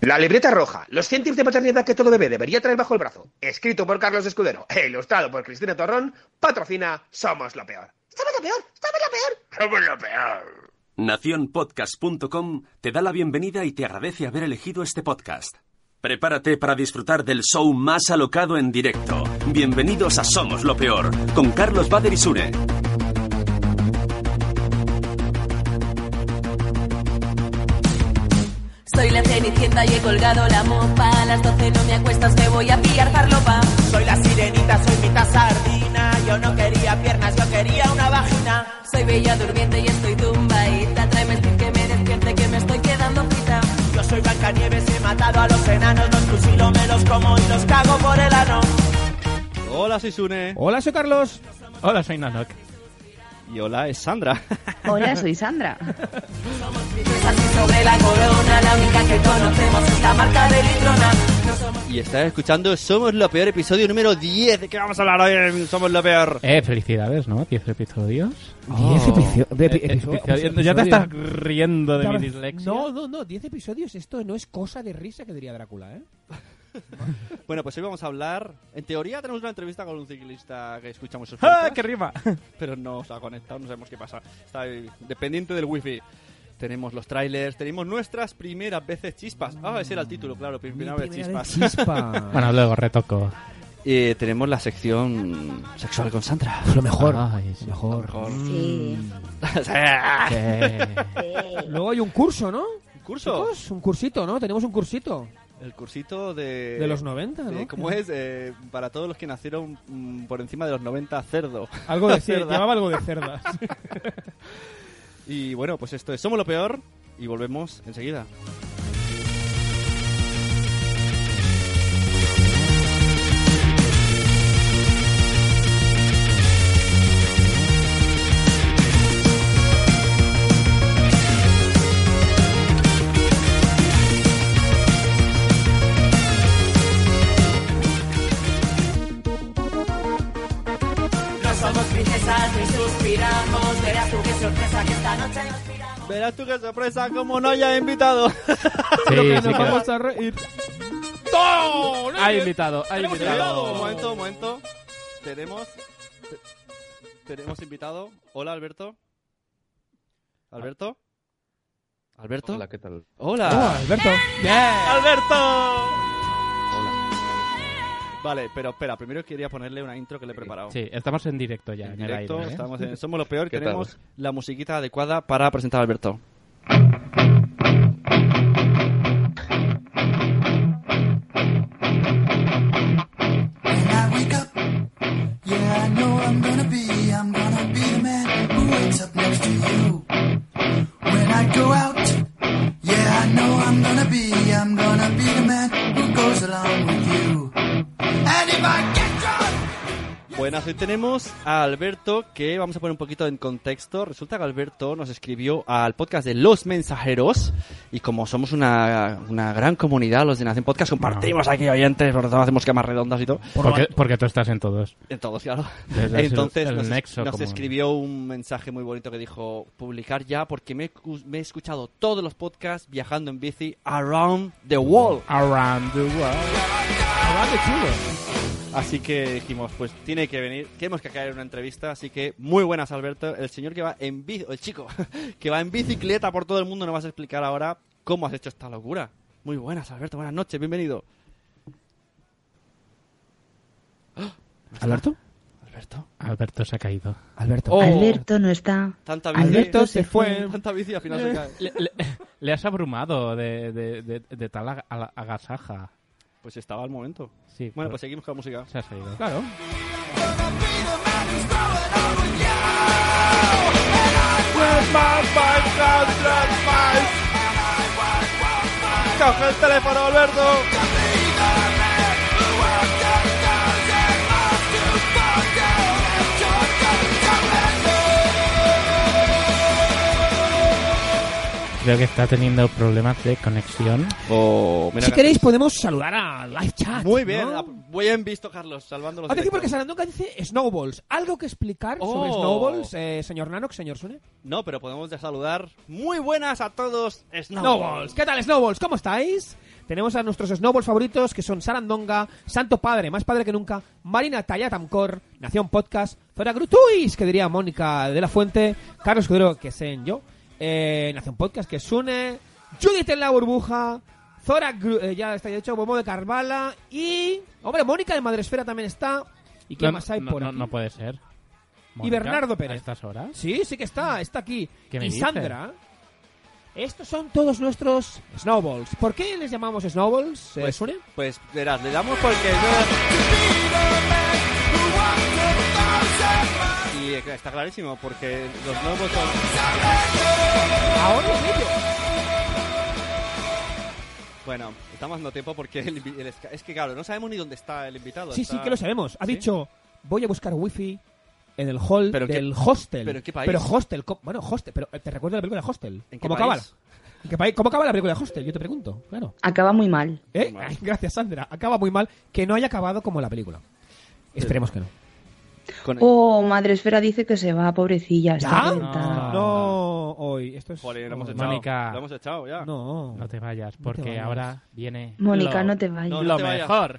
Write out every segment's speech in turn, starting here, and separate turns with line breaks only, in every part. La libreta roja, los 100 tips de paternidad que todo bebé debería traer bajo el brazo, escrito por Carlos Escudero e ilustrado por Cristina Torrón, patrocina Somos lo peor.
¡Estamos lo peor! ¡Estamos lo peor!
¡Somos lo peor!
Naciónpodcast.com te da la bienvenida y te agradece haber elegido este podcast. Prepárate para disfrutar del show más alocado en directo. Bienvenidos a Somos lo Peor, con Carlos Bader y Sure.
Soy la cenicienta y he colgado la mopa. A las 12 no me acuestas, me voy a pillar farlopa.
Soy la sirenita, soy mitad sardina. Yo no quería piernas, yo quería una vagina.
Soy bella durmiente y estoy tumbaíta. Tráeme el que me despierte, que me estoy quedando frita.
Yo soy Blancanieves, he matado a los enanos. Los fusilo, me los como y los cago por el ano.
Hola, soy Sune.
Hola, soy Carlos.
Hola, soy Nanok.
Y hola, es Sandra.
Hola, soy Sandra.
sobre la corona, la única que conocemos es la marca de Litrona.
Y estás escuchando Somos lo Peor, episodio número 10. ¿De qué vamos a hablar hoy en Somos lo Peor?
Eh, felicidades, ¿no? 10 episodios.
Oh.
Diez epicio- de-
Eh,
episodio-
episodio-
episodios.
Ya te estás riendo de mi
Claro,
dislexia.
No, no, no. Diez episodios. Esto no es cosa de risa que diría Drácula, ¿eh?
Bueno, pues hoy vamos a hablar. En teoría, tenemos una entrevista con un ciclista que escuchamos sus
¡Ah,
podcasts,
qué rima!
pero no se ha conectado, no sabemos qué pasa. Está ahí, dependiente del wifi. Tenemos los trailers, tenemos nuestras primeras veces chispas. Ah, ese era el título, claro, primera,
Mi
vez
primera
chispas.
vez chispa.
Bueno, luego retoco.
Y Eh, tenemos la sección sexual con Ah, Sandra.
lo mejor.
Ay, sí.
lo mejor.
Sí.
Mm.
Luego hay un curso, ¿no?
¿Un curso?
Chicos, un cursito, ¿no? Tenemos un cursito
El cursito de...
de los 90, ¿no?
de- ¿Cómo es? Eh, para todos los que nacieron mm, por encima de los 90, cerdo.
Algo de
cerda.
Llevaba algo de cerda.
Y bueno, pues esto es Somos lo Peor y volvemos enseguida.
No somos princesas ni suspiramos. Verás tú qué sorpresa que esta noche nos miramos.
Verás tú qué sorpresa, como no haya invitado.
Sí,
Lo que nos
sí, que-
vamos a reír.
Ha invitado, ha invitado.
Un momento, un momento. Tenemos... te- Tenemos invitado. Hola, Alberto. ¿Alberto? ¿Alberto?
Hola, ¿qué tal?
Hola.
Oh, Alberto.
¡Alberto! Vale, pero espera, primero quería ponerle una intro que le he preparado.
Sí, estamos en directo ya.
En
el
directo,
aire, ¿eh?
estamos en- somos lo peor,
¿Qué
tenemos la musiquita adecuada para presentar a Alberto. Bueno, hoy tenemos a Alberto, que vamos a poner un poquito en contexto. Resulta que Alberto nos escribió al podcast de Los Mensajeros. Y como somos una, una gran comunidad, los de Nación Podcast, compartimos aquí oyentes, por lo tanto hacemos camas redondas y todo.
Porque, porque tú estás en todos.
En todos, claro.
Desde
Entonces
el- el
nos,
nexo
nos
común.
escribió un mensaje muy bonito que dijo, publicar ya porque me, he cu- me he escuchado todos los podcasts viajando en bici around the world.
Around the world. Ah,
Así que dijimos, pues tiene que venir, tenemos que caer en una entrevista, así que muy buenas Alberto, el señor que va en bici, el chico que va en bicicleta por todo el mundo, nos vas a explicar ahora cómo has hecho esta locura. Muy buenas Alberto, buenas noches, bienvenido.
¿Alberto?
Alberto,
Alberto se ha caído.
Alberto.
Oh.
Alberto no está.
tanta bici,
Alberto se fue.
tanta bici al final se cae.
Le, le- le has abrumado de, de- de- de tal aga- ala- agasaja.
Pues estaba el momento.
Sí,
Bueno,
pero
pues seguimos con la música.
se ha salido.
Claro.
Coge el teléfono, Alberto.
Creo que está teniendo problemas de conexión.
Oh, mira
Si
que-
queréis, podemos saludar a Live Chat.
Muy bien,
¿no?
ah, muy bien visto, Carlos, salvando los
Atención, porque
directos.
Sarandonga dice Snowballs. ¿Algo que explicar sobre
Oh.
Snowballs, eh, señor Nanox, señor Sune?
No, pero podemos ya saludar. Muy buenas a todos, Snowballs.
Snowballs. ¿Qué tal, Snowballs? ¿Cómo estáis? Tenemos a nuestros Snowballs favoritos, que son Sarandonga, Santo Padre, más padre que nunca, Marina Tallatamcor, Nación Podcast, Zora Grutuis, que diría Mónica de la Fuente, Carlos Cudero, que sé yo, eh, Nación Podcast, que es une, Judith en la burbuja, Zora, Gru- eh, ya está ya hecho, Bobo de Carvala y... Hombre, Mónica de Madresfera también está. ¿Y quién
No,
más hay
no,
por
no,
aquí?
no puede ser.
Y Bernardo
¿a
Pérez.
estas
¿Ah?
horas?
Sí, sí que está, está aquí.
¿Qué me
y
dices?
Sandra. Estos son todos nuestros snowballs. ¿Por qué les llamamos snowballs? eh,
Pues-
Sune?
Pues verás, le damos porque no... Y eh, está clarísimo, porque los nuevos son...
Ahora es ello.
Bueno, estamos dando tiempo porque el, invi- el esca- es que claro, no sabemos ni dónde está el invitado.
Sí,
está-
sí que lo sabemos. Ha
¿Sí?
dicho, voy a buscar wifi en el hall
¿Pero qué-
del hostel.
pero en qué país?
Pero hostel, co- bueno, hostel, pero eh, te recuerdo la película de hostel.
¿En qué
¿Cómo
país?
acaba? ¿En qué país? ¿Cómo acaba la película de hostel? Yo te pregunto, claro.
Acaba muy mal.
¿Eh?
Vale.
Ay, gracias, Sandra. Acaba muy mal que no haya acabado como la película. Esperemos que no.
Con-
Oh, Madre Esfera dice que se va, pobrecilla. Está
¿Ya?
reventada.
Ah.
No, hoy. Esto es.
Jolín, lo hemos
no,
echado.
Oh, Mónica.
Lo hemos echado ya.
No.
No te vayas,
te
porque
vayas.
ahora viene.
Mónica,
lo-
no te vayas.
No,
Lo
te vayas.
mejor.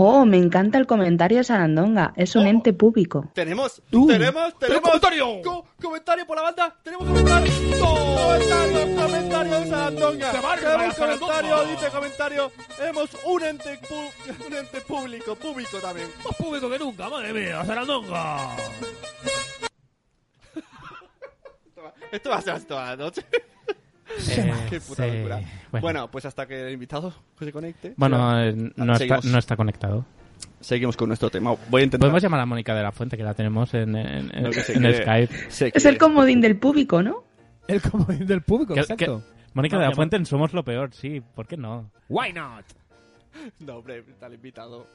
Oh, me encanta el comentario de Sarandonga. Es
Oh.
un ente público.
Tenemos,
Uh,
tenemos,
pero
tenemos
comentario.
co- comentario por la banda. Tenemos comentario. ¡Oh, están los comentarios de Sarandonga!
¡Se marcha la
Tenemos comentario,
Sarandonga!
dice comentario. Hemos un ente, pu- un ente público, público también.
Más público que nunca, madre mía, Sarandonga.
Esto va a ser hasta toda la noche.
Eh,
Qué puta
sí,
locura. Bueno.
Bueno,
pues hasta que el invitado se conecte.
Bueno,
Ya.
eh, no, está,
Ah, Seguimos.
no está conectado.
Seguimos con nuestro tema. Voy a intentar.
Podemos llamar a Mónica de la Fuente, que la tenemos en, en- en-
Lo que se
en el
cree.
Skype.
Se
Es
cree.
el comodín del público, ¿no?
El comodín del público,
¿Qué-
exacto.
Mónica
No,
de la
llama-
Fuente en Somos lo Peor, sí, ¿por qué no?
Why not?
No, hombre, está el invitado.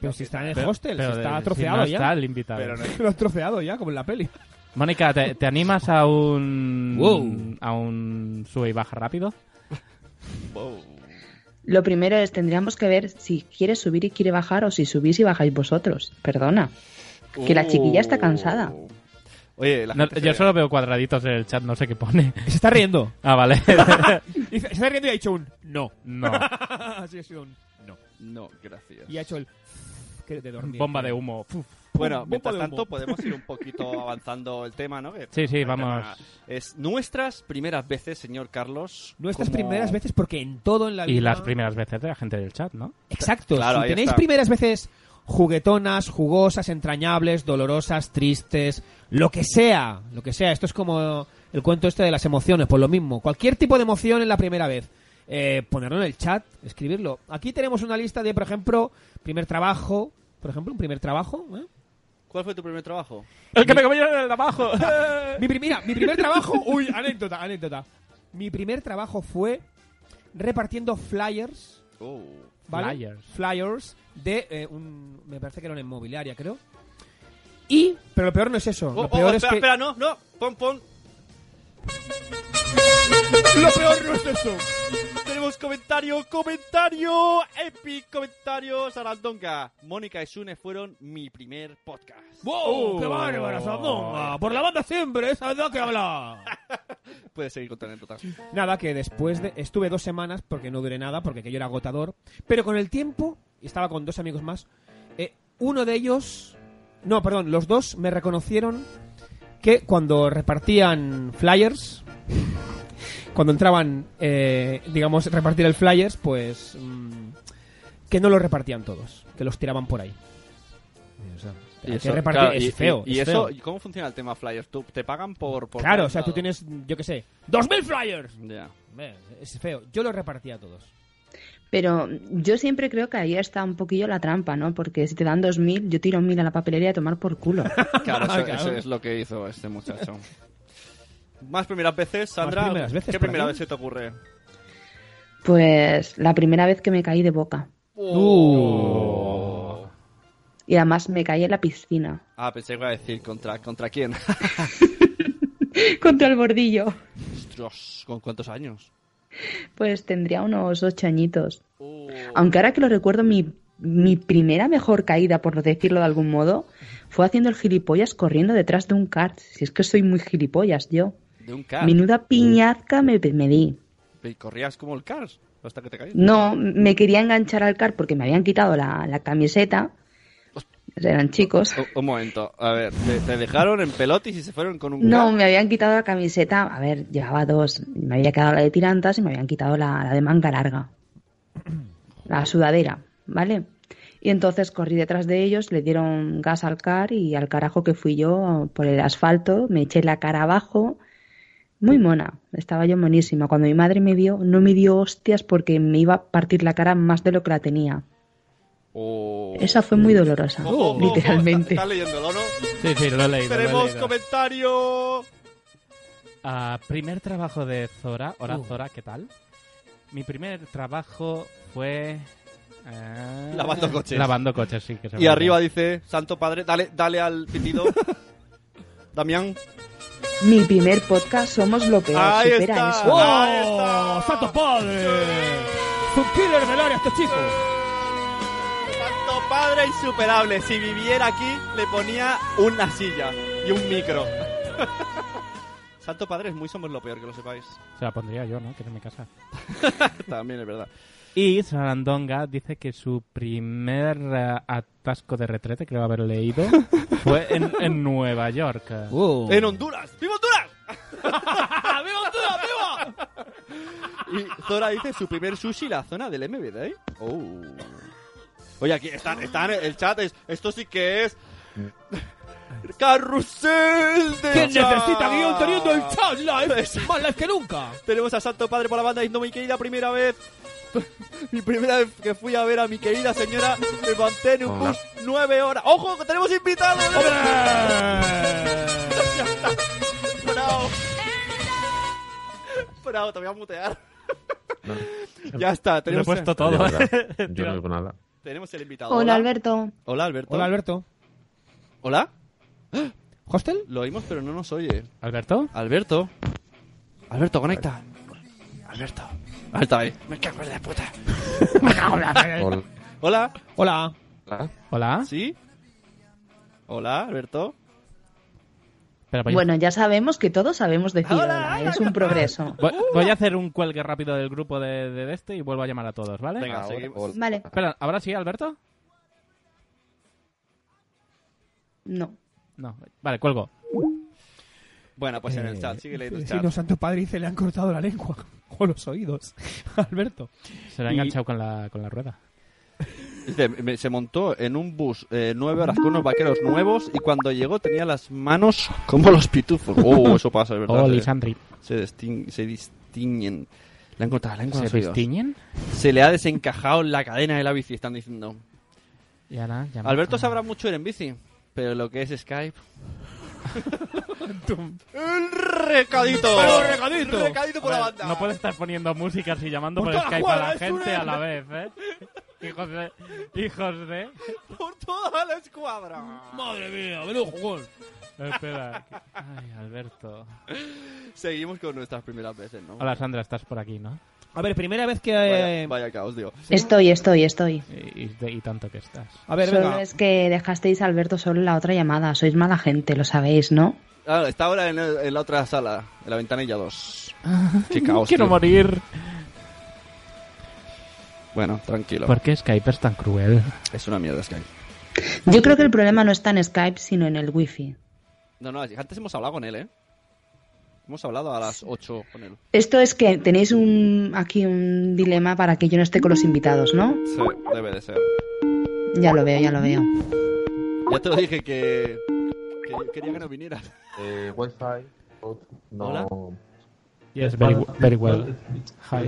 Pero si está Ah, en el
Pero-
hostel,
pero
si
de-
está
si
atroceado
no
ya.
está el invitado.
Pero no.
Lo ha atroceado ya, como en la peli.
Mónica, ¿te, te animas a un.
Wow.
a un sube y baja rápido?
Wow.
Lo primero es, tendríamos que ver si quiere subir y quiere bajar o si subís y bajáis vosotros. Perdona. Que la chiquilla
Uh.
está cansada.
Oye, la
No,
gente se
yo
ve.
solo veo cuadraditos en el chat, no sé qué pone.
Se está riendo.
Ah, vale.
Y se se está riendo y ha hecho un no.
no.
Así ha sido un no.
No, gracias.
Y ha hecho el. que de dormir.
Bomba de humo. Fuf.
Bueno,
Bomba
mientras
de
tanto
humo.
podemos ir un poquito avanzando el tema, ¿no? Que-
Sí, sí,
el
vamos.
tema Es nuestras primeras veces, señor Carlos.
Nuestras
como-
primeras veces, porque en todo en la vida.
Y las primeras veces de la gente del chat, ¿no?
Exacto.
Claro,
si
ahí
tenéis
está.
primeras veces juguetonas, jugosas, entrañables, dolorosas, tristes, lo que sea, lo que sea. Esto es como el cuento este de las emociones, por lo mismo. Cualquier tipo de emoción en la primera vez. Eh, ponerlo en el chat, escribirlo. Aquí tenemos una lista de, por ejemplo, primer trabajo. Por ejemplo, un primer trabajo. ¿eh?
¿Cuál fue tu primer trabajo?
¡El que me comió en el abajo!
Mi, pri- mira, mi primer trabajo. Uy, anécdota, anécdota. Mi primer trabajo fue repartiendo flyers
Oh.
¿vale?
Flyers.
Flyers de eh, un. Me parece que era una inmobiliaria, creo. Y. Pero lo peor no es eso.
Oh,
lo
oh,
peor es
espera,
que.
espera, no, no. Pon, pon.
Lo peor no es eso.
Tenemos comentario, comentario, epic comentario, Sarandonga. Mónica y Sune fueron mi primer podcast. Oh.
¡Wow! ¡Qué bárbara, Sandonga! Por la banda siempre, esa verdad que habla.
Puedes seguir con tu anécdota.
Nada, que después de, estuve dos semanas, porque no duré nada, porque aquello era agotador. Pero con el tiempo, y estaba con dos amigos más, eh, uno de ellos, no, perdón, los dos me reconocieron que cuando repartían flyers, cuando entraban, eh, digamos, repartir el flyers, pues mm, que no los repartían todos, que los tiraban por ahí. O sea, hay que repartir,
claro,
es
y-
feo.
¿Y, y
es
eso
feo.
cómo funciona el tema flyers? ¿Tú, ¿Te pagan por, por
Claro,
cada
o sea, tú
lado?
tienes, yo qué sé, ¡2000 flyers!
Ya.
Hombre, Es feo. Yo los repartía a todos.
Pero yo siempre creo que ahí está un poquillo la trampa, ¿no? Porque si te dan 2.000, yo tiro 1.000 a la papelería a tomar por culo.
Claro, eso,
Claro.
eso es lo que hizo este muchacho. Más primeras veces, Sandra.
primeras veces,
¿Qué
por
primera
aquí?
vez se te ocurre?
Pues la primera vez que me caí de boca.
Oh. Uh.
Y además me caí en la piscina.
Ah, pensé que iba a decir contra, contra quién.
Contra el bordillo.
Ostras, ¿con cuántos años?
Pues tendría unos ocho añitos.
Oh.
Aunque ahora que lo recuerdo, mi, mi primera mejor caída, por decirlo de algún modo, fue haciendo el gilipollas corriendo detrás de un kart. Si es que soy muy gilipollas yo.
De un car.
Menuda piñazca me, me di.
Y corrías como el Cars hasta que te caíste.
No, me quería enganchar al kart porque me habían quitado la, la camiseta. Eran chicos.
Un, un momento, a ver, te, te dejaron en pelotis y se fueron con un
No,
car?
me habían quitado la camiseta. A ver, llevaba dos. Me había quedado la de tirantas y me habían quitado la, la de manga larga. La sudadera, ¿vale? Y entonces corrí detrás de ellos, le dieron gas al car y al carajo que fui yo por el asfalto, me eché la cara abajo. Muy mona, estaba yo monísima. Cuando mi madre me vio, no me dio hostias porque me iba a partir la cara más de lo que la tenía.
Oh.
Esa fue muy dolorosa,
Ojo, ojo,
literalmente.
Oh, está- está leyéndolo, ¿no?
Sí, sí, lo he leído. lo he
Tenemos
leído.
comentario.
Ah, primer trabajo de Zora. Hola,
Uh.
Zora, ¿qué tal? Mi primer trabajo fue... ah,
Lavando coches.
Lavando coches, sí. Que se
Y
me
arriba
olvidó.
dice, Santo Padre, dale, dale al pitido. Damián.
Mi primer podcast somos lo peor,
Ahí
supera
está.
eso.
¡Oh! Ahí
¡Oh!
está.
¡Santo padre! ¡Es un killer del área este chico!
Santo Padre insuperable. Si viviera aquí, le ponía una silla y un micro. Santo Padre es muy somos lo peor, que lo sepáis.
Se la pondría yo, ¿no? Que no me casa.
También es verdad.
Y Sarandonga dice que su primer eh, atasco de retrete, creo haber leído, fue en, en Nueva York.
Uh.
En Honduras. ¡Viva Honduras! ¡Viva Honduras! ¡Viva! y Zora dice su primer sushi la zona del MBD. Oh. Oye, aquí están, están en el chat. es- esto sí que es. ¡Carrusel de
¿Quién
chat!
necesita guión teniendo el chat live? Es más live que nunca.
Tenemos a Santo Padre por la banda diciendo mi querida primera vez. Mi primera vez que fui a ver a mi querida señora, me manté en un bus nueve horas. ¡Ojo! que ¡Tenemos invitados! ¡Ya está! ¡Bravo! Bravo, te voy a mutear.
No,
Ya está,
Lo he
Ah, tenemos,
puesto
de
todo.
¿eh?
verdad, Yo no digo nada.
tenemos el invitado.
Hola Alberto.
Hola, Alberto.
Hola, Alberto.
Hola.
¿Hostel?
Lo oímos, pero no nos oye.
¿Ah? ¿Alberto?
Alberto. Alberto, conecta. Alberto. Ahí está ahí. Me cago en la puta.
Hola.
Hola.
Hola.
Hola.
¿Sí? Hola, Alberto.
Espera, voy, a-
Bueno, ya sabemos que todos sabemos decir
Hola,
hola, es un progreso.
voy- voy a hacer un cuelgue rápido del grupo de, de este y vuelvo a llamar a todos, ¿vale?
Venga, seguimos.
Vale,
Espera, ¿ahora sí, Alberto?
no.
No. Vale, cuelgo.
Bueno, pues en el chat, sigue leyendo el
Si
chat.
no, Santo Padre dice le han cortado la lengua o los oídos. Alberto.
Se lo ha
Y-
enganchado con la, con la rueda.
Dice, me- se montó en un bus eh, nueve horas con unos vaqueros nuevos y cuando llegó tenía las manos como los pitufos. Oh, eso pasa, es verdad.
Oh,
Se-
Lisandri.
se, distin- se distinguen. Le han cortado la lengua.
¿Se
los oídos.
destiñen?
Se le ha desencajado la cadena de la bici, están diciendo.
Ya nada, ya me-
Alberto sabrá mucho ir en bici, pero lo que es Skype. ¡El recadito!
¡Pero recadito!
recadito por
A
la
ver,
banda!
No puedes estar poniendo música así llamando
Por
por,
toda la
Skype
escuela,
a la
es
gente
una-
a la vez, ¿eh? Hijos de... Hijos de...
¡Por toda la escuadra!
Madre mía, menudo jugón.
Espera. Ay, Alberto.
Seguimos con nuestras primeras veces, ¿no?
Hola, Sandra, estás por aquí, ¿no?
A ver, primera vez que...
Vaya,
eh,
vaya caos, digo.
Estoy, estoy, estoy.
Y, y de- y tanto que estás.
A ver,
Solo
venga.
es que dejasteis a Alberto solo en la otra llamada. Sois mala gente, lo sabéis, ¿no?
Ah, está ahora en, el- en la otra sala, en la ventanilla 2. Qué caos.
Quiero
tío.
morir.
Bueno, tranquilo.
¿Por qué Skype es tan cruel?
Es una Ah, mierda Skype.
Yo creo que el problema no está en Skype, sino en el wifi.
No, no, antes hemos hablado con él, ¿eh? Hemos hablado a las 8 con él.
Esto es que tenéis un, aquí un dilema para que yo no esté con los invitados, ¿no?
Sí, debe de ser.
Ya lo veo, ya lo veo.
Ya te lo dije que, que yo quería que no vinieras.
Eh, Wi-Fi. No.
Hola.
Yes, very, very well. Hi.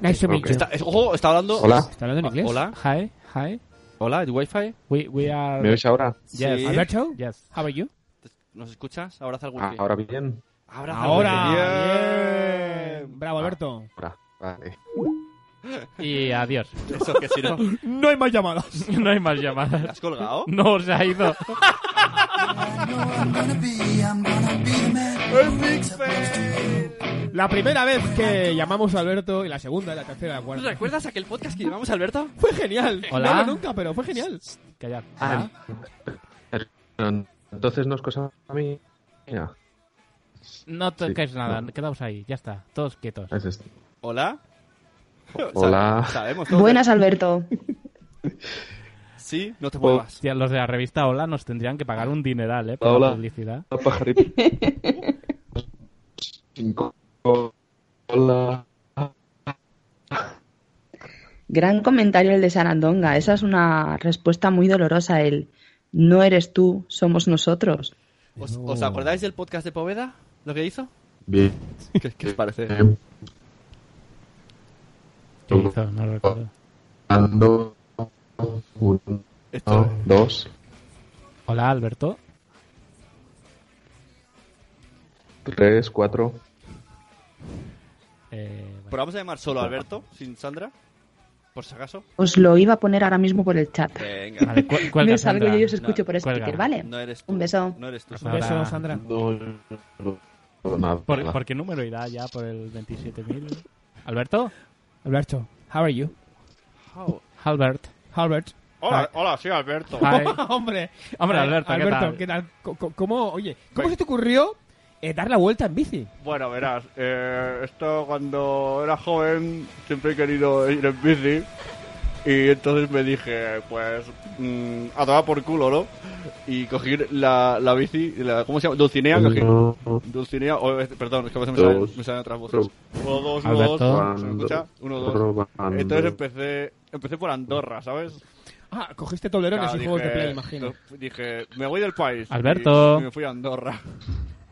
Nice to
meet Ok. you.
meet you.
Ah, Está, es- ojo, está hablando.
Hola.
Eh, ¿Está
Ah,
hablando en inglés?
Hola,
Hi, hi.
hola, ¿es Wi-Fi?
We, we are...
¿Me oís ahora?
Sí.
Yes.
Alberto,
Yes.
how are you?
¿Nos escuchas? Ahora haz el
Ah,
wifi.
ahora bien. Ah,
Ahora.
Ahora. Bien. Eh, Bravo, Alberto.
Vale.
Y adiós.
Eso que si no.
No hay más llamadas.
No hay más llamadas.
¿Te has colgado?
No, se ha ido.
La primera vez que llamamos a Alberto y la segunda, la tercera, la cuarta.
¿Recuerdas aquel podcast que llevamos, Alberto?
Fue genial.
Hola.
No, no, nunca, pero fue genial.
Callad.
Ah, Entonces no es cosa a mí. Mira,
No toquéis
Sí.
nada, quedaos ahí, ya está. Todos quietos.
es esto.
Hola.
Hola.
Sa- Sabemos todos.
Buenas, Alberto.
Sí, no te muevas.
Hostia, Oh, los de la revista Hola nos tendrían que pagar un dineral, ¿eh? Por la
Hola.
publicidad.
Hola, pajarito. Cinco. Hola.
Gran comentario el de Sarandonga. Esa es una respuesta muy dolorosa. El no eres tú, somos nosotros.
¿Os, os acordáis del podcast de Poveda? ¿Lo que hizo?
Bien.
¿Qué, qué os parece?
Eh,
¿Qué hizo? No lo recuerdo.
Ando. Uno,
Esto-
dos.
Hola, Alberto.
Tres, cuatro.
Eh, bueno.
Probamos a llamar solo a Alberto, sin Sandra. Por si acaso.
Os lo iba a poner ahora mismo por el chat.
Venga.
Vale, cu- cuelga,
Me salgo
Sandra.
yo y os escucho
No,
por
cuelga.
speaker, ¿vale?
No eres tú.
Un beso.
No eres tú.
Un
Ahora-
beso, Sandra.
No, no, no, no, nada.
¿Por, por qué número irá ya por el 27.000? ¿Alberto?
Alberto, how are you?
Albert.
Albert.
Hola, hola, soy Alberto.
Hi.
Hombre.
Hombre,
Eh,
Alberto, ¿qué
Alberto,
tal?
¿qué tal? Co- co- ¿Cómo, oye, ¿cómo se te ocurrió eh, dar la vuelta en bici?
Bueno, verás, eh, esto cuando era joven siempre he querido ir en bici y entonces me dije, pues, mm, a tomar por culo, ¿no? Y cogí la, la bici, la, ¿cómo se llama? Dulcinea, cogí.
No,
Dulcinea, oh, eh, perdón, es que a veces me salen,
Mm. Dos.
me salen otras voces. Uno, dos, uno,
Alberto.
dos, ¿se me escucha? Uno, dos.
Robando.
Entonces empecé, empecé por Andorra, ¿sabes?
Ah, cogiste tolerones
Claro,
y juegos de play, imagino.
Dije, me voy del país.
Alberto.
Y me fui a Andorra.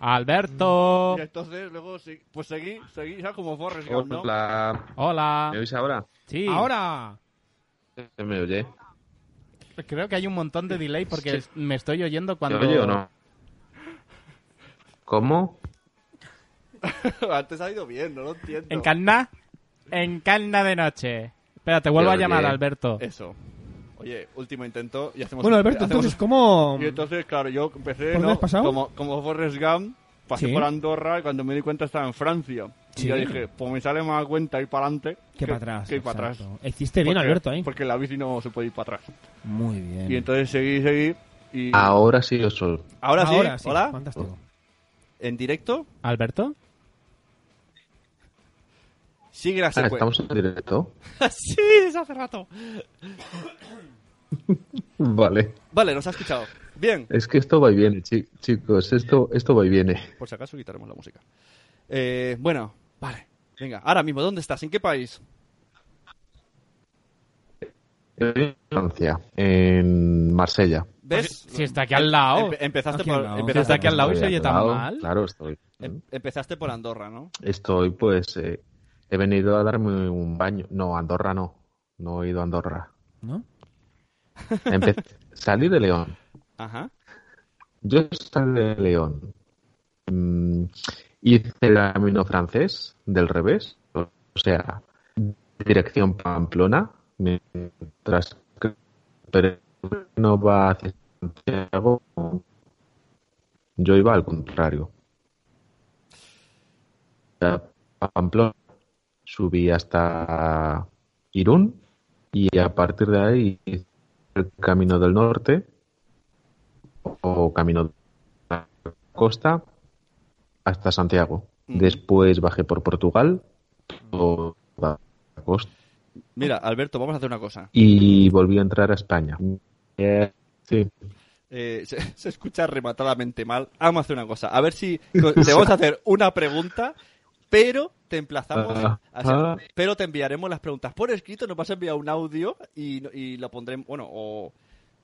¡Alberto!
Y entonces luego sí, pues seguí, seguí, ¿sabes? Como Forrest Gump, ¿no? Ah.
Hola.
Hola.
¿Me oís ahora?
Sí.
Ahora,
¿Se ¿Me oye?
Creo que hay un montón de delay porque es- me estoy oyendo
¿Me
cuando...
oye o no? ¿Cómo?
Antes ha ido bien, no lo entiendo.
Encarna. Encarna de noche. Espérate, vuelvo a
Te oye.
llamar, Alberto.
Eso. Oye, último intento y hacemos...
bueno, Alberto,
hacemos-
entonces, ¿cómo...?
Y entonces, claro, yo empecé,
¿Por dónde
¿no?
has pasado?
Como, como Forrest Gump, pasé
Sí.
por Andorra y cuando me di cuenta estaba en Francia.
Sí.
Y yo dije, pues me sale más a cuenta ir para adelante
Que para atrás.
Que ir para atrás.
exacto. Hiciste bien,
Porque-
Alberto, ¿eh?
Porque la bici no se puede ir para atrás.
Muy bien.
Y entonces seguí, seguí. Y
Ahora sí os oigo.
ahora,
Ahora
sí, hola,
Fantástico.
en directo,
¿Alberto?
sigue la
Ah,
secuencia.
¿Estamos en directo?
sí, desde hace rato.
Vale.
Vale, nos ha escuchado. Bien.
Es que esto va y viene, chi- chicos. Esto, esto va y viene.
Por si acaso quitaremos la música. Eh, bueno, vale. Venga, ahora mismo, ¿dónde estás? ¿En qué país?
En Francia, en Marsella.
¿Ves?
Si está aquí al lado.
Empe- empezaste,
Aquí
por,
al lado.
empezaste
Desde aquí al lado y se
Estoy
oye
al
tan
lado.
mal.
Claro, estoy.
em- empezaste por Andorra, ¿no?
Estoy, pues, eh, he venido a darme un baño. No, Andorra no. No he ido a Andorra.
¿No?
Empe- salí de León.
Ajá.
Yo salí de León. Mm, hice el camino francés del revés. O sea, dirección Pamplona. Mientras que pero no va hacia Santiago. Yo iba al contrario. A Pamplona subí hasta Irún y a partir de ahí hice el camino del norte o camino de la costa hasta Santiago.
Ujú.
Después bajé por Portugal, toda la costa,
Mira, Alberto, vamos a hacer una cosa.
y volví a entrar a España. Eh, sí.
Eh, se, se escucha rematadamente mal. Vamos a hacer una cosa. A ver si co- te vamos a hacer una pregunta, pero te emplazamos.
Ajá. ah.
hacia- pero te enviaremos las preguntas por escrito. Nos vas a enviar un audio y, no- y lo pondremos. Bueno, o,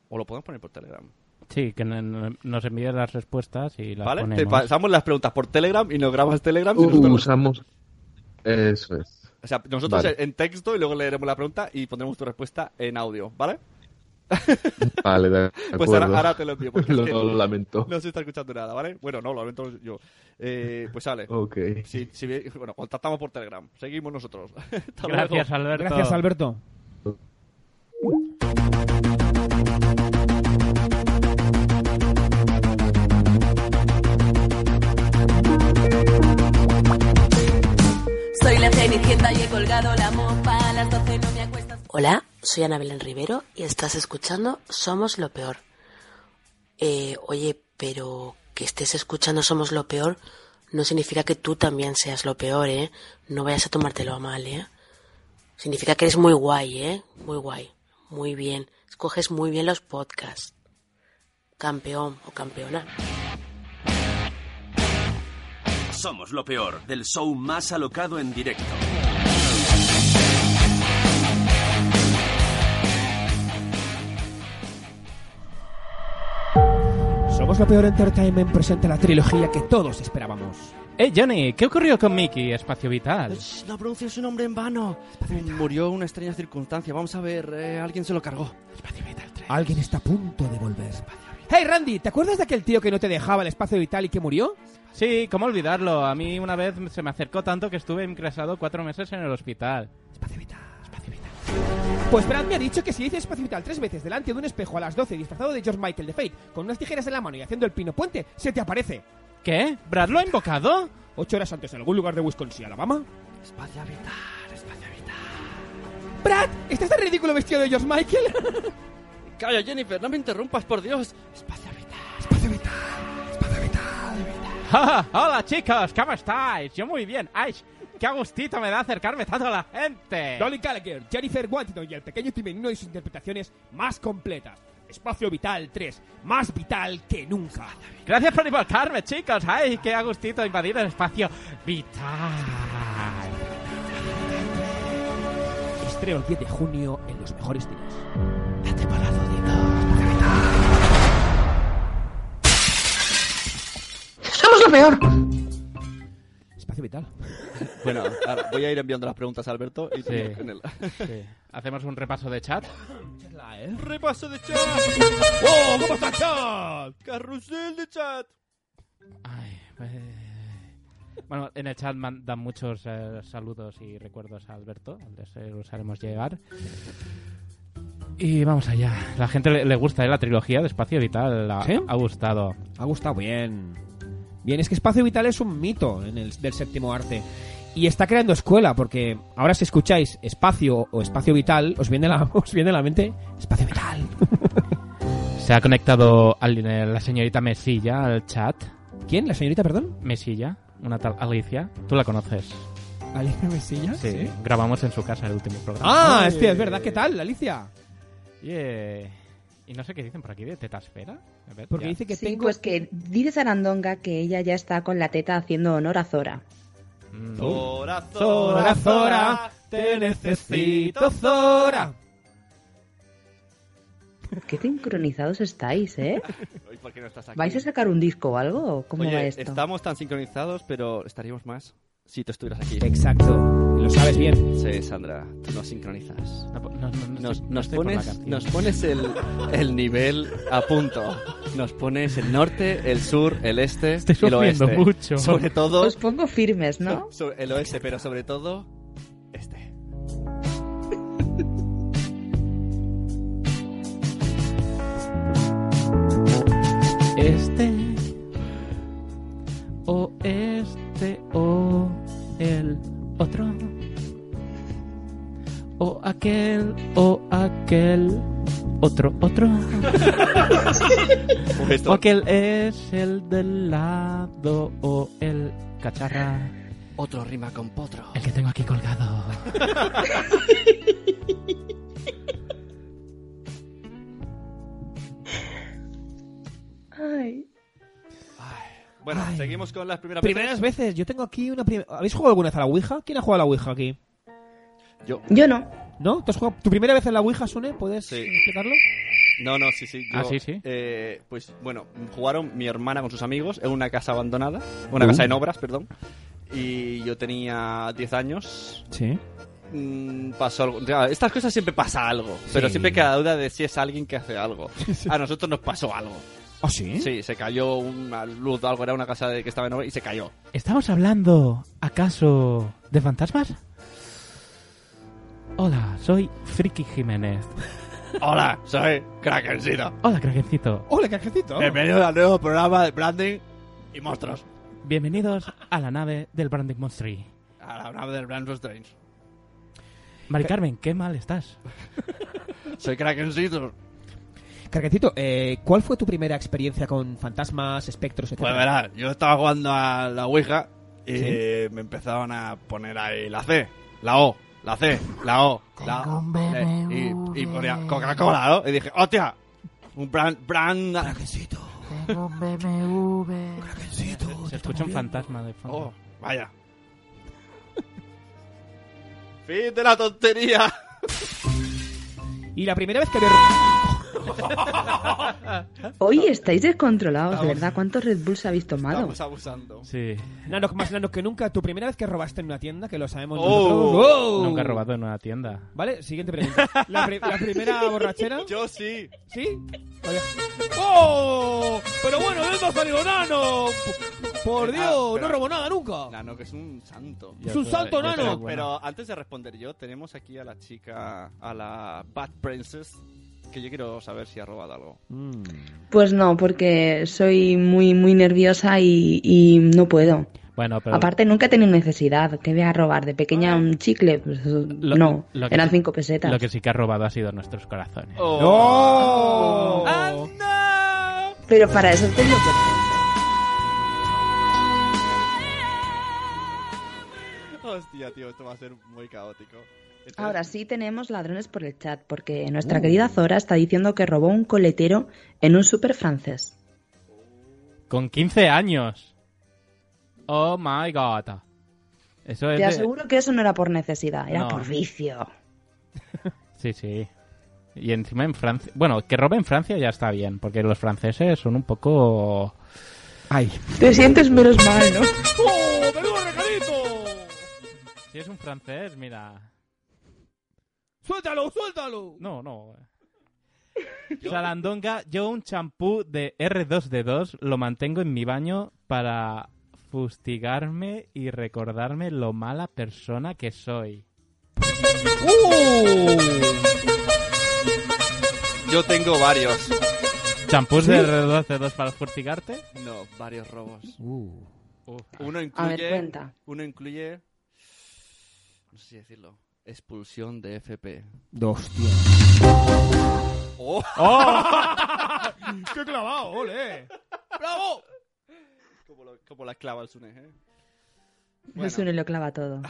o lo podemos poner por Telegram.
Sí, que n- n- nos envíes las respuestas y las
¿Vale? Te
ponemos.
pasamos las preguntas por Telegram y nos grabas Telegram. y
Uh,
nosotros,
usamos. Eso es.
o sea, nosotros
vale.
en texto y luego leeremos la pregunta y pondremos tu respuesta en audio. ¿Vale?
Vale, de
Pues
acuerdo.
ahora, ahora te lo envío. porque es
Lo-
que
lo lamento.
No se está escuchando nada, ¿vale? Bueno, no, lo lamento yo. Eh, pues sale.
Ok.
Si, si ve- bueno, contactamos por Telegram. Seguimos nosotros. Hasta luego.
Gracias, Alberto.
Gracias, Alberto.
Soy la cenicienta y he colgado la mopa. A las 12 no me acuestas.
Hola, soy Ana Belén Rivero y estás escuchando Somos lo Peor. Eh, oye, pero que estés escuchando Somos lo Peor no significa que tú también seas lo peor, ¿eh? No vayas a tomártelo a mal, ¿eh? Significa que eres muy guay, ¿eh? Muy guay. Muy bien. Escoges muy bien los podcasts. Campeón o campeona.
Somos lo peor del show más alocado en directo.
Somos lo peor entertainment presenta la trilogía que todos esperábamos.
Eh, Johnny, ¿qué ocurrió con Mickey, Espacio Vital?
No pronuncie su nombre en vano. Mm, Murió en una extraña circunstancia. Vamos a ver, eh, alguien se lo cargó.
Alguien está a punto de volver. Hey Randy, ¿te acuerdas de aquel tío que no te dejaba el espacio vital y que murió?
Sí, ¿cómo olvidarlo? A mí una vez se me acercó tanto que estuve ingresado cuatro meses en el hospital.
Pues Brad me ha dicho que si dices espacio vital tres veces delante de un espejo a las 12 disfrazado de George Michael de Fate, con unas tijeras en la mano y haciendo el pino puente, se te aparece.
¿Qué? ¿Brad lo ha invocado?
Ocho horas antes en algún lugar de Wisconsin, Alabama.
Espacio Vital, Espacio
¡Brad! ¿Estás tan ridículo vestido de George Michael?
Calla, Jennifer, no me interrumpas, por Dios. Espacio
Vital. Hola chicos, ¿cómo estáis? Yo muy bien. ¡Ay! ¡Qué agustito me da acercarme tanto a la gente!
Dolly Gallagher, Jennifer Wantington y el pequeño Tim en una de sus interpretaciones más completas. Espacio Vital 3, más vital que nunca.
Gracias por invocarme, chicos. ¡Ay, qué a gustito invadir el espacio vital!
Estreo el 10 de junio en los mejores cines.
Somos lo peor.
Espacio Vital.
Bueno, ahora voy a ir enviando las preguntas a Alberto y seguimos con él.
¿Hacemos un repaso de chat?
¡Repaso de chat!
¡Oh, cómo está el chat!
¡Carrusel de chat!
Eh, Bueno, en el chat mandan muchos eh, saludos y recuerdos a Alberto. Les eh, los haremos llegar. Y vamos allá. La gente le, le gusta ¿eh? la trilogía de Espacio Vital. Ha,
¿Sí?
ha gustado.
Ha gustado bien. Bien, es que Espacio Vital es un mito en el, del séptimo arte. Y está creando escuela, porque ahora si escucháis espacio o espacio vital, os viene a la, os viene a la mente espacio vital.
Se ha conectado al- eh, la señorita Mesilla al chat.
¿Quién? ¿La señorita, perdón?
Mesilla, una tal Alicia. Tú la conoces.
¿Alicia Mesilla? Sí.
Grabamos en su casa el último programa.
Ah, este es verdad. ¿Qué tal, Alicia?
Yeah. Y no sé qué dicen por aquí de tetasfera. A ver,
Porque
ya.
dice que
Sí, pues que dice Sarandonga que ella ya está con la teta haciendo honor a Zora.
Zora,
Zora, Zora, te necesito, Zora.
Qué sincronizados estáis, ¿eh?
Ay, ¿Por qué no estás aquí?
¿Vais a sacar un disco o algo? ¿O ¿Cómo
Oye,
va esto?
estamos tan sincronizados, pero estaríamos más si tú estuvieras aquí.
Exacto. Lo sabes bien.
Sí, Sandra, tú nos sincronizas.
No, no, no, no
nos,
estoy- no
nos
estoy por la
pones,
canción.
nos pones el, el nivel a punto. Nos pones el norte, el sur, el este y el
sufriendo
oeste.
mucho.
Sobre todo,
Os pongo firmes, ¿no?
so- el oeste, pero sobre todo, este.
Este, o este, o el otro, o aquel, o aquel, otro, otro. o aquel es el del lado, o el cacharra.
Otro rima con potro.
El que tengo aquí colgado.
Ay.
Bueno, seguimos con las primeras,
Primeras veces. Yo tengo aquí una... prim- ¿Habéis jugado alguna vez a la Ouija? ¿Quién ha jugado a la Ouija aquí?
Yo.
Yo no.
¿No? ¿Tú has jugado tu primera vez en la Ouija, Sune? ¿Puedes
Sí.
explicarlo?
No, no, sí, sí. yo,
Ah, sí, sí.
eh, pues bueno, jugaron mi hermana con sus amigos en una casa abandonada, una
Uh.
casa en obras, perdón. Y yo tenía 10 años.
Sí.
mm, pasó algo. Ya, Estas cosas siempre pasa algo, pero
Sí.
siempre queda duda de si es alguien que hace algo. A nosotros nos pasó algo.
¿Ah, sí?
Sí, se cayó una luz o algo, era una casa de que estaba en obra y se cayó.
¿Estamos hablando, acaso, de fantasmas? Hola, soy Friki Jiménez.
Hola, soy Krakencito.
Hola, Krakencito.
Hola, Krakencito.
Bienvenido al nuevo programa de Branding y Monstruos.
Bienvenidos a la nave del Branding Monster.
A la nave del Branding Strange.
Mari Carmen, qué mal estás.
Soy Krakencito.
Carquecito, eh, ¿cuál fue tu primera experiencia con fantasmas, espectros, etcétera?
Pues verás, yo estaba jugando a la Ouija y
¿Sí?
me empezaron a poner ahí la C, la O, la C, la O, la eh, y, y ponía Coca-Cola, ¿no? Y dije, ¡hostia! Un brand... brand
Tengo un BMW.
Se escucha un fantasma de fondo.
Oh, vaya. ¡Fin de la tontería!
Y la primera vez que veo...
Hoy estáis descontrolados, de verdad. ¿Cuántos Red Bulls habéis tomado?
abusando.
Sí.
Nano, Oh. más nano que nunca. Tu primera vez que robaste en una tienda, que lo sabemos
Oh.
nosotros. ¡Oh!
Nunca he robado en una tienda.
Vale, siguiente pregunta. ¿La, pri- la primera borrachera?
Yo sí.
¿Sí? Vale. ¡Oh! Pero bueno, no ha salido nano. Por
Ah,
Dios, no robó nada nunca.
Nano, que es un santo.
Es un santo,
Pero-
nano.
Pero, antes de responder yo, tenemos aquí a la chica, a la Bad Princess, que yo quiero saber si ha robado algo.
Mm.
Pues no, porque soy muy, muy nerviosa y, y no puedo.
Bueno, pero
Aparte, nunca he tenido necesidad. ¿Qué voy a robar? ¿De pequeña un chicle? Pues, no,
lo que
eran
sí-
cinco pesetas.
lo que sí que ha robado ha sido nuestros corazones.
¡Oh!
Pero para eso te digo que...
Hostia, tío, esto va a ser muy caótico. Entonces-
Ahora sí tenemos ladrones por el chat, porque nuestra
Uh.
querida Zora está diciendo que robó un coletero en un súper francés.
Con 15 años. Oh my god. Eso
Te
es. Pues de-
aseguro que eso no era por necesidad, era
No.
por vicio.
Sí, sí. Y encima en Francia. Bueno, que robe en Francia ya está bien, porque los franceses son un poco.
Ay.
Te sientes menos mal, ¿no?
¡Oh, menudo recadito!
Si es un francés, mira.
¡Suéltalo, suéltalo!
No, no. Salandonga, yo un champú de R2D2 lo mantengo en mi baño para fustigarme y recordarme lo mala persona que soy.
¡Uh! Yo tengo varios.
¿Champús de
¿Sí?
R2D2 para fustigarte?
No, varios robos. ¡Uh!
Uf.
Uno
A ver,
incluye.
cuenta.
uno incluye. No sé si decirlo. Expulsión de FP.
Hostia.
¡Oh!
¡Qué clavado, ole!
¡Bravo! Como, lo- como la clava el Sune, ¿eh?
El Sune lo clava todo.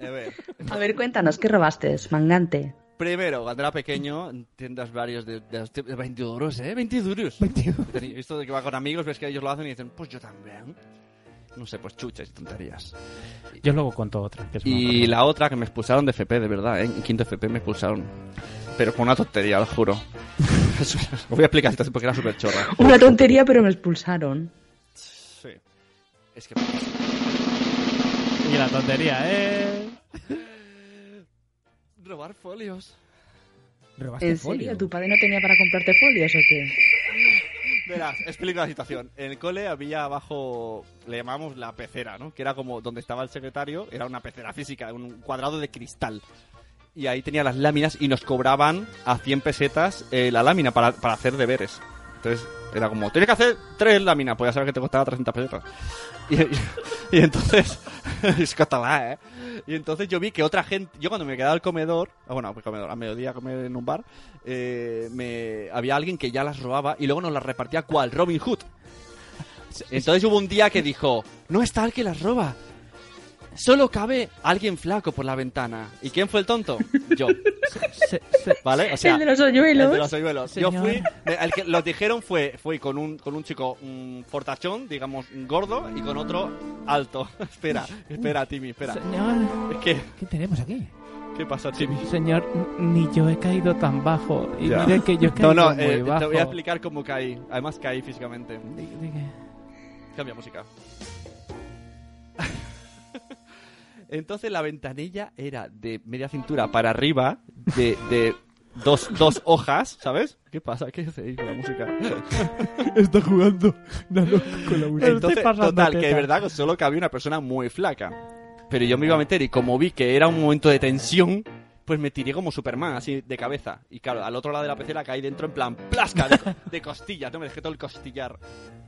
A ver.
A ver, cuéntanos, ¿qué robaste? Mangante.
Primero, cuando era pequeño, en tiendas varios de, de, de 20 euros, ¿eh? 20 euros. Tenía- Esto de que va con amigos, ves que ellos lo hacen y dicen, pues yo también. No sé, pues chuches y tonterías.
Yo luego cuento otra. Que es más
Y
corta.
la otra que me expulsaron de FP, de verdad, ¿eh? en quinto FP me expulsaron. Pero con una tontería, lo juro. Os voy a explicar esto porque era súper chorra.
Una tontería, pero me expulsaron.
Sí. Es que.
Y la tontería, ¿eh?
Robar folios.
¿En serio? ¿Tu padre no tenía para comprarte folios o qué?
Verás, explico la situación. En el cole había abajo, le llamamos la pecera, ¿no? Que era como donde estaba el secretario, era una pecera física, un cuadrado de cristal. Y ahí tenía las láminas y nos cobraban a 100 pesetas eh, la lámina para, para hacer deberes. Entonces era como, tienes que hacer tres láminas, pues ya sabes que te costaba 300 pesetas. Y, y- y entonces, es catalá, ¿eh? Y entonces yo vi que otra gente, yo cuando me quedaba al comedor, ah, bueno, al comedor, a mediodía a comer en un bar, eh, me, había alguien que ya las robaba y luego nos las repartía cual Robin Hood. Entonces hubo un día que dijo, no está el que las roba. Solo cabe alguien flaco por la ventana. ¿Y quién fue el tonto? Yo. ¿Vale? O sea,
El de los hoyuelos.
el de los hoyuelos. Yo
Señor.
fui, me- el que los dijeron fue, fui con un, con un chico un fortachón, digamos, un gordo, y con otro alto. espera, espera, Timmy, espera.
Señor.
Es que,
¿Qué tenemos aquí?
¿qué pasa, Timmy?
Señor, ni yo he caído tan bajo. Y
Ya.
mire que yo he
No,
caído
no,
muy
eh, te
bajo.
voy a explicar cómo caí. Además caí físicamente. Cambia música. Entonces la ventanilla era de media cintura para arriba, de, de dos, dos hojas, ¿sabes? ¿Qué pasa? ¿Qué hacéis con la música?
Está jugando Nano con la música.
Entonces, total, que de verdad solo cabía una persona muy flaca. Pero yo me iba a meter y como vi que era un momento de tensión, pues me tiré como Superman, así de cabeza. Y claro, al otro lado de la pecera caí dentro en plan plasca de, de costillas, no me dejé todo el costillar.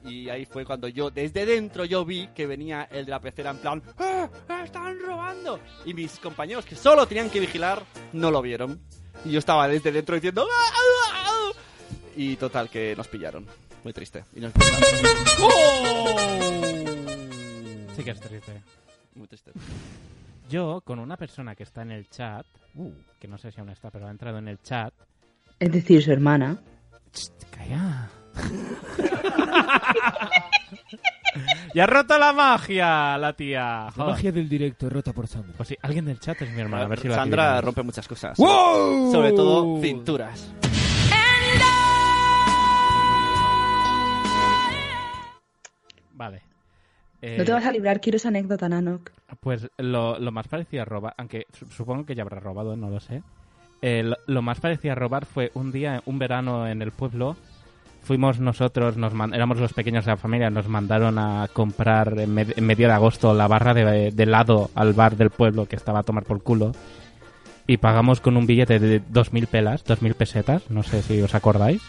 Y ahí fue cuando yo, desde dentro, yo vi que venía el de la pecera en plan ¡Ah! ¡Ah, ¡Están robando! Y mis compañeros que solo tenían que vigilar, no lo vieron. Y yo estaba desde dentro diciendo ¡Ah, ah, ah". Y total, que nos pillaron. Muy triste. Y nos
¡Oh!
Sí que es triste.
Muy triste.
Yo, con una persona que está en el chat, que no sé si aún está, pero ha entrado en el chat.
Es decir, su hermana.
¡Calla! ¡Ya ha roto la magia, la tía!
La
Joder.
magia del directo rota por Sandra.
Pues sí, alguien del chat es mi hermana. A ver si la
Sandra
adivinas.
rompe muchas cosas.
¡Wow!
Sobre todo cinturas.
Vale.
No te
Eh,
vas a librar, quiero esa anécdota, Nanok.
Pues lo, lo más parecido a robar, aunque su- supongo que ya habrá robado, no lo sé. Eh, lo, lo más parecido a robar fue un día, un verano en el pueblo. Fuimos nosotros, nos man- éramos los pequeños de la familia, nos mandaron a comprar en, med- en medio de agosto la barra de, de helado al bar del pueblo que estaba a tomar por culo. Y pagamos con un billete de 2.000 pelas, 2.000 pesetas, no sé si os acordáis.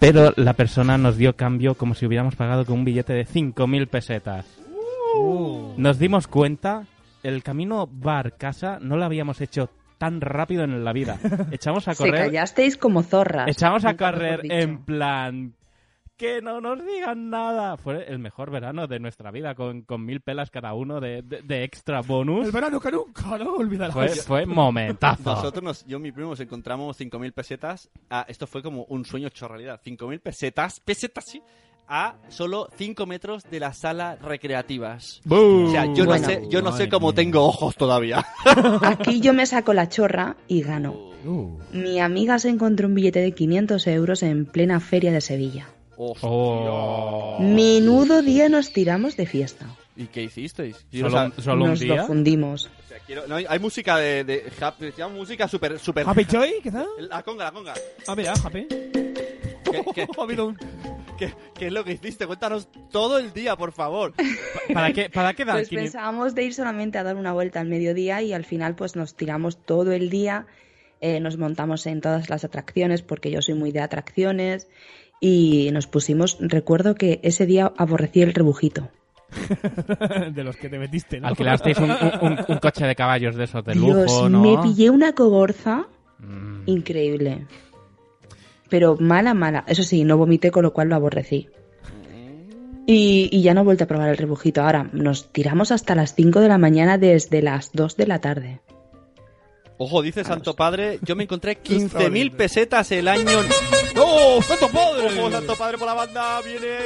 Pero la persona nos dio cambio como si hubiéramos pagado con un billete de 5.000 pesetas. Nos dimos cuenta, el camino bar-casa no lo habíamos hecho tan rápido en la vida. Echamos a
Se
correr.
callasteis como zorras.
Echamos a
Nunca mejor
correr
dicho.
en plan. Que no nos digan nada. Fue el mejor verano de nuestra vida, con, con mil pelas cada uno de, de- de extra bonus.
El verano que nunca, no olvidarás.
Fue, fue momentazo.
Nosotros, nos- yo y mi primo, nos encontramos 5.000 pesetas. a- esto fue como un sueño hecho realidad. 5.000 pesetas, pesetas sí, a solo 5 metros de las salas recreativas.
¡Bum!
O sea, yo
Bueno.
no sé, yo no sé
Madre
cómo
mía.
tengo ojos todavía.
Aquí yo me saco la chorra y gano.
Uh.
Mi amiga se encontró un billete de 500 euros en plena feria de Sevilla.
Oh.
Menudo día nos tiramos de fiesta.
¿Y qué hicisteis?
Solo un- solo un Nos día. lo
fundimos.
O sea, quiero- no, hay, hay música de, de happy, se llama música super super
¿Happy Joy, quizá?
La conga, la conga.
Ah, mira, Happy.
¿Qué, qué- qué- qué es lo que hiciste? Cuéntanos todo el día, por favor.
¿Para qué, para qué dar
Pues
500?
pensábamos de ir solamente a dar una vuelta al mediodía y al final pues nos tiramos todo el día, eh, nos montamos en todas las atracciones porque yo soy muy de atracciones y nos pusimos, recuerdo que ese día aborrecí el rebujito.
de los que te metiste, ¿no?
Alquilasteis un, un- un- un coche de caballos de esos de lujo,
Dios,
¿no? Mm.
me pillé una cogorza increíble. Pero mala, mala. Eso sí, no vomité, con lo cual lo aborrecí. Y, y ya no he vuelto a probar el rebujito. Ahora, nos tiramos hasta las 5 de la mañana desde las 2 de la tarde.
Ojo, dice Santo Padre, yo me encontré 15.000 pesetas el año... ¡No! ¡Santo Padre! Ojo, Santo Padre por la banda, viene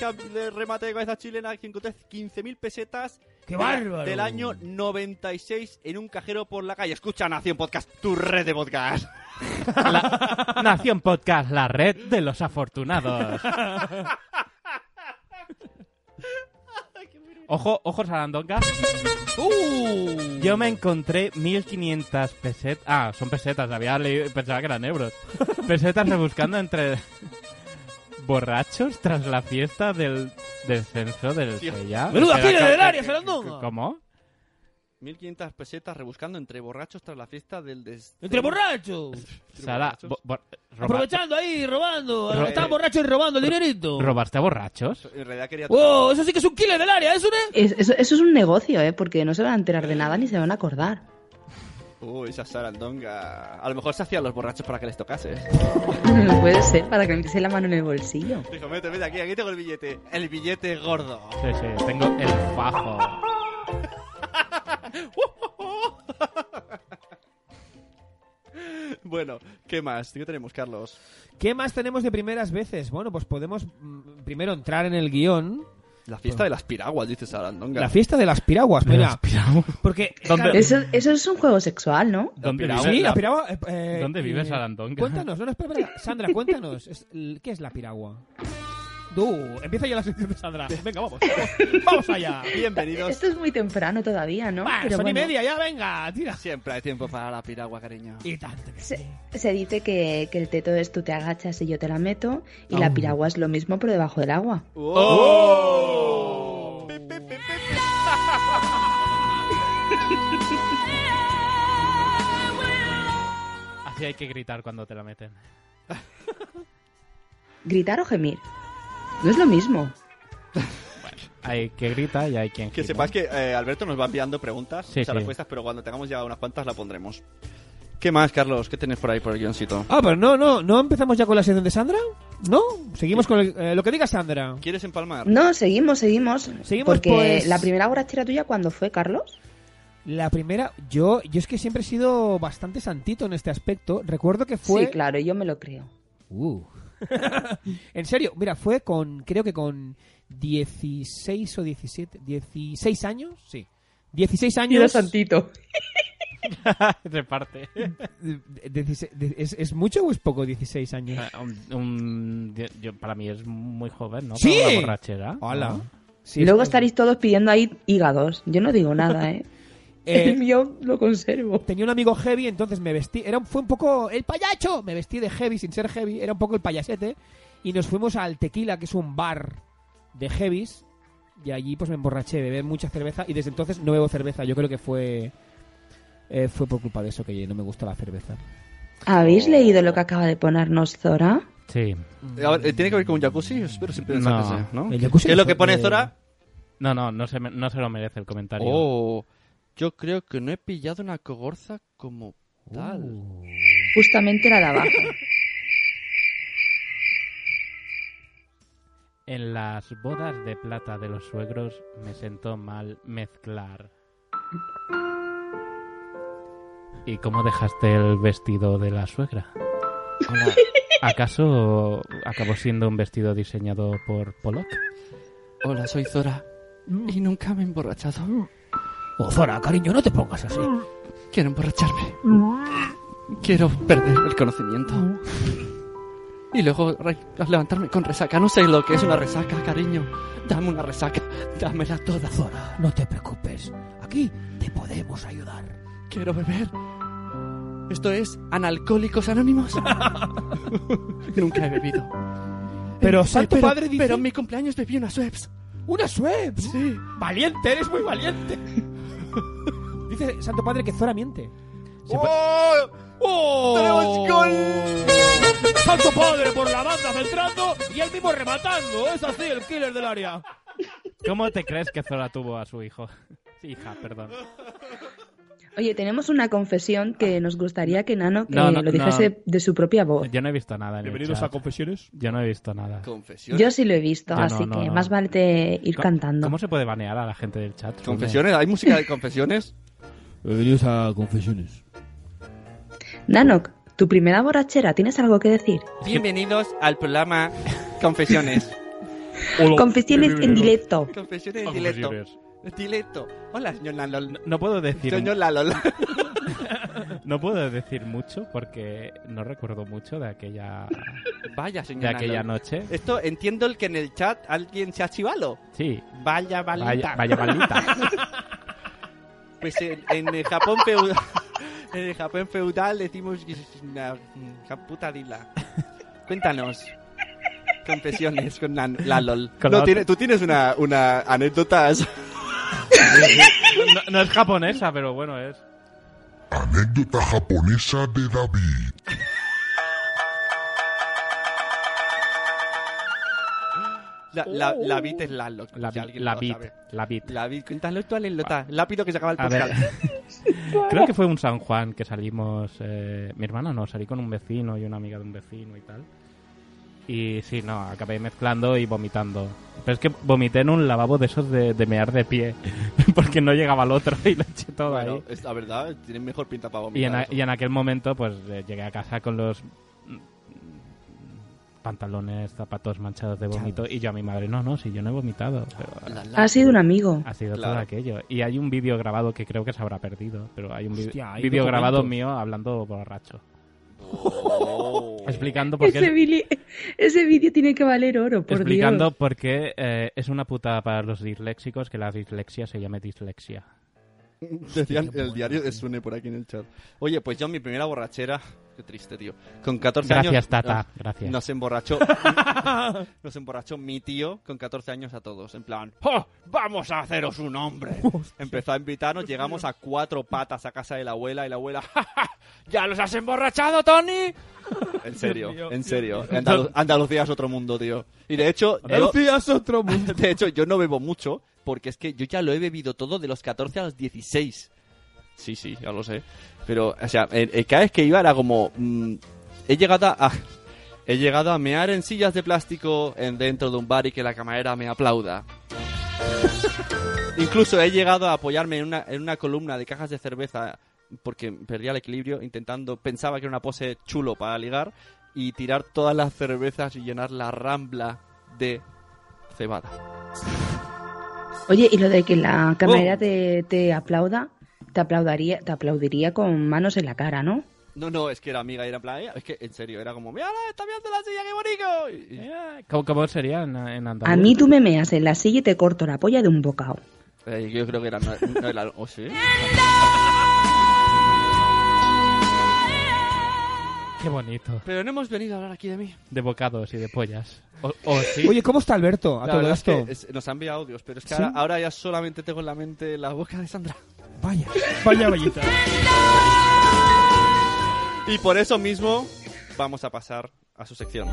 cam- de remate de cabeza chilena, que encontré 15.000 pesetas
¡Qué
de-
bárbaro!
del año 96 en un cajero por la calle. Escucha Nación Podcast, tu red de podcast.
Nación Podcast, la red de los afortunados. Ojo, ojo, Sarandonga. Yo me encontré 1500 pesetas. Ah, son pesetas, había leído, pensaba que eran euros. Pesetas rebuscando entre borrachos tras la fiesta del descenso del
Tío.
Sevilla.
¡Menuda
Espera,
gira del
que-
área,
que-
Sarandonga!
¿Cómo?
1.500 pesetas rebuscando entre borrachos tras la fiesta del... Des...
¡Entre borrachos!
Sara, bo- bo- roba-
Aprovechando ahí, robando.
eh,
Ro-
Están borrachos y robando el dinerito.
¿Robaste a borrachos?
En realidad quería...
¡Wow! ¡Oh! Eso sí que es un killer del área, ¿es un e?
Es- eso, eso es un negocio, ¿eh? Porque no se van a enterar de nada ni se van a acordar.
Uy, esa Sarandonga. A lo mejor se hacían los borrachos para que les tocase.
No puede ser, para que me pise la mano en el bolsillo.
Dijo, mete, mete aquí, aquí tengo el billete. El billete gordo.
Sí, sí, tengo el fajo.
Bueno, ¿qué más? ¿Qué tenemos, Carlos?
¿Qué más tenemos de primeras veces? Bueno, pues podemos mm, primero entrar en el guión.
La fiesta de las piraguas, dice Sarandonga.
La fiesta de las piraguas,
De
mira.
las
Porque. claro,
Eso, eso es un juego sexual, ¿no?
¿Dónde
piragua-
vives?
Sí, la
La-
piragua. eh, eh,
¿Dónde vives,
eh,
Sarandonga?
Cuéntanos, no, no, espera, espera. Sandra, cuéntanos. es- l- ¿Qué es la piragua? Du, empieza ya la sección de Sandra. Venga, vamos. Vamos, vamos allá.
Bienvenidos.
Esto es muy temprano todavía, ¿no?
Bah,
Pero
Ah, son
bueno.
y media ya, venga, tira.
Siempre hay tiempo para la piragua, cariño.
Y tanto.
Se, se dice que, que el teto es tú te agachas y yo te la meto y
Oh.
la piragua es lo mismo pero debajo del agua.
¡Oh!
Eh,
Así hay que gritar cuando te la meten.
Gritar o gemir. No es lo mismo.
Hay que grita y hay quien
Que
gime.
sepáis que eh, Alberto nos va enviando preguntas,
Sí,
o sea,
sí.
respuestas, pero cuando tengamos ya unas cuantas la pondremos. ¿Qué más, Carlos? ¿Qué tenés por ahí por el guioncito?
Ah, pero no, no, ¿no empezamos ya con la sección de Sandra? ¿No? Seguimos con el- eh, lo que diga Sandra.
¿Quieres empalmar?
No, seguimos, seguimos.
Seguimos,
porque
pues.
la primera borrachera tuya cuando fue, Carlos.
La primera, yo, yo es que siempre he sido bastante santito en este aspecto. Recuerdo que fue.
Sí, claro, yo me lo creo.
Uh. en serio, mira, fue con, creo que con 16 o 17, 16 años, sí. 16 años.
Era santito.
Reparte.
Dieciséis- de- ¿Es, es mucho o es poco 16 años?
Ah, un- un- yo- para mí es muy joven, ¿no?
Sí.
Para una borrachera.
Hola.
¿no?
y luego estaréis todos pidiendo ahí hígados. Yo no digo nada, ¿eh?
Eh,
El mío lo conservo.
Tenía un amigo heavy, entonces me vestí. Era, un- fue un poco el payacho. Me vestí de heavy sin ser heavy. Era un poco el payasete. Y nos fuimos al Tequila, que es un bar de heavies. Y allí pues me emborraché, bebé mucha cerveza. Y desde entonces no bebo cerveza. Yo creo que fue. eh, fue por culpa de eso que no me gusta la cerveza.
¿Habéis
Oh.
leído lo que acaba de ponernos Zora?
Sí.
A ver, eh, ¿Tiene que ver con un jacuzzi? Espero siempre en
No.
esa ¿no?
El jacuzzi
¿Qué es lo
no
que
fue-
pone
de-
Zora?
No, no, no se, me- no se lo merece el comentario.
Oh, yo creo que no he pillado una cogorza como tal.
Justamente la de abajo.
En las bodas de plata de los suegros me sentó mal mezclar. ¿Y cómo dejaste el vestido de la suegra? ¿Acaso acabó siendo un vestido diseñado por Pollock?
Hola, soy Zora.
Mm.
Y nunca me he emborrachado.
Oh, Zora, cariño, no te pongas así.
Quiero emborracharme.
Mm.
Quiero perder el conocimiento. Y luego re- levantarme con resaca. No sé lo que es una resaca, cariño. Dame una resaca. Dámela toda.
Zora, no te preocupes. Aquí te podemos ayudar.
Quiero beber. Esto es Analcólicos Anónimos. Nunca he bebido.
Pero
Eh,
Santo
pero-
Padre dice-
Pero en mi cumpleaños bebí una Schweppes.
¡Una Schweppes!
Sí.
¡Valiente! ¡Eres muy valiente! Dice Santo Padre que Zora miente.
¡Oh! ¡Tenemos gol!
Santo Padre por la banda centrando y él mismo rematando. Es así el killer del área.
¿Cómo te crees que Zora tuvo a su hijo? Hija, perdón.
Oye, tenemos una confesión que nos gustaría que Nano que
No, no,
lo dijese
no.
de su propia voz.
Yo no he visto nada. En el
Bienvenidos
chat.
a Confesiones.
Yo no he visto nada.
Confesiones.
Yo sí lo he visto,
Yo no,
así
no,
que
no.
más vale te ir
Co-
cantando.
¿Cómo se puede banear a la gente del chat?
¿Confesiones? ¿Hay música de confesiones?
Bienvenidos a Confesiones.
Nanok, tu primera borrachera, ¿tienes algo que decir?
Bienvenidos al programa Confesiones.
Confesiones en directo.
Confesiones en directo. Dilecto. Hola, señor Lalol.
No puedo decir.
Señor Lalol.
No puedo decir mucho porque no recuerdo mucho de aquella
Vaya, señor
de aquella
Lalol.
noche.
Esto entiendo el que en el chat alguien se ha chivado.
Sí.
Vaya balita.
Vaya, vaya maldita.
Pues en, en el Japón feudal. En el Japón feudal decimos que es una una puta dila. Cuéntanos. Confesiones con Nan- Lalol.
Con
No,
la-
tiene- tú tienes una, una anécdota.
No, no es japonesa, pero bueno, es.
Anécdota japonesa de David.
La, la, la bit es Lalol.
La,
si
vi-
alguien
la
lo
bit.
sabe.
La bit.
La bit. Cuéntanos tu anécdota. Lápido que se acaba el
A ver.
podcast.
Creo que fue un San Juan que salimos. eh, mi hermana no, salí con un vecino y una amiga de un vecino y tal. Y sí, no, acabé mezclando y vomitando. Pero es que vomité en un lavabo de esos de, de mear de pie, porque no llegaba al otro y lo eché todo ahí.
Bueno, es la verdad, tienen mejor pinta para
Y en,
vomitar.
a-
eso.
y en aquel momento, pues eh, llegué a casa con los mm, pantalones, zapatos manchados de vómito. Y yo a mi madre, no, no, si yo no he vomitado. Pero, eh,
Ha sido un amigo.
ha sido
Claro.
todo aquello. Y hay un vídeo grabado que creo que se habrá perdido, pero hay un vi-
Hostia, hay
vídeo grabado
documentos.
mío hablando borracho. Explicando por qué.
Ese vili- Ese vídeo tiene que valer oro, por
explicando
Dios.
por qué eh, es una putada para los disléxicos que la dislexia se llame dislexia.
Decían el diario de Sune por aquí en el chat.
Oye, pues yo mi primera borrachera. Qué triste, tío. Con 14 años.
Gracias, Tata,
nos-
gracias.
Nos emborrachó. nos emborrachó mi tío con 14 años a todos. En plan, ¡Oh! ¡Vamos a haceros un hombre! Empezó a invitarnos, llegamos a cuatro patas a casa de la abuela y la abuela. "Ja, ja, ¡Ya los has emborrachado, Tony! En serio,
mío,
en
Dios
serio.
mío.
Andalu- Andalucía es otro mundo, tío. Y de hecho. yo-
Andalucía es otro mundo.
de hecho, yo no bebo mucho porque es que yo ya lo he bebido todo de los 14 a los 16. Sí, sí, ya lo sé. Pero, o sea, eh, eh, cada vez que iba era como... mm, he llegado a... He llegado a mear en sillas de plástico en dentro de un bar y que la camarera me aplauda. Incluso he llegado a apoyarme en una, en una columna de cajas de cerveza porque perdía el equilibrio intentando... Pensaba que era una pose chulo para ligar y tirar todas las cervezas y llenar la rambla de cebada.
Oye, y lo de que la camarera
Oh.
te, te aplauda, te aplaudaría, te aplaudiría con manos en la cara, ¿no?
No, no, es que era amiga y era en plan, "Eh", es que en serio, era como, mira, está viendo la silla, qué bonito. Y- y-
¿Cómo, cómo sería en, en andaluz?
A mí tú me meas en la silla y te corto la polla de un bocado.
Eh, yo creo que era, no, no era, o sí.
Qué bonito.
Pero no hemos venido a hablar aquí de mí.
De bocados y de pollas. O, o sí.
Oye, ¿cómo está
Ah,
Alberto a
La
todo
verdad es
esto?
que es- nos han enviado audios, pero es que
¿Sí?
ahora, ahora ya solamente tengo en la mente la boca de Sandra.
Vaya vallita.
Y por eso mismo vamos a pasar a su sección.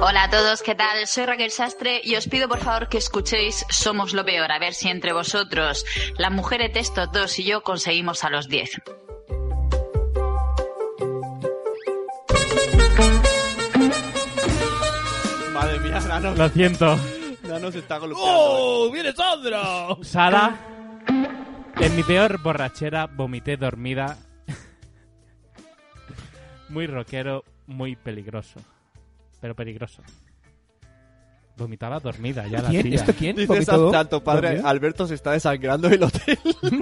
Hola a todos, ¿qué tal? Soy Raquel Sastre y os pido por favor que escuchéis Somos lo Peor, a ver si entre vosotros, las mujeres de estos dos y yo conseguimos a los 10.
Madre mía, Nano.
Lo siento.
Nano se está golpeando.
¡Oh! ¡Viene Sandra!
Sala. En mi peor borrachera vomité dormida. Muy rockero, muy peligroso. Pero peligroso. Vomitaba dormida ya la
¿Quién?
silla.
¿Esto quién?
Dices al tanto, padre.
¿Dormido?
Alberto se está desangrando del hotel.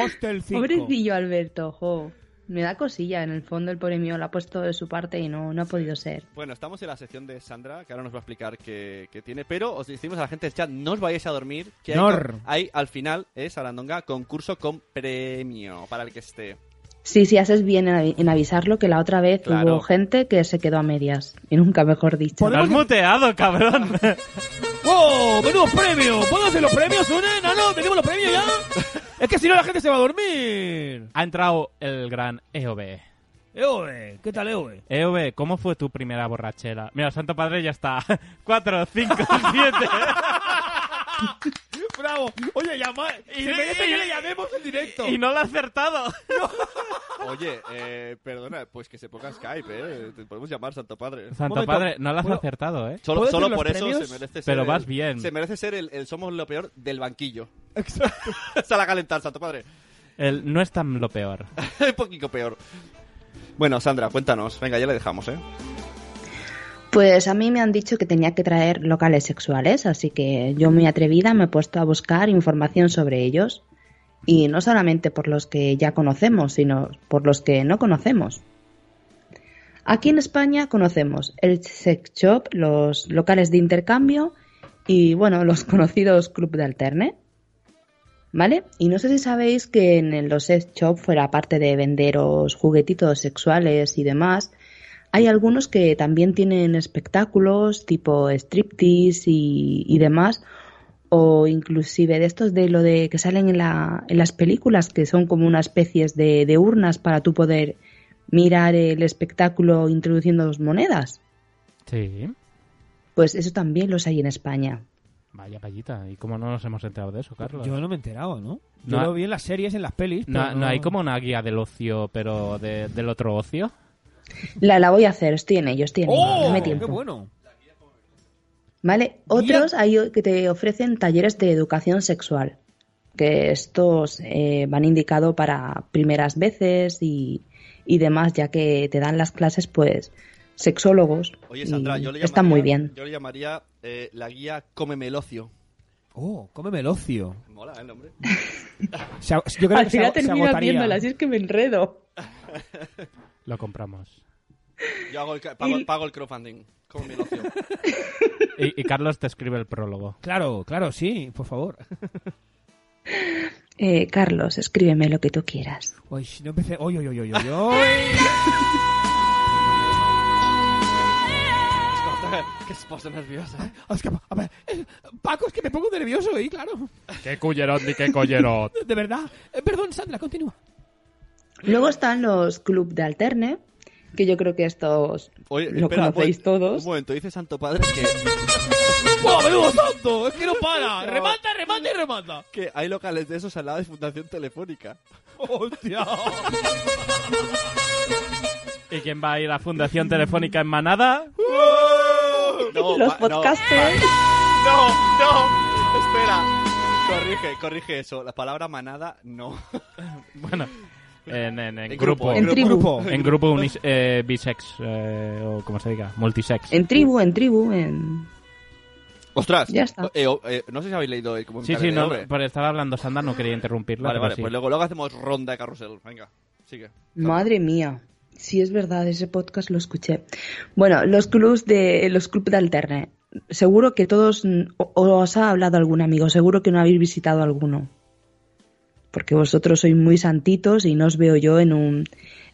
Hostel cinco.
Pobrecillo Alberto, jo. Me da cosilla, en el fondo el pobre mío lo ha puesto de su parte y no, no ha podido ser.
Bueno, estamos en la sección de Sandra, que ahora nos va a explicar qué, qué tiene, pero os decimos a la gente del chat, no os vayáis a dormir, que hay,
Nor.
hay, al final, es Sarandonga, concurso con premio para el que esté.
Sí, sí, haces bien en, avi- en avisarlo que la otra vez
Claro.
hubo gente que se quedó a medias. Y nunca mejor dicho.
¡Lo has muteado, cabrón!
¡Wow! ¡Menudo ¡Oh, premio! ¿Puedo hacer los premios, Sune? ¡No, no! ¿Tenemos los premios ya? Es que si no la gente se va a dormir.
ha entrado el gran E EOB.
Eove, ¿qué tal Eove?
EOB, E ¿cómo fue tu primera borrachera? Mira, Santo Padre ya está. Cuatro, cinco, siete.
¡Bravo! Oye, llama. Y
Y-
se merece
y-
Este que le llamemos en directo.
Y no lo ha acertado.
Oye, eh, perdona, pues que se ponga Skype, ¿eh? Te podemos llamar Santo Padre.
Santo Padre, no lo has acertado, ¿eh?
Solo, solo por eso se merece ser...
Pero
el-
vas bien.
Se merece ser el, el somos lo peor del banquillo. Exacto. Sala a calentar, Santo Padre.
El no es tan lo peor.
Un poquito peor. Bueno, Sandra, cuéntanos. Venga, ya le dejamos, ¿eh?
Pues a mí me han dicho que tenía que traer locales sexuales, así que yo muy atrevida me he puesto a buscar información sobre ellos. Y no solamente por los que ya conocemos, sino por los que no conocemos. Aquí en España conocemos el sex shop, los locales de intercambio y, bueno, los conocidos club de alterne. ¿Vale? Y no sé si sabéis que en los sex shop, fuera parte de venderos juguetitos sexuales y demás, hay algunos que también tienen espectáculos tipo striptease y, y demás, o inclusive de estos de lo de que salen en, la- en las películas, que son como unas especies de, de urnas para tú poder mirar el espectáculo introduciendo dos monedas.
Sí.
Pues eso también los hay en España.
Vaya payita. ¿Y cómo no nos hemos enterado de eso, Carlos?
Yo no me he enterado, ¿no? Yo
No.
lo vi en las series, en las pelis.
No,
pero
no hay como una guía del ocio, pero de- del otro ocio.
La, la voy a hacer, estoy en ello, estoy en ello,
¡Oh!
dame
¡Qué
tiempo.
bueno!
¿Vale? Otros hay o- que te ofrecen talleres de educación sexual, que estos eh, van indicado para primeras veces y, y demás, ya que te dan las clases, pues, sexólogos.
Oye, Sandra,
y
yo le llamaría,
Está muy bien.
Yo le llamaría eh, la guía Cómeme el ocio.
Oh, cómeme el ocio.
Mola ¿eh, el nombre.
Se ag- yo creo que se ag- se agotaría.
es que me enredo.
Lo compramos.
Yo hago el ca- pago, pago el crowdfunding. Como mi locio.
Y, y Carlos te escribe el prólogo.
Claro, claro, sí, por favor.
Eh, Carlos, escríbeme lo que tú quieras.
Uy, no empecé. Uy, uy, uy, uy, uy,
que se pasa nerviosa.
Es que, a ver, eh, Paco, es que me pongo nervioso, y claro.
¡Qué cullerot ni qué collerot!
De verdad. Eh, perdón, Sandra, continúa.
Luego están los club de alterne, que yo creo que estos
Oye,
lo
espera, un
conocéis
momen-
todos.
Un momento, dice Santo Padre que.
¡Oh,
¡Wow, menudo santo! Es que no para. Remata, remata y remata.
Que hay locales de esos al lado de Fundación Telefónica.
¡Hostia!
¿Y quién va a ir a Fundación Telefónica en Manada?
No,
Los
va- no,
podcasters.
va- No, no, espera. Corrige, corrige eso. La palabra manada, no.
Bueno, en, en- en
En
grupo.
grupo, En en tribu. grupo.
En grupo unis- eh, bisex, eh, o como se diga, multisex.
En tribu, en tribu, en...
Ostras.
Ya está.
Eh, oh, eh, no sé si habéis leído el
Sí,
comentario
sí,
de
no,
Obre.
pero estaba hablando Sandra, no quería interrumpirla.
Vale,
pero
vale,
sí.
pues luego, luego hacemos ronda de carrusel. Venga, sigue.
Madre mía, si es verdad, ese podcast lo escuché. Bueno, los clubs de los clubs de alterne. Seguro que todos mm, o- os ha hablado algún amigo, seguro que no habéis visitado alguno. Porque vosotros sois muy santitos y no os veo yo en un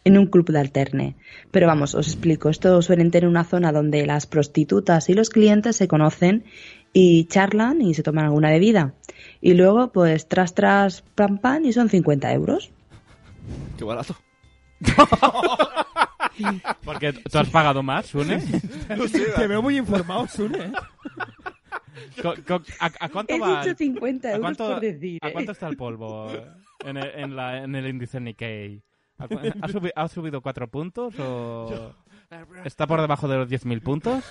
en un club de alterne. Pero vamos, os explico, esto suelen tener una zona donde las prostitutas y los clientes se conocen y charlan y se toman alguna bebida. Y luego, pues, tras, tras, pam, pam, y son 50 euros.
Qué barato.
Porque tú has pagado más, Sune.
Te veo muy informado, Sune. ¿eh?
Co- co- ¿A, a cuánto
He
va?
dicho 50
¿A
euros
cuánto-
por decir,
¿A
eh?
cuánto está el polvo en el, en la- en el índice Nikkei? ¿A cu- ¿Ha, subi- ha subido cuatro puntos o está por debajo de los 10.000 puntos?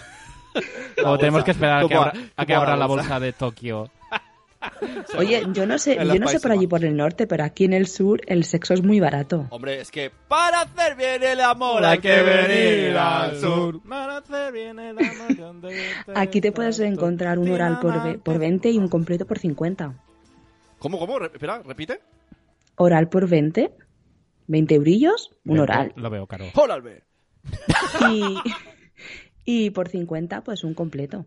¿O
La
tenemos
bolsa.
que esperar a que
¿Cómo
abra,
va-
a que
cómo va
abra
la
la
bolsa?
bolsa de Tokio?
Oye, yo no sé,
En
yo
los
no sé por allí por el norte, pero aquí en el sur el sexo es muy barato.
Hombre, es que para hacer bien el amor
Hay
hay que
que
venir
venir
al
al
sur.
Aquí te puedes encontrar un oral por, ve- por 20 y un completo por 50.
¿Cómo, cómo? Re- espera, repite.
¿Oral por 20? ¿20 eurillos? Un oral.
Lo veo caro.
Hola, Albert.
Y, y por 50, pues un completo.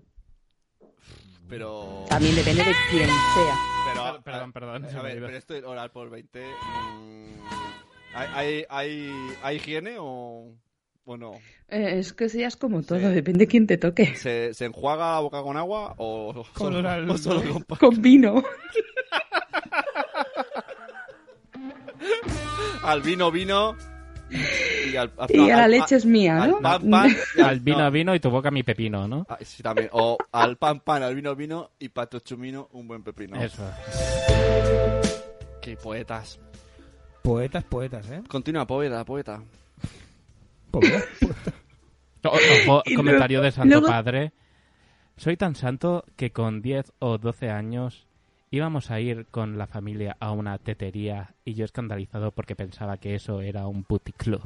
Pero.
También depende de quién sea.
Pero,
perdón, perdón. se
A
me ha
ver,
ido.
pero esto es oral por 20. mm, ¿Hay, hay, hay, hay higiene o, o no?
Eh, es que seas como todo, depende de quién te toque.
¿Se, se enjuaga la boca con agua o, o solo,
oral,
o solo con pa-
Con vino.
Al vino, vino. Y, y al, al-
Y a la
al-
leche es mía,
al
¿no?
pan, pan. y
Al vino, vino y tu boca, mi pepino, ¿no?
Ah, sí, también. O al pan, pan, al vino, vino y pato chumino, un buen pepino.
Eso.
Qué poetas.
Poetas, poetas, ¿eh?
Continúa, poeta, poeta.
O- ojo,
Y
comentario
luego-
de Santo
luego-
Padre. Soy tan santo que con 10 o 12 años íbamos a ir con la familia a una tetería y yo escandalizado porque pensaba que eso era un booty club.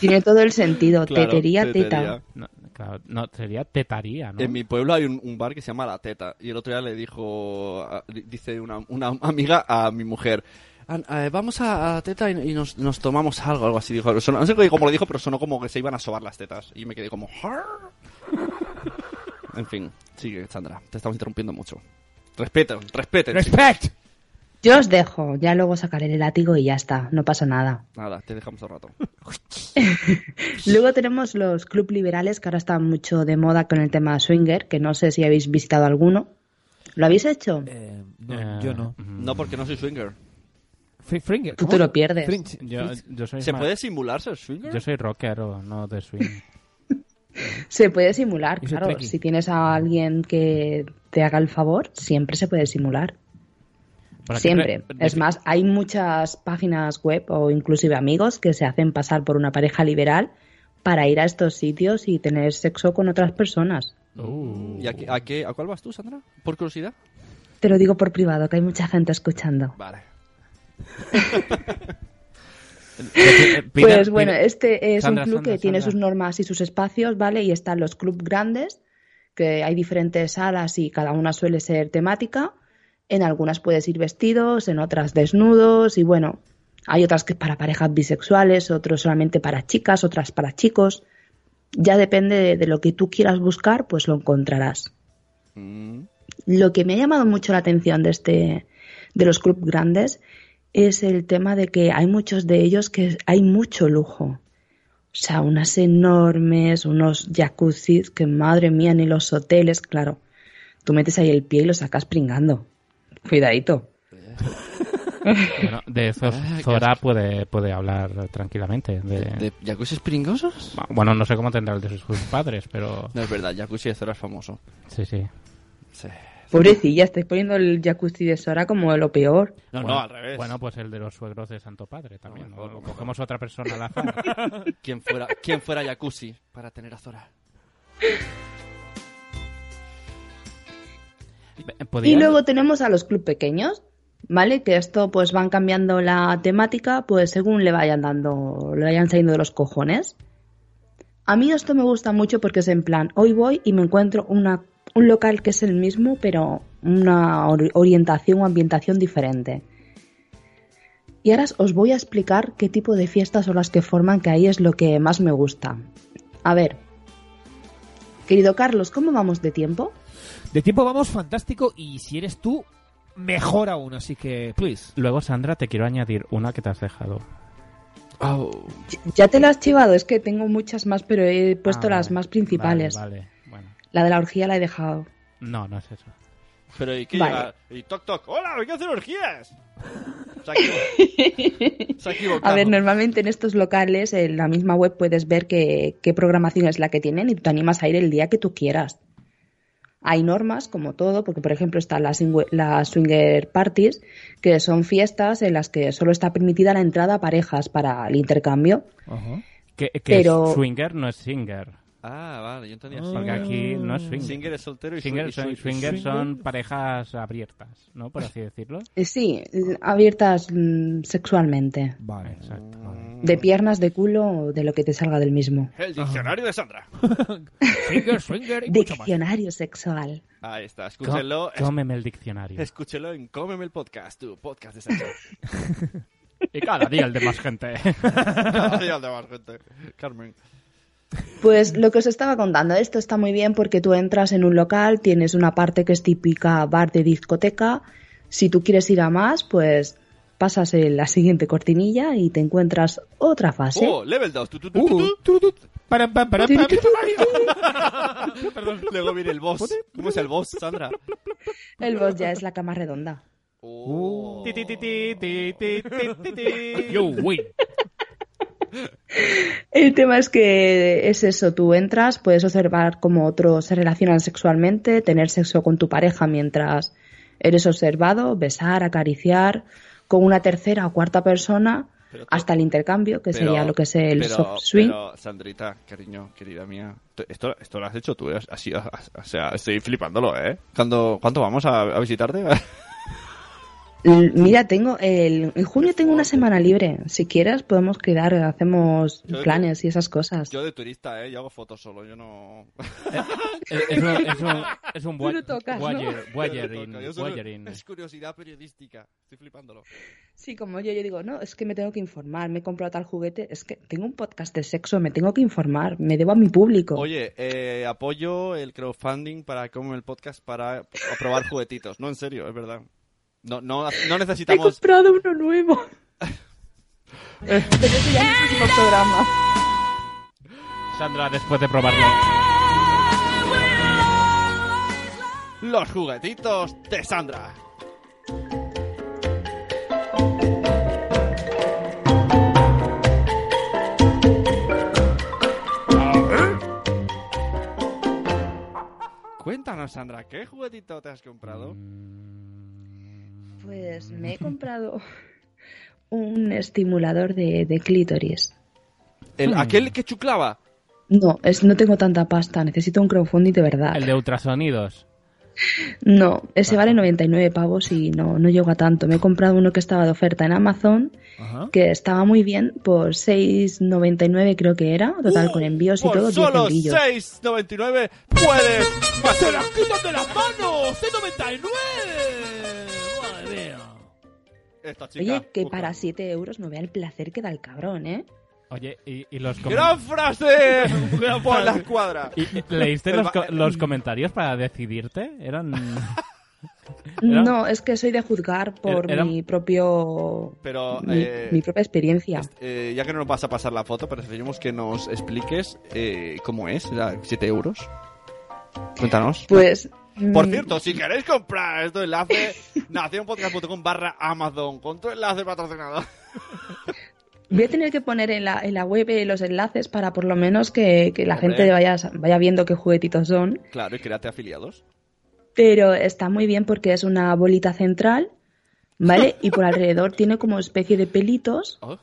Tiene todo el sentido. tetería, teta.
No, claro, no, sería tetaría, ¿no?
En mi pueblo hay un, un bar que se llama La Teta. Y el otro día le dijo, a- di- dice una, una amiga a mi mujer, "An- eh, vamos a, a la Teta y, y nos, nos tomamos algo, algo así. Dijo, Sonó- no sé cómo lo dijo, pero sonó como que se iban a sobar las tetas. Y me quedé como... "Har". en fin, sigue, Sandra. Te estamos interrumpiendo mucho. Respeto, respete.
Respect.
Yo os dejo, ya luego sacaré el látigo y ya está, no pasa nada.
Nada, te dejamos un rato.
Luego tenemos los club liberales que ahora están mucho de moda con el tema swinger, que no sé si habéis visitado alguno. ¿Lo habéis hecho?
yo no.
Mm. No, porque no soy swinger.
Fringer.
Tú te lo pierdes.
Yo, yo soy
¿Se
ma-
puede simular ser swinger?
Yo soy rocker o no de swing.
Se puede simular,
Yo soy
claro.
trekkie.
Si tienes a alguien que te haga el favor, siempre se puede simular.
Por aquí
Siempre.
pre-
Es más, hay muchas páginas web o inclusive amigos que se hacen pasar por una pareja liberal para ir a estos sitios y tener sexo con otras personas.
¿Y a, qué- a qué- a cuál vas tú, Sandra? Por curiosidad.
Te lo digo por privado, que hay mucha gente escuchando.
Vale.
pues bueno, este es
Sandra,
un club
Sandra,
que tiene
Sandra.
sus normas y sus espacios, ¿vale? Y están los clubs grandes, que hay diferentes salas y cada una suele ser temática. En algunas puedes ir vestidos, en otras desnudos y bueno, Hay otras que es para parejas bisexuales, otros solamente para chicas, otras para chicos. Ya depende de, de lo que tú quieras buscar, pues lo encontrarás. Lo que me ha llamado mucho la atención de este de los clubes grandes es el tema de que hay muchos de ellos que hay mucho lujo. O sea, unas enormes, unos jacuzzis que madre mía, ni los hoteles, claro. Tú metes ahí el pie y lo sacas pringando. Cuidadito.
Bueno, de
Ah,
eso Zora puede, puede hablar tranquilamente. ¿De,
jacuzzis pringosos?
Bueno, no sé cómo tendrá el de sus padres, pero...
No es verdad, jacuzzi de Zora es famoso.
Sí, sí.
Sí.
Pobrecilla, estáis poniendo el jacuzzi de Sora como lo peor.
No,
Bueno,
no, al revés.
Bueno, pues el de los suegros de Santo Padre también. ¿no? Cogemos otra persona al azar.
¿Quién fuera, ¿Quién fuera jacuzzi para tener a Zora?
Y luego tenemos a los club pequeños, ¿vale? Que esto pues van cambiando la temática pues según le vayan dando, le vayan saliendo de los cojones. A mí esto me gusta mucho porque es en plan, hoy voy y me encuentro una, un local que es el mismo, pero una ori- orientación o ambientación diferente. Y ahora os voy a explicar qué tipo de fiestas son las que forman, que ahí es lo que más me gusta. A ver, querido Carlos, ¿cómo vamos de tiempo?
De tiempo vamos fantástico y si eres tú, mejor aún, así que, please.
Luego, Sandra, te quiero añadir una que te has dejado.
Oh.
Ya te la has chivado, es que tengo muchas más, pero he puesto
Ah,
las más principales.
Vale, vale, bueno.
La de la orgía la he dejado.
No, no es eso.
Pero ¿y qué
Vale.
llega? Y toc toc, hola, vengo a hacer orgías. Se ha equivo- Se ha equivocado.
A ver, normalmente en estos locales, en la misma web, puedes ver qué, qué programación es la que tienen y tú te animas a ir el día que tú quieras. Hay normas, como todo, porque por ejemplo están las, swing- las swinger parties, que son fiestas en las que solo está permitida la entrada a parejas para el intercambio.
Que, que
Pero-
es swinger no es singer.
Ah, vale, yo entendía.
Porque aquí no es swinger.
Singer es soltero y
Singer
swi-
son,
y swi-
swinger
swinger.
son parejas abiertas, ¿no? Por así decirlo.
Eh, Sí, l- abiertas mm, sexualmente.
Vale,
exacto.
De piernas, de culo o de lo que te salga del mismo.
El diccionario de Sandra.
Swinger, swinger
Diccionario sexual.
Ahí está, escúchenlo.
Có- cómeme el diccionario.
Escúchelo en Cómeme el podcast, tu podcast de Sandra.
Y cada día el de más gente.
Cada día el de más gente. Carmen.
Pues lo que os estaba contando, esto está muy bien porque tú entras en un local, tienes una parte que es típica bar de discoteca. Si tú quieres ir a más, pues pasas en la siguiente cortinilla y te encuentras otra fase.
Oh, level 2.
Uh.
Param, pam, param, pam.
Perdón. Luego viene el boss. ¿Cómo es el boss, Sandra?
El boss ya es la cama redonda. Uh.
Oh.
Ti, ti, ti, ti, ti, ti, ti, ti.
El tema es que es eso, tú entras, puedes observar cómo otros se relacionan sexualmente, tener sexo con tu pareja mientras eres observado, besar, acariciar con una tercera o cuarta persona hasta el intercambio, que
Pero-
sería lo que es el
pero-
soft swing.
Pero, Sandrita, cariño, querida mía, t- esto, esto lo has hecho tú, ¿eh? Ha sido- ha- o sea, estoy flipándolo, ¿eh? ¿Cuándo, ¿cuándo vamos a, a visitarte?
L- Mira, tengo el, en junio tengo una semana libre. Si quieres podemos quedar, hacemos
Yo-
planes y esas cosas.
yo de turista, ¿eh? Yo hago fotos solo, yo no...
Es, Eh, es un, es un, es un
Tú
voy-
no tocas, ¿no?
voyeur-
Yo no
voyeuring,
toco, yo solo-
voyeuring.
Es curiosidad periodística, estoy flipándolo.
Sí, como yo, yo digo, no, es que me tengo que informar, me he comprado tal juguete, es que tengo un podcast de sexo, me tengo que informar, me debo a mi público.
Oye, eh, apoyo el crowdfunding para como el podcast para aprobar juguetitos. No, en serio, es verdad. No, no, no
He
necesitamos... Eh.
comprado uno nuevo. Pero eso ya en el próximo programa.
Sandra, después de probarlo.
Los juguetitos de Sandra. Cuéntanos, Sandra, ¿qué juguetito te has comprado?
Pues me he comprado un estimulador de, de clítoris.
Mm.
El, aquel que chuclaba.
No, es, no tengo tanta pasta, necesito un crowdfunding de verdad.
El de ultrasonidos.
No, ese vale 99 pavos y no, no llego a tanto. Me he comprado uno que estaba de oferta en Amazon, que estaba muy bien, por 6,99 creo que era, total, con envíos y
Uh, Por
Pues todo, 10
solo
eurillos.
6.99 puedes... ¡Te la quitas de las manos!
¡6,99! ¡Madre mía!
Esta chica.
Oye, que
Uca.
para 7 euros no vea el placer que da el cabrón, ¿eh?
Oye, y, y los comen-
¡Gran frase! ¡Gran por la escuadra!
¿Y, eh, ¿Leíste
El
los,
ba-
co- los comentarios para decidirte? Eran. Era-
No, es que soy de juzgar por
Era-
mi propio.
Pero,
mi,
eh,
mi propia experiencia.
Eh, ya que no nos vas a pasar la foto, preferimos que nos expliques eh, cómo es, la 7 euros. Cuéntanos.
Pues.
Por
mm,
cierto, si queréis comprar esto enlace, nacionpodcast.com barra Amazon, con tu enlace patrocinado.
Voy a tener que poner en la, en la web eh, los enlaces para por lo menos que, que la
Hombre.
gente vaya, vaya viendo qué juguetitos son.
Claro, y créate afiliados.
Pero está muy bien porque es una bolita central, ¿vale? Y por alrededor tiene como especie de pelitos.
Oh.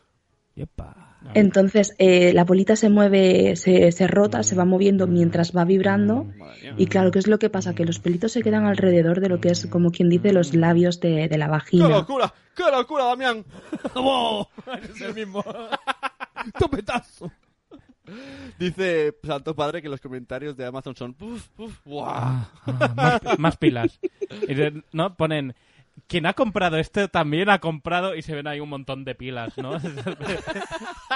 Entonces eh, la bolita se mueve, se, se rota, se va moviendo mientras va vibrando.
Mm,
Y claro, ¿qué es lo que pasa? Que los pelitos se quedan alrededor de lo que es, como quien dice, los labios de, de la
¡Qué
vagina.
locura! ¡Qué locura, Damián! ¡Wow! Es el mismo. ¡Topetazo! Dice Santo Padre que los comentarios de Amazon son ¡Puf, puf, guau!
Ah, ah, más, más pilas. Y de- no ponen. Quien ha comprado esto también ha comprado y se ven ahí un montón de pilas, ¿no?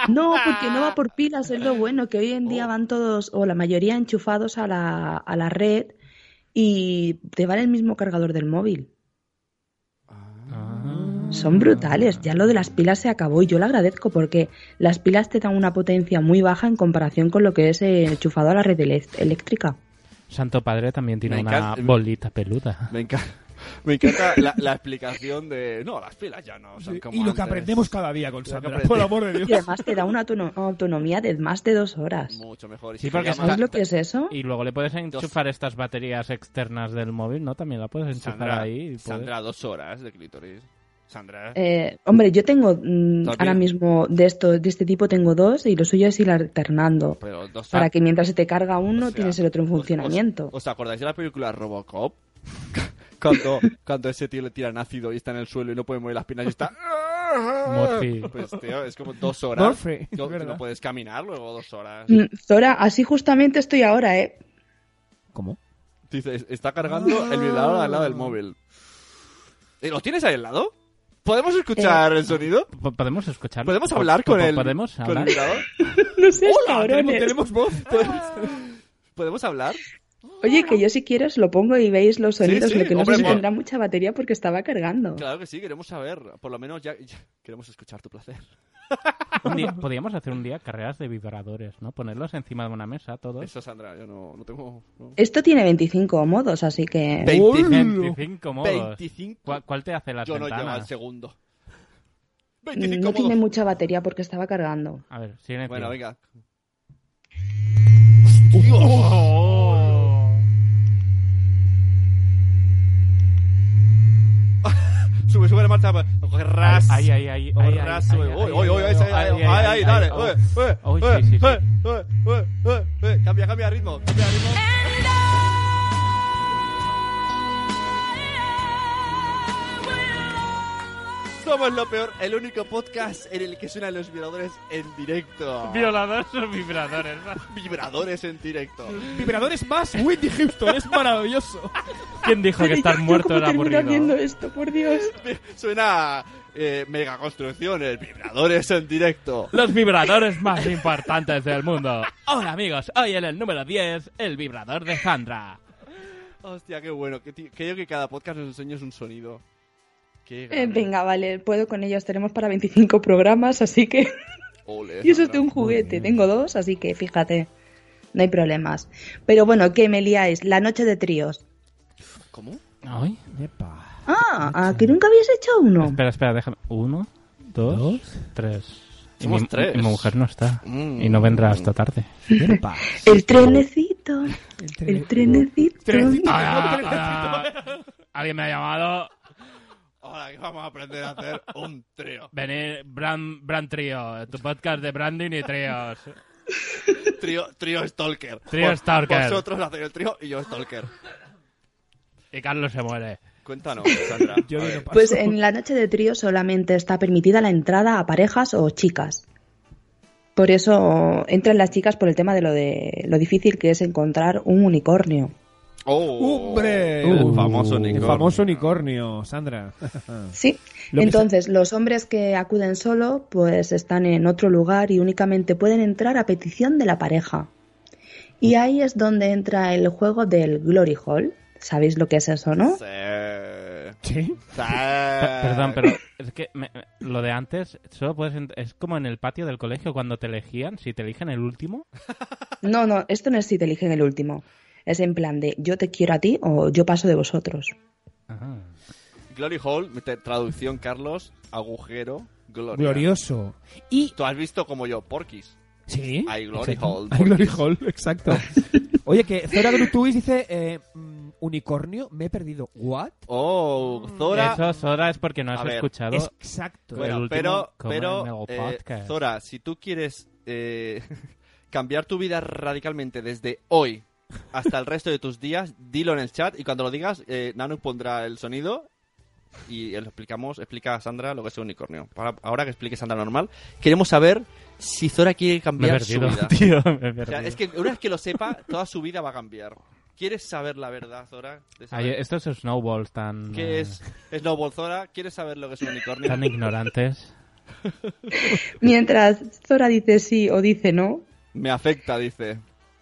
No, porque no va por pilas, es lo bueno, que hoy en día van todos, o la mayoría, enchufados a la, a la red y te van el mismo cargador del móvil. Son brutales, ya lo de las pilas se acabó y yo lo agradezco porque las pilas te dan una potencia muy baja en comparación con lo que es eh, enchufado a la red elec- eléctrica.
Santo Padre también tiene
Me
una
encanta-
bolita peluda.
Me encanta. Me encanta la, la explicación de. No, las pilas ya no son como
y lo que
antes.
aprendemos cada día con
Lo que
Sandra,
aprendemos.
por el amor de Dios.
Y además te da una autono- autonomía de más de dos horas.
Mucho mejor. Y
Sí,
se
porque
llama-
¿Sabes lo que es eso?
Y luego le puedes enchufar estas baterías externas del móvil, ¿no? También la puedes enchufar
Sandra,
ahí. y puedes-
Sandra, dos horas de clítoris. Sandra.
Eh, hombre, yo tengo mm,
Todavía.
ahora mismo de esto, de este tipo tengo dos y lo suyo es ir alternando.
Pero dos
para
horas-
que mientras se te carga uno
O sea,
tienes el otro en funcionamiento.
¿Os acordáis de la película Robocop? Cuando, cuando ese tío le tiran ácido y está en el suelo y no puede mover las piernas y está.
Morphy.
Pues tío, es como dos horas.
Morphy,
no,
es verdad.
no puedes caminar luego dos horas.
Mm, Zora, así justamente estoy ahora, ¿eh?
¿Cómo? Dices, está cargando el vibrador al
Ah.
lado del móvil. ¿Y ¿Lo tienes ahí al lado? ¿Podemos escuchar el sonido?
Po- ¿Podemos escuchar?
¿Podemos hablar con el,
¿Podemos
con el
hablar?
vibrador?
Eh, No sé,
Hola,
cabrones.
tenemos, tenemos voz. ¿Podemos, podemos hablar?
Oye, que yo si quieres lo pongo y veis los
Sí,
sonidos,
sí,
lo que no
hombre, pues.
sé si
mo-
tendrá mucha batería porque estaba cargando.
Claro que sí, queremos saber. Por lo menos ya, ya queremos escuchar tu placer.
Un día- podríamos hacer un día carreras de vibradores, ¿no? Ponerlos encima de una mesa todos.
Eso, Sandra, yo no, no tengo... no.
Esto tiene 25 modos, así que... Mm,
25 modos.
25.
¿Cuál, cuál te hace las
Yo no llego al
ventanas?
segundo.
Mm,
25
No tiene
modos.
mucha batería porque estaba cargando.
a ver, siguiente.
Bueno, venga. Sube, sube la marcha. pues. Coge ras.
Ay, ay, ay. ay, ay,
Ras,
ay,
sube.
ay,
Uy,
ay,
uy, uy,
ay,
ese,
ay,
ahí,
ay,
ahí,
ay,
ahí, dale.
ay,
Uy,
ay.
uy,
Uy,
uy,
sí, sí, sí.
uy, uy, uy, uy, uy. Cambia, cambia ritmo. Cambia ritmo. Somos lo peor, el único podcast en el que suenan los violadores en directo.
Violadores son vibradores. ¿no?
Vibradores en directo.
Vibradores más Whitney Houston, es maravilloso.
¿Quién dijo que estar muerto era aburrido?
esto, por Dios.
Suena a, eh, mega construcciones, vibradores en directo.
Los vibradores más importantes del mundo. Hola amigos, hoy en el número 10, el vibrador de Sandra.
Hostia, qué bueno. Que, ti- que yo que cada podcast nos enseñes un sonido. Qué
Eh,
grande.
venga, vale, puedo con ellos. Tenemos para 25 programas, así que...
Ole,
Y eso es
Sandra.
de un juguete, tengo dos, así que fíjate, no hay problemas. Pero bueno, que me liáis, la noche de tríos.
¿Cómo?
Ay.
Ah, ah, que nunca habéis hecho uno.
Espera, espera, déjame. Uno, dos, tres. Y
Somos
mi,
tres.
y mi mujer no está.
Mm.
Y no vendrá hasta tarde.
El trenecito, el
Trenecito.
trenecito.
Ah,
Ah, Alguien me ha llamado.
Ahora que vamos a aprender a hacer un trío.
Venir, Brand, Brand Trio, tu podcast de branding y tríos.
Trío, trío Stalker.
Trío
Vos-
Stalker.
Vosotros hacéis el trío y yo Stalker. Ah,
Y Carlos se muere.
Cuéntanos, Sandra.
Yo
A
digo,
ver,
pa-
Pues en la noche de tríos solamente está permitida la entrada a parejas o chicas. Por eso entran las chicas por el tema de lo, de lo difícil que es encontrar un unicornio.
¡Hombre!
El famoso
Oh. El
unicornio.
famoso unicornio, Sandra.
Sí.
Lo que
Entonces, los hombres que acuden solo, pues están en otro lugar y únicamente pueden entrar a petición de la pareja. Y ahí es donde entra el juego del Glory Hall. ¿Sabéis lo que es eso, no?
¿Sí?
Per- Perdón, pero es que me- me- lo de antes, solo puedes ent- es como en el patio del colegio cuando te elegían, si te eligen el último.
No, no, esto no es si te eligen el último. Es en plan de yo te quiero a ti o yo paso de vosotros.
Glory Hole, te- traducción, Carlos, agujero, gloria.
Glorioso. Y...
Tú has visto como yo, Porquis.
Sí.
Hay Glory
Exacto.
Hole.
Hay
Porquis.
Glory Hall, exacto. Oye, que Zora Grutuis dice, eh, mm, unicornio, me he perdido. ¿What?
Oh, Zora.
Eso, Zora, es porque no has
A ver.
escuchado.
Es- exacto.
Bueno,
el último
pero,
Comer Mego
pero eh,
Podcast.
Zora, si tú quieres eh, cambiar tu vida radicalmente desde hoy hasta el resto de tus días, dilo en el chat y cuando lo digas, eh, Nano pondrá el sonido y eh, lo explicamos, explica a Sandra lo que es un unicornio. Para- ahora que explique Sandra normal, queremos saber si Zora quiere cambiar
Me he perdido,
su vida.
tío, me he
O sea,
perdido.
es que una vez que lo sepa, toda su vida va a cambiar. ¿Quieres saber la verdad, Zora? ¿De
Ay,
saber
estos snowballs tan, eh,
¿Qué es Snowball Zora? ¿Quieres saber lo que es un unicornio?
tan ignorantes.
Mientras Zora dice sí o dice no,
Me afecta, dice.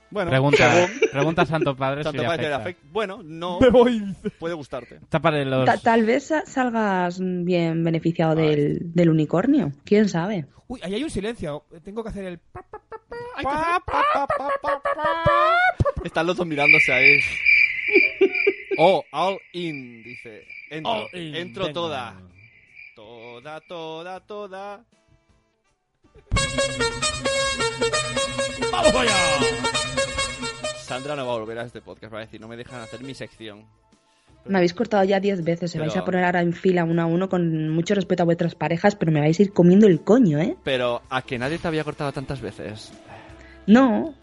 Bueno,
Pregunta,
según-
pregunta a Santo Padre
Santo
si le
Padre le
afecta.
afecta. Bueno, no.
Me
Puede gustarte.
Tápale los...
ta- tal vez sa- salgas bien beneficiado del, del unicornio. ¿Quién sabe?
Uy, ahí hay un silencio. Tengo que hacer el... pa, pa, pa, pa. Hay que
Están los dos mirándose ahí. Oh, all in, dice. Entro,
All in,
entro
venga.
toda. Toda, toda, toda.
¡Vamos allá!
Sandra no va a volver a este podcast, va a decir, no me dejan hacer mi sección.
Me habéis cortado ya 10 veces. Se vais
Pero-
a poner ahora en fila uno a uno con mucho respeto a vuestras parejas, pero me vais a ir comiendo el coño, ¿eh?
Pero a que nadie te había cortado tantas veces.
No.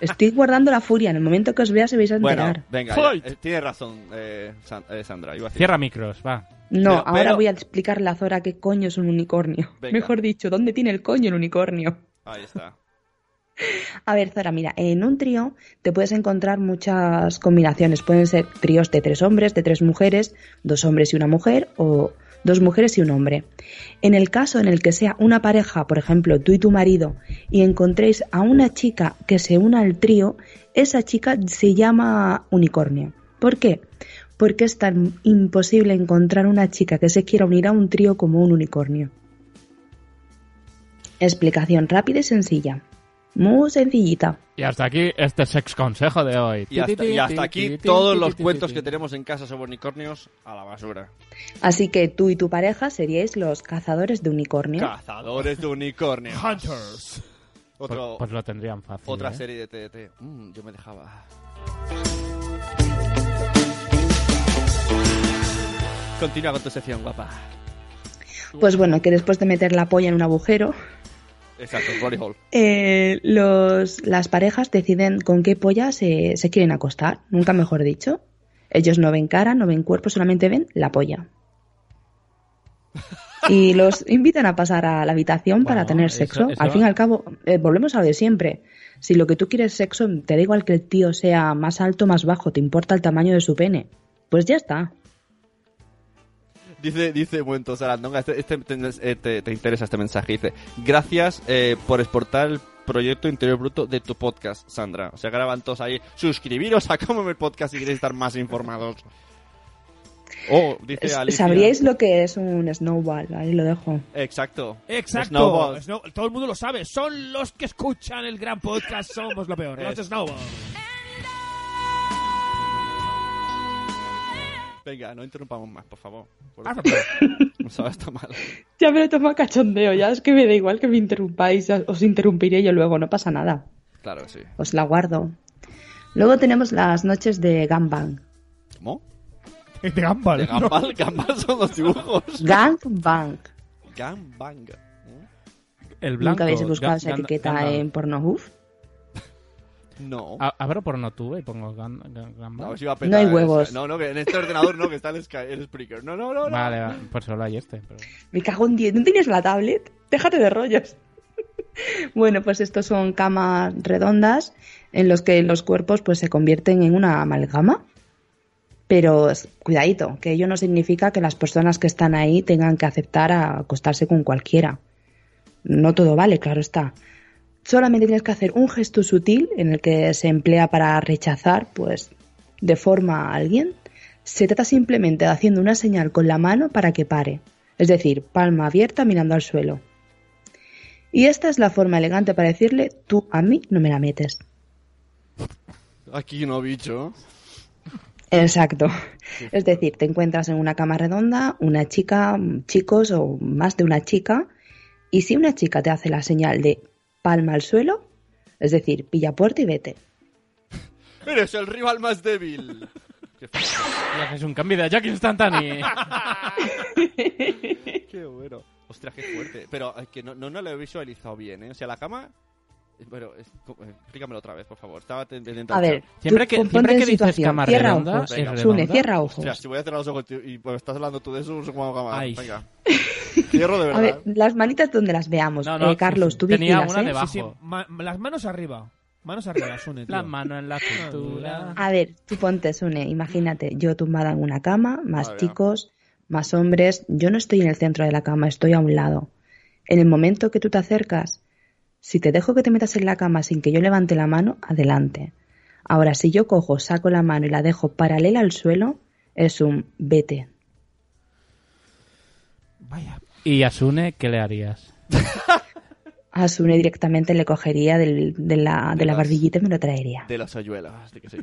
Estoy guardando la furia. En el momento que os vea se vais a
Bueno,
enterar.
venga, ya, eh, tienes razón, eh, San- eh, Sandra. iba a decir-
Cierra micros, va.
No,
Pero-
ahora
pero-
voy a explicarle a Zora qué coño es un unicornio.
Venga.
Mejor dicho, ¿dónde tiene el coño el unicornio?
Ahí está.
A ver, Zora, mira, en un trío te puedes encontrar muchas combinaciones. Pueden ser tríos de tres hombres, de tres mujeres, dos hombres y una mujer o dos mujeres y un hombre. En el caso en el que sea una pareja, por ejemplo, tú y tu marido, y encontréis a una chica que se una al trío, esa chica se llama unicornio. ¿Por qué? Porque es tan imposible encontrar una chica que se quiera unir a un trío como un unicornio. Explicación rápida y sencilla. Muy sencillita.
Y hasta aquí este sex consejo de hoy.
Y hasta, y hasta aquí todos los cuentos que tenemos en casa sobre unicornios a la basura.
Así que tú y tu pareja seríais los cazadores de unicornio.
Cazadores de unicornios.
Hunters.
Otro-
Pues lo tendrían fácil.
otra
¿eh?
serie de TDT. Mm, yo me dejaba. Continúa con tu sección, guapa.
Pues bueno, que después de meter la polla en un agujero,
Exacto, Glory Hall.
eh, los, las parejas deciden con qué polla se, se quieren acostar, nunca mejor dicho. Ellos no ven cara, no ven cuerpo, solamente ven la polla. Y los invitan a pasar a la habitación para tener sexo.
eso-
Al fin y al cabo, eh, volvemos a lo de siempre. Si lo que tú quieres es sexo, te da igual que el tío sea más alto o más bajo, te importa el tamaño de su pene. Pues ya está.
Dice, dice Muento Sarandonga, este, este- te, eh, te- te interesa este mensaje. Dice, gracias eh, por exportar el proyecto Interior Bruto de tu podcast, Sandra. O sea, graban todos ahí. Suscribiros a Cómo Me Podcast si queréis estar más informados. Oh, dice Alicia.
¿Sabríais lo que es un snowball? Ahí lo dejo.
Exacto.
Exacto.
Snowball.
Snow- todo el mundo lo sabe. Son los que escuchan el gran podcast. Somos lo peor. Los
Es-
Snowball.
Venga, no interrumpamos más, por favor. Por
Ah,
favor. No sabes está mal.
Ya me lo tomo a cachondeo, ya es que me da igual que me interrumpáis, os interrumpiré yo luego, no pasa nada.
Claro que sí.
Os la guardo. Luego tenemos las noches de Gangbang.
¿Cómo?
De Gambal.
¿De Gambal? Gambal son los dibujos.
Gangbang.
Gangbang.
El blanco.
¿Nunca habéis buscado
Gan-
esa
Gan-
etiqueta
Gandalf.
en Pornohub?
No.
A- Abro por no tuve y pongo gan- gan- gamba.
No, os iba a
No hay
petar,
huevos.
o sea, No, no, que en este ordenador no, que está el, Sky, el Spreaker. No, no, no. no.
Vale, va, pues solo hay este. pero-
Me cago en 10. ¿No tienes la tablet? Déjate de rollos. bueno, pues estos son camas redondas en los que los cuerpos pues se convierten en una amalgama. Pero s- cuidadito, que ello no significa que las personas que están ahí tengan que aceptar a acostarse con cualquiera. No todo vale, claro está. Solamente tienes que hacer un gesto sutil en el que se emplea para rechazar, pues, de forma a alguien. Se trata simplemente de haciendo una señal con la mano para que pare. Es decir, palma abierta mirando al suelo. Y esta es la forma elegante para decirle, tú a mí no me la metes.
Aquí no, bicho.
Exacto. Es decir, te encuentras en una cama redonda, una chica, chicos o más de una chica, y si una chica te hace la señal de palma al suelo, es decir, pilla puerta y vete.
Eres el rival más débil.
Y haces un cambio de Jack instantáneo.
qué bueno. Ostras, qué fuerte. Pero es que no, no, no lo he visualizado bien, ¿eh? O sea, la cama... Bueno, es- co- eh, explícamelo otra vez, por favor. Estaba ten- intentando...
A ver,
Siempre
tú
que-
ponte
siempre
en
que dices
situación.
cama
cierra
redonda,
ojos.
es redonda.
Sune, cierra ojos.
Ostras, si voy a cerrar los ojos tío, y pues, estás hablando tú de eso, no sé cómo va a acabar. Venga. Cierro de
A
verdad.
ver, las manitas donde las veamos. Eh, Carlos, tú vigilas, ¿eh?
Sí, sí, ma- las manos arriba. Manos arriba, Sune.
La mano en la cintura.
A ver, tú ponte, Sune, imagínate, yo tumbada en una cama, más
Vale.
chicos, más hombres, yo no estoy en el centro de la cama, estoy a un lado. En el momento que tú te acercas, si te dejo que te metas en la cama sin que yo levante la mano, adelante. Ahora, si yo cojo, saco la mano y la dejo paralela al suelo, es un vete.
¿Y a Sune qué le harías?
A Sune directamente le cogería del- de, la, de la barbillita y me lo traería.
De las hoyuelas, de que sí.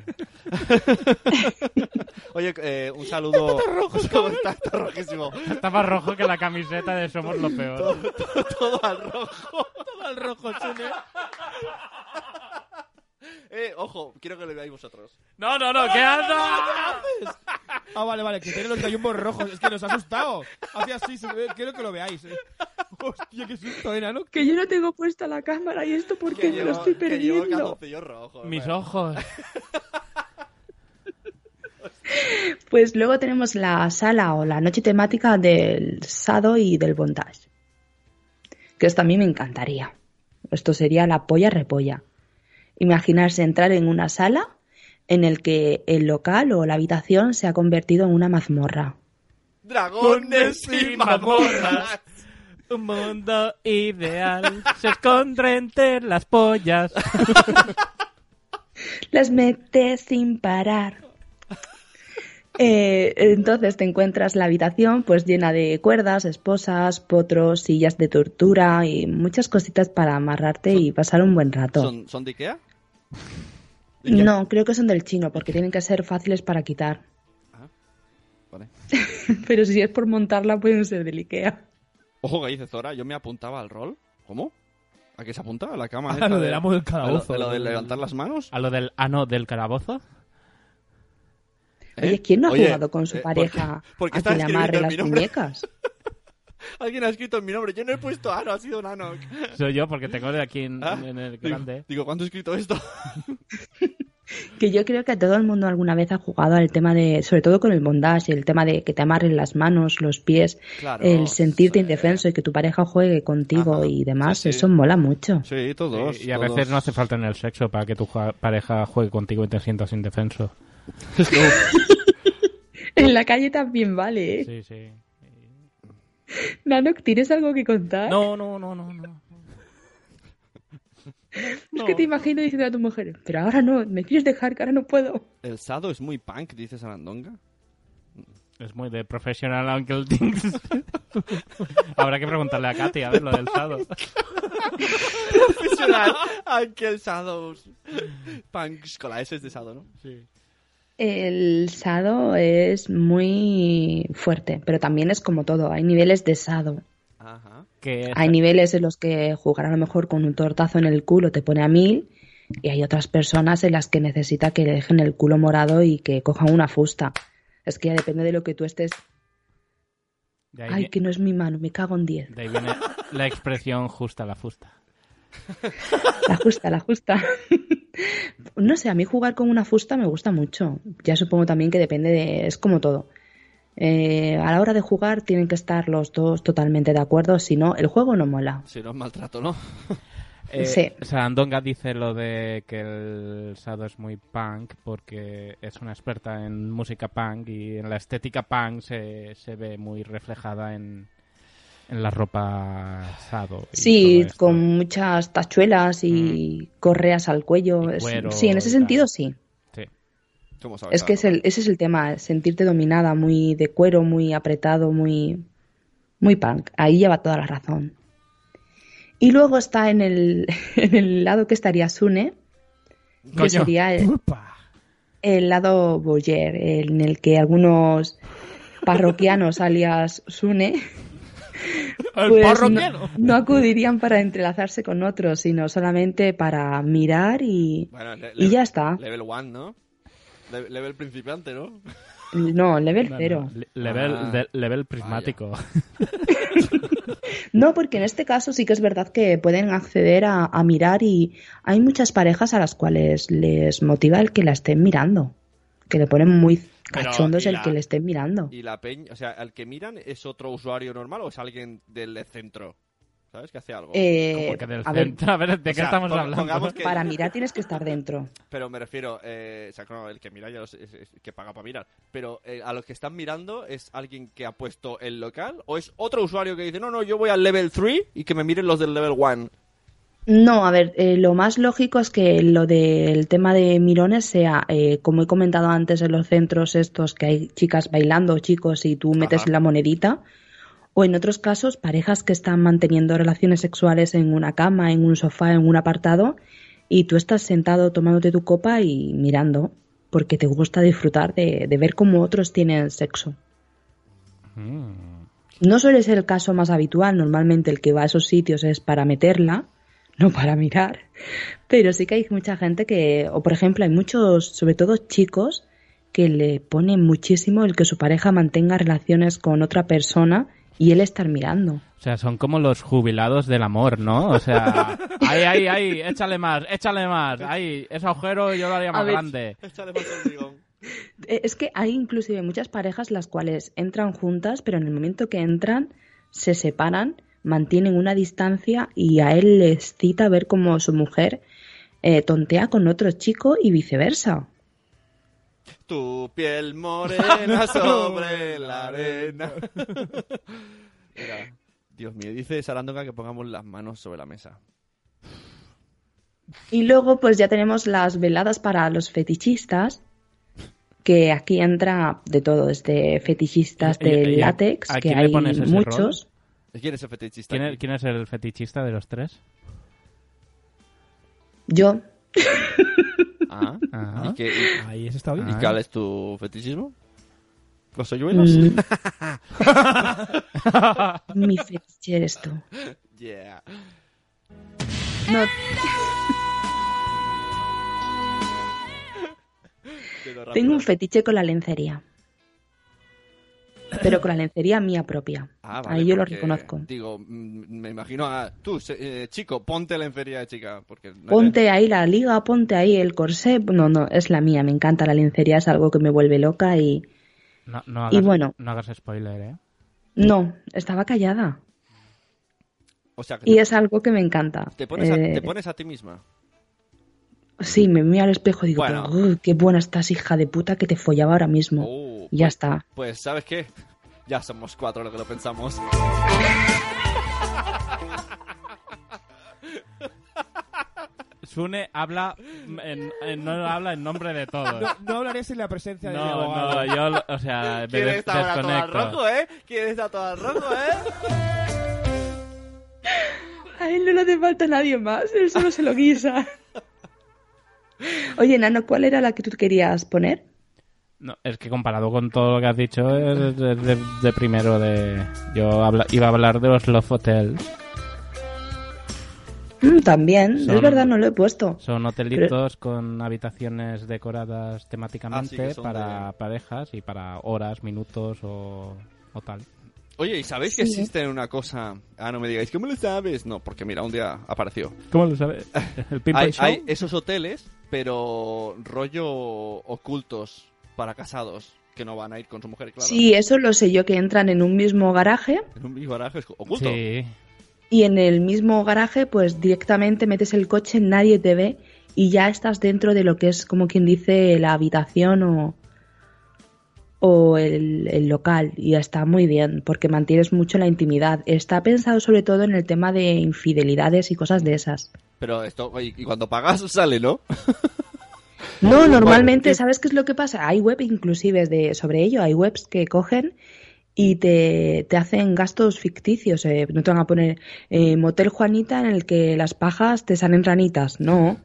Oye, eh, un saludo. Está, está rojísimo.
Está más rojo que la camiseta de Somos lo peor.
Todo, todo- todo al rojo.
Todo al rojo, Sune.
Eh, ojo, quiero que lo veáis vosotros.
No, no, no, ¿qué haces?
Ah, vale, vale, que tiene los gallumbos rojos. Es que nos ha asustado. Hace así, se- eh, quiero que lo veáis. eh. Hostia, qué susto, enano.
Que yo no tengo puesta la cámara y esto porque
me lo llevo- estoy que llevo perdiendo. calzoncillos rojos,
Mis ojos.
Pues luego tenemos la sala o la noche temática del sado y del bondage. Que esto a mí me encantaría. Esto sería la polla repolla. Imaginarse entrar en una sala en el que el local o la habitación se ha convertido en una mazmorra.
Dragones y
mazmorras. Un mundo ideal. Se esconden entre las pollas.
Las metes sin parar. Eh, entonces te encuentras la habitación pues llena de cuerdas, esposas, potros, sillas de tortura y muchas cositas para amarrarte y pasar un buen rato.
¿Son, son de Ikea?
No, creo que son del chino, porque tienen que ser fáciles para quitar.
Ah, Vale.
Pero si es por montarla, pueden ser del Ikea.
Ojo que dice Zora, yo me apuntaba al rol. ¿Cómo? ¿A qué se apunta? ¿A la cama?
A
esta
lo del amo del
a Ah, lo-
calabozo.
a lo de levantar las manos?
¿A lo del ano del calabozo?
¿Eh?
Oye, ¿quién no ha
Oye,
jugado con su
eh, ¿por
pareja
qué- por qué
a
estás
que le amarre
escribiendo
las
mi nombre?
muñecas?
Alguien ha escrito en mi nombre. Yo no he puesto Ano, ha sido un Ano.
Soy yo, porque tengo de aquí en, en el
Ah, Digo,
grande.
digo, ¿cuánto he escrito esto?
Que yo creo que todo el mundo alguna vez ha jugado al tema de, sobre todo con el bondage, el tema de que te amarren las manos, los pies,
Claro,
el sentirte indefenso y que tu pareja juegue contigo y demás, eso mola mucho.
Sí, todos.
y a veces no hace falta en el sexo para que tu jua- pareja juegue contigo y te sientas indefenso.
En la calle también vale, ¿eh?
Sí, sí.
Nanok, ¿tienes algo que contar?
No, no, no, no. no.
Es que te imagino diciendo a tu mujer, pero ahora no, me quieres dejar que ahora no puedo.
El Sado es muy punk, dice Sarandonga.
Es muy de Professional Uncle Things. Habrá que preguntarle a Katy a ver lo del sado.
Profesional. Aquel Sado. Punks con la S es de Sado, ¿no? Sí.
El sado es muy fuerte, pero también es como todo, hay niveles de sado.
Ajá.
Que
Hay niveles en los que jugar a lo mejor con un tortazo en el culo te pone a mil y hay otras personas en las que necesita que le dejen el culo morado y que cojan una fusta. Es que ya depende de lo que tú estés.
De ahí,
Ay,
vi-
que no es mi mano, me cago en diez.
de ahí viene la expresión justa la fusta.
La justa, la justa. No sé, a mí jugar con una fusta me gusta mucho. Ya supongo también que depende de... Es como todo. Eh, a la hora de jugar tienen que estar los dos totalmente de acuerdo, si no, el juego no mola.
Si no es maltrato, ¿no?
Eh,
Sí.
Sarandonga dice lo de que el Sado es muy punk porque es una experta en música punk y en la estética punk se, se ve muy reflejada en, en la ropa Sado. y
Sí, con muchas tachuelas y correas al cuello. Es-
cuero
sí, en ese
Mm. y
sentido sí.
¿Cómo sabes?
Es que
algo?
es el- ese es el tema, sentirte dominada, muy de cuero, muy apretado, muy, muy punk. Ahí lleva toda la razón. Y luego está en el, en el lado que estaría Sune, que
Coño.
sería el, el lado Boyer, el- en el que algunos parroquianos alias Sune pues, no-
parroquiano.
No, acudirían para entrelazarse con otros, sino solamente para mirar y,
Bueno, le-
y
le-
ya está.
Level 1, ¿no? Le- level principiante, ¿no?
No, level
No, no,
cero.
le- level,
Ah.
de- level prismático.
No, porque en este caso sí que es verdad que pueden acceder a, a mirar y hay muchas parejas a las cuales les motiva el que la estén mirando, que le ponen muy
Pero,
cachondos
¿y
el
la-
que le estén mirando.
Y la peña, o sea, ¿al que miran es otro usuario normal o es alguien del centro? ¿Sabes? Que hace algo.
Eh, ¿Cómo que del a ver- centro? A ver, ¿de
O
qué
sea,
estamos
pon-
hablando?
pongamos que-
Para mirar tienes que estar dentro.
Pero me refiero, eh, o sea, no, el que mira ya lo sé, es, es que paga para mirar. Pero eh, a los que están mirando, ¿es alguien que ha puesto el local? ¿O es otro usuario que dice, no, no, yo voy al level 3 y que me miren los del level 1?
No, a ver, eh, lo más lógico es que lo del tema de mirones sea, eh, como he comentado antes, en los centros estos que hay chicas bailando o chicos y tú metes
Ajá.
la monedita, o en otros casos, parejas que están manteniendo relaciones sexuales en una cama, en un sofá, en un apartado, y tú estás sentado tomándote tu copa y mirando, porque te gusta disfrutar de, de ver cómo otros tienen sexo. No suele ser el caso más habitual, normalmente el que va a esos sitios es para meterla, no para mirar, pero sí que hay mucha gente que, o por ejemplo, hay muchos, sobre todo chicos, que le ponen muchísimo el que su pareja mantenga relaciones con otra persona y él estar mirando.
O sea, son como los jubilados del amor, ¿no? O sea, ahí, ahí, ahí, échale más, échale más, ahí, ese agujero yo lo haría
A
más
ver.
grande.
Eh, Es que hay inclusive muchas parejas las cuales entran juntas, pero en el momento que entran se separan, mantienen una distancia y a él le excita ver cómo su mujer eh, tontea con otro chico y viceversa.
Tu piel morena sobre la arena. Mira, Dios mío, dice Sarandonga que pongamos las manos sobre la mesa.
Y luego, pues ya tenemos las veladas para los fetichistas, que aquí entra de todo, desde fetichistas
Y- y-
de
y a-
látex,
¿a
que
quién le
hay
pones ese
muchos.
¿Quién es el fetichista?
¿Quién es, quién es el fetichista de los tres?
Yo,
Ah,
Ah.
¿Y, qué, y-
Ahí eso está bien.
¿y
Ah.
cuál es tu fetichismo? ¿Los hoyuelos?
Mm. mi fetiche eres tú.
yeah.
No- Tengo un fetiche con la lencería. Pero con la lencería mía propia.
Ah, vale,
Ahí yo lo
porque,
reconozco.
Digo, mm, me imagino a tú, se- eh, chico, ponte la enfermedad de chica. Porque no-
Ponte ahí la liga, ponte ahí el corsé. No, no, es la mía, me encanta la lencería, es algo que me vuelve loca y
No, no
Y
hagas,
bueno.
no hagas spoiler, ¿eh?
no, estaba callada.
o sea, que
Y
te,
es algo que me encanta.
te pones a,
Eh,
te pones a ti misma.
Sí, me miro al espejo y digo,
Bueno.
pero, "Uy, qué buena estás, hija de puta, que te follaba ahora mismo.
Oh,
y ya está.
Pues, ¿sabes qué? Ya somos cuatro los que lo pensamos.
Sune habla, en- en- no habla en nombre de todos.
No, no hablaré sin la presencia de mi
No,
abogado.
no, yo, o sea, me
¿Quién
des-
está ahora todo al
desconecto.
rojo, eh? ¿Quién está todo al rojo, eh?
A él no le hace falta nadie más, él solo se lo guisa. Oye, Nano, ¿cuál era la que tú querías poner?
No, es que comparado con todo lo que has dicho, es de, de- de primero de... Yo habla- iba a hablar de los Love Hotels.
Mm, también,
Son-
es verdad, no lo he puesto.
Son hotelitos con habitaciones decoradas
Ah, sí,
temáticamente
que son
para parejas y para horas, minutos o, o tal.
Oye, ¿y sabéis que
Sí, ¿eh?
existe una cosa? Ah, no me digáis, ¿cómo lo sabes? No, porque mira, un día apareció.
¿Cómo lo sabes? ¿El Pimp
hay,
and Show?
hay esos hoteles, pero rollo ocultos para casados que no van a ir con su mujer, claro.
Sí, eso lo sé yo, que entran en un mismo garaje
En un mismo garaje es oculto.
Sí.
y en el mismo garaje pues directamente metes el coche, nadie te ve y ya estás dentro de lo que es como quien dice la habitación o, o el, el local y está muy bien porque mantienes mucho la intimidad. Está pensado sobre todo en el tema de infidelidades y cosas de esas.
Pero esto, y y cuando pagas sale, ¿no?
No, normalmente, ¿sabes qué es lo que pasa? Hay web inclusive de, sobre ello, hay webs que cogen y te, te hacen gastos ficticios. eh, no te van a poner eh, motel Juanita en el que las pajas te salen ranitas, no.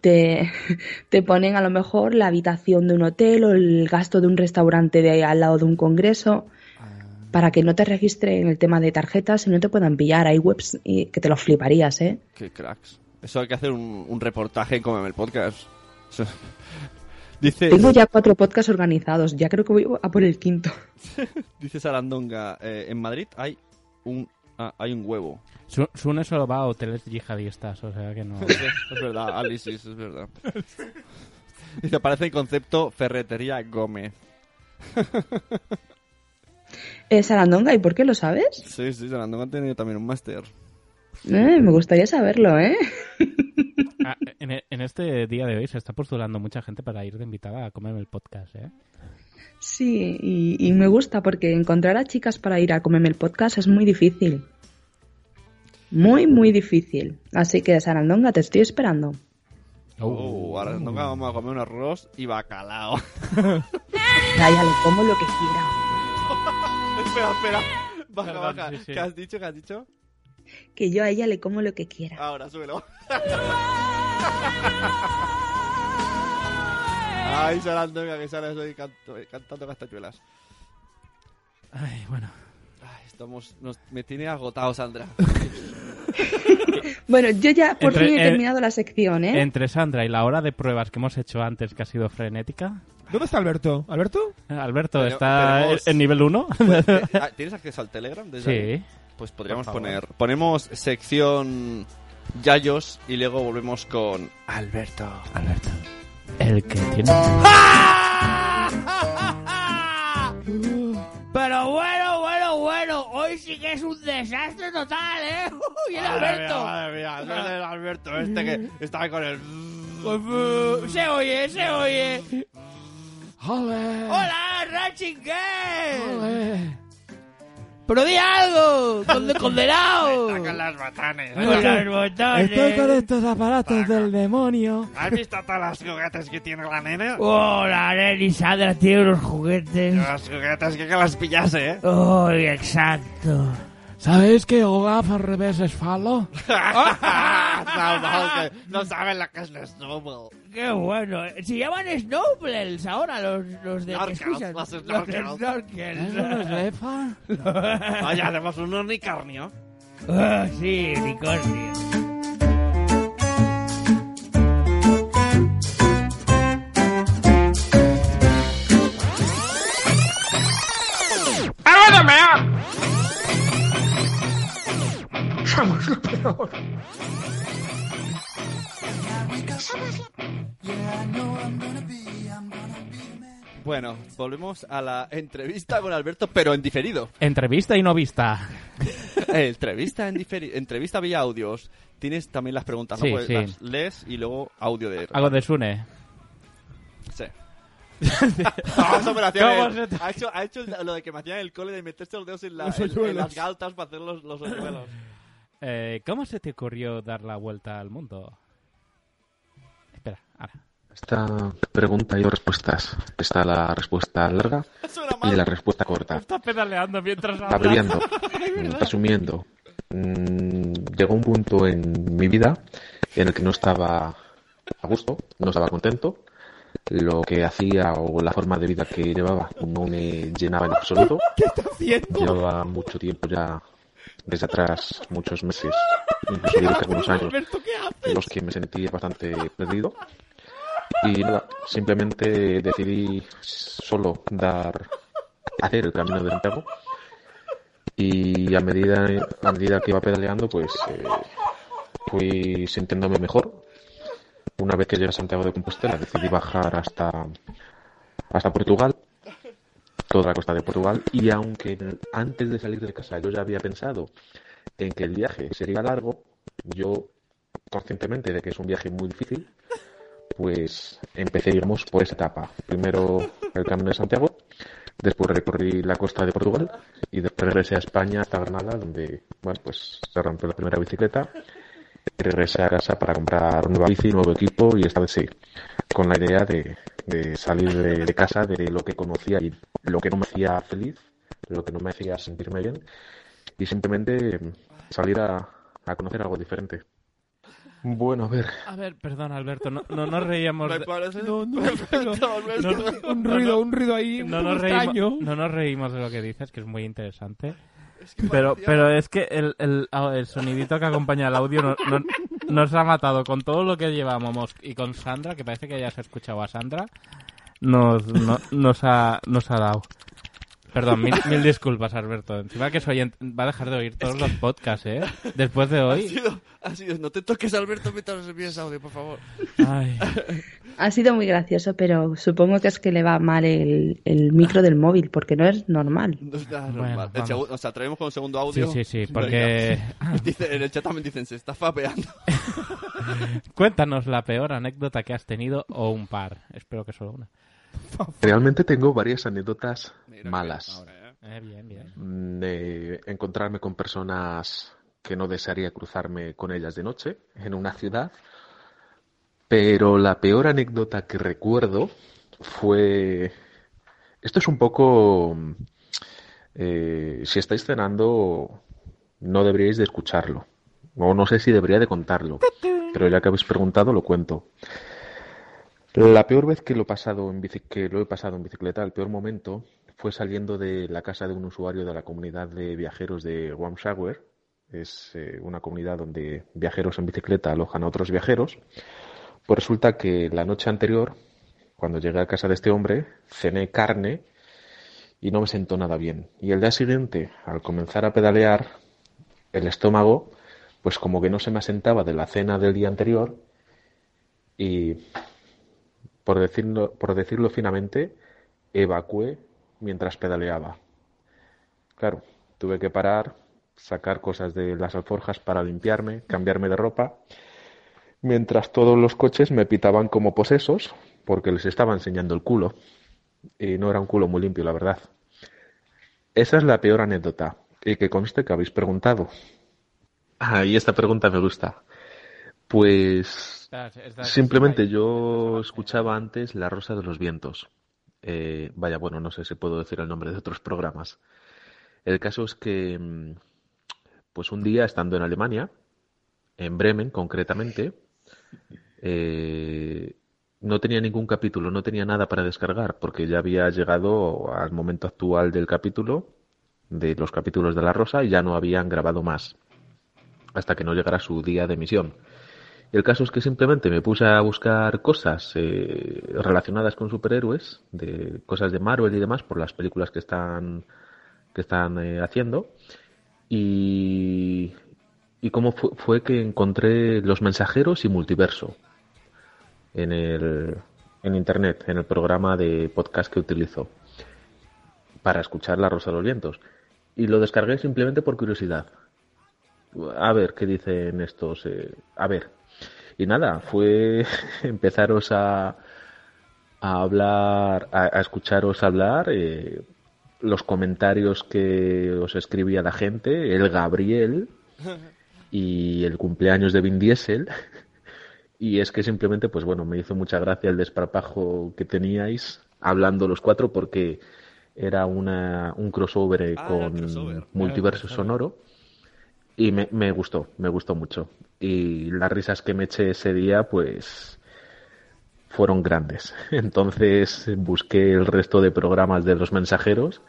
Te, te ponen a lo mejor la habitación de un hotel o el gasto de un restaurante de, al lado de un congreso para que no te registre en el tema de tarjetas y no te puedan pillar. Hay webs y- que te los fliparías, ¿eh?
Qué cracks. Eso hay que hacer un, un reportaje en Cómeme el Podcast. Eso- Dice,
Tengo ya cuatro podcasts organizados, ya creo que voy a por el quinto.
dice Sarandonga, eh, en Madrid hay un, ah, hay un huevo.
Su- Sune solo va a hoteles yihadistas, o sea que no.
es verdad, Alice, sí, eso es verdad. Dice, aparece el concepto Ferretería Gómez.
Eh, Sarandonga, ¿y por qué lo sabes?
Sí, sí, Sarandonga ha tenido también un máster.
Eh, me gustaría saberlo, ¿eh?
Ah, en, e- en este día de hoy se está postulando mucha gente para ir de invitada a comerme el podcast, ¿eh?
Sí, y, y me gusta porque encontrar a chicas para ir a comerme el podcast es muy difícil. Muy, muy difícil. Así que, Sarandonga, te estoy esperando.
Oh, ahora nos vamos a comer un arroz y bacalao.
Cállalo, como lo que quiera.
espera, espera. Baja,
Perdón,
baja.
sí, sí.
¿Qué has dicho? ¿Qué has dicho?
Que yo a ella le como lo que quiera.
Ahora, súbelo. Ay, Sarandonga, que sales hoy canto- eh, cantando castañuelas.
Ay, bueno.
Estamos, nos- me tiene agotado, Sandra.
Bueno, yo ya por
Entre-
fin he
eh,
terminado la sección, ¿eh?
Entre Sandra y la hora de pruebas que hemos hecho antes, que ha sido frenética.
¿Dónde está Alberto? ¿Alberto?
Alberto,
Pero-
¿está
pero vos-
en nivel 1?
Pues, eh, ah, ¿Tienes acceso al Telegram? desde
Sí.
ahí? Pues podríamos
Por favor.
poner. Ponemos sección Yayos y luego volvemos con Alberto. Alberto.
El que tiene.
Pero bueno, bueno, bueno, hoy sí que es un desastre total, ¿eh? Y el
Madre
Alberto. Mm.
mía, madre mía, suerte del Alberto este que estaba con el...
Pues, eh, se oye, se oye. eh. ¡Hola, Ratchingue! ¡Pero di algo! ¡Conde- ¡Condenado!
Sacan las batanes.
Con las botones.
Estoy con
estos aparatos del demonio.
¿Has visto todas las juguetes que tiene la nena?
¡Oh, la
eh.
Nelly Sandra tiene unos juguetes!
Las juguetes que, que las pillase, ¿eh?
¡Oh, exacto!
¿Sabéis que Ogaf al revés es falo?
no, no, que no saben lo que es el snowball.
¡Qué bueno! Se llaman Snowblels ahora los, los de...
Snorkels,
escuchan,
los
los
snorkels.
snorkels.
¿Eso no es
lefa?
Oye, hacemos un unicornio.
Ah, sí, unicornio.
¡Ayúdame!
Somos lo peor.
Bueno, volvemos a la entrevista con Alberto, pero en diferido.
Entrevista y no vista.
Eh, entrevista en diferido. Entrevista vía audios. Tienes también las preguntas,
Sí,
¿no? Pues
sí.
las lees y luego audio de...
Hago de Sune.
Sí. Ah, eso me lo hacían
¿Cómo
en-
se
ha, hecho, ha hecho lo de que me hacían en el cole de meterse los dedos en, la-
Los
en- en
hoyuelos.
las galtas para hacer los, los hoyuelos.
Eh, ¿Cómo se te ocurrió dar la vuelta al mundo? Espera, ahora.
Esta pregunta y dos respuestas. Está la respuesta larga y la respuesta corta.
Estás pedaleando mientras hablas.
Abreviando,
Es verdad.
resumiendo. mm, Llegó un punto en mi vida en el que no estaba a gusto, no estaba contento. Lo que hacía o la forma de vida que llevaba no me llenaba en absoluto. Llevaba mucho tiempo ya desde atrás, muchos meses, incluso diría que algunos años, en los que me sentía bastante perdido. Y nada, simplemente decidí solo dar, hacer el camino de Santiago. Y a medida, a medida que iba pedaleando, pues eh, fui sintiéndome mejor. Una vez que llegué a Santiago de Compostela, decidí bajar hasta, hasta Portugal toda la costa de Portugal y aunque antes de salir de casa yo ya había pensado en que el viaje sería largo, yo, conscientemente de que es un viaje muy difícil, pues empecé, digamos, por esa etapa. Primero el Camino de Santiago, después recorrí la costa de Portugal y después regresé a España hasta Granada, donde, bueno, pues se rompió la primera bicicleta. Y regresé a casa para comprar nueva bici, nuevo equipo y esta vez sí, con la idea de, de salir de, de casa, de lo que conocía y lo que no me hacía feliz, lo que no me hacía sentirme bien y simplemente salir a, a conocer algo diferente. Bueno, a ver,
A ver, perdón, Alberto, no, no nos reíamos.
Me
de-
parece
No, no,
perfecto,
no,
Alberto.
no,
Un
no,
ruido,
no.
un ruido ahí
No
un
nos,
poco
reímos,
extraño.
no nos reímos de lo que dices, que es muy interesante.
que
pero,
parecía-
pero es que el, el, el sonidito que acompaña al audio no- no- nos ha matado con todo lo que llevábamos y con Sandra, que parece que ya se ha escuchado a Sandra, nos, no- nos, ha, nos ha dado. Perdón, mil, mil disculpas, Alberto. Encima que soy va a dejar de oír todos los podcasts, ¿eh? Después de
Ha
hoy.
sido, ha sido- no te toques, Alberto, mientras nos envíes audio, por favor.
Ay.
Ha sido muy gracioso, pero supongo que es que le va mal el, el micro del móvil, porque no es normal.
No está
Bueno,
normal. El
vamos.
segu- o sea, traemos con el segundo audio.
Sí, sí, sí, porque-
Venga. Dice- en el chat también dicen, se está fapeando.
Cuéntanos la peor anécdota que has tenido o un par. Espero que solo una.
realmente tengo varias anécdotas malas.
Eh, bien, bien.
Mm, de encontrarme con personas que no desearía cruzarme con ellas de noche en una ciudad. Pero la peor anécdota que recuerdo fue... Esto es un poco... mm, eh, si estáis cenando, no deberíais de escucharlo. O no sé si debería de contarlo. Pero ya que habéis preguntado, lo cuento. La peor vez que lo, he pasado en bici- que lo he pasado en bicicleta, el peor momento, fue saliendo de la casa de un usuario de la comunidad de viajeros de Wamsauer. Es eh, una comunidad donde viajeros en bicicleta alojan a otros viajeros. Pues resulta que la noche anterior, cuando llegué a casa de este hombre, cené carne y no me sentó nada bien. Y el día siguiente, al comenzar a pedalear, el estómago, pues como que no se me asentaba de la cena del día anterior y por decirlo, por decirlo finamente, evacué mientras pedaleaba. Claro, tuve que parar, sacar cosas de las alforjas para limpiarme, cambiarme de ropa, mientras todos los coches me pitaban como posesos porque les estaba enseñando el culo. Y no era un culo muy limpio, la verdad. Esa es la peor anécdota, y que conste que habéis preguntado. Ah, y esta pregunta me gusta. Pues
Estás- estás-
simplemente yo escuchaba antes La Rosa de los Vientos. Eh, vaya, bueno, no sé si puedo decir el nombre de otros programas. El caso es que, mm, pues un día estando en Alemania, en Bremen concretamente, eh, no tenía ningún capítulo, no tenía nada para descargar, porque ya había llegado al momento actual del capítulo, de los capítulos de La Rosa, y ya no habían grabado más, hasta que no llegara su día de emisión. El caso es que simplemente me puse a buscar cosas eh, relacionadas con superhéroes, de cosas de Marvel y demás, por las películas que están, que están eh, haciendo. Y, y cómo fu- fue que encontré Los Mensajeros y Multiverso en, el, en Internet, en el programa de podcast que utilizo para escuchar La Rosa de los Vientos. Y lo descargué simplemente por curiosidad. A ver qué dicen estos. eh, a ver. Y nada, fue empezaros a, a hablar, a, a escucharos hablar, eh, los comentarios que os escribía la gente, el Gabriel y el cumpleaños de Vin Diesel. Y es que simplemente, pues bueno, me hizo mucha gracia el desparpajo que teníais hablando los cuatro porque era una, un crossover eh, con multiverso sonoro y me, me gustó, me gustó mucho. Y las risas que me eché ese día, pues fueron grandes. Entonces busqué el resto de programas de los mensajeros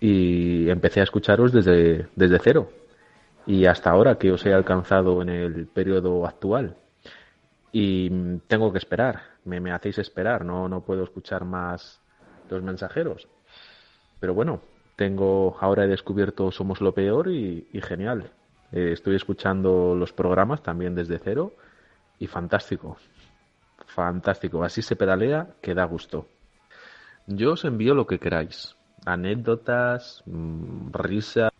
y empecé a escucharos desde, desde cero. Y hasta ahora que os he alcanzado en el periodo actual. Y mm, tengo que esperar, me, me hacéis esperar, no, no puedo escuchar más los mensajeros. Pero bueno, tengo, ahora he descubierto Somos lo Peor y, y genial. Eh, estoy escuchando los programas también desde cero y fantástico. Fantástico. Así se pedalea que da gusto. Yo os envío lo que queráis. Anécdotas, mm, risas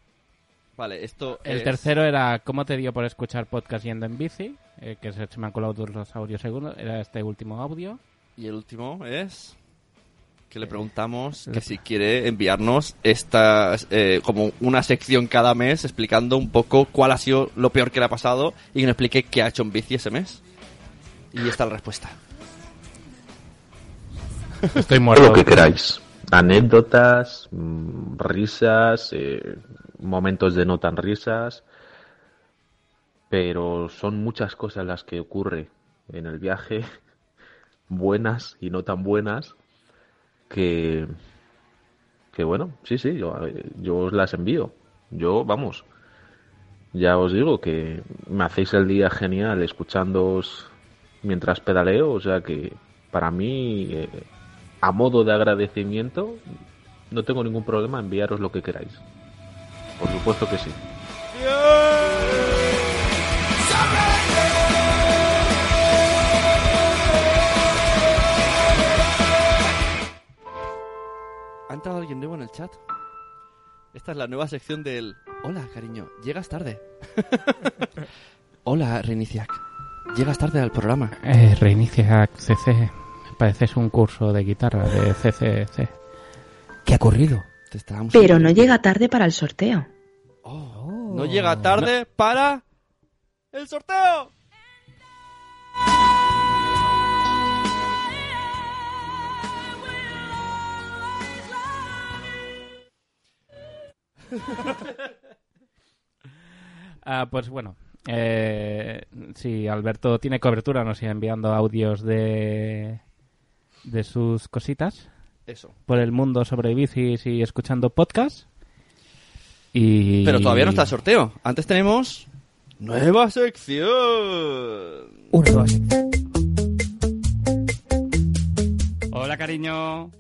Vale, esto
El
es-
tercero era ¿Cómo te dio por escuchar podcast yendo en bici? Eh, que se se me han colado todos los audios segundos. Era este último audio.
Y el último es que le preguntamos que si quiere enviarnos estas eh, como una sección cada mes explicando un poco cuál ha sido lo peor que le ha pasado y que nos explique qué ha hecho en bici ese mes. Y esta es la respuesta.
Estoy
Todo lo que queráis. Anécdotas, mm, risas, eh, momentos de no tan risas. Pero son muchas cosas las que ocurre en el viaje, buenas y no tan buenas, que, que bueno, sí, sí, yo, eh, yo os las envío. Yo, vamos, ya os digo que me hacéis el día genial escuchándoos mientras pedaleo, o sea que para mí, eh, a modo de agradecimiento, no tengo ningún problema en enviaros lo que queráis. Por supuesto que sí.
¿Ha entrado alguien nuevo en el chat? Esta es la nueva sección del... Hola, cariño, llegas tarde. Hola, Reiniciac. Llegas tarde al programa.
Eh, reinicia CC. Pareces un curso de guitarra de CCC.
¿Qué ha ocurrido?
Te estábamos
Pero no llega tarde para el sorteo.
No llega tarde para... ¡El sorteo!
Ah, pues bueno, eh, si Alberto tiene cobertura, nos irá enviando audios de, de sus cositas.
Eso.
Por el mundo sobre bicis y escuchando podcast. Y...
Pero todavía no está el sorteo. Antes tenemos... Nueva sección.
Una nueva
Hola, cariño.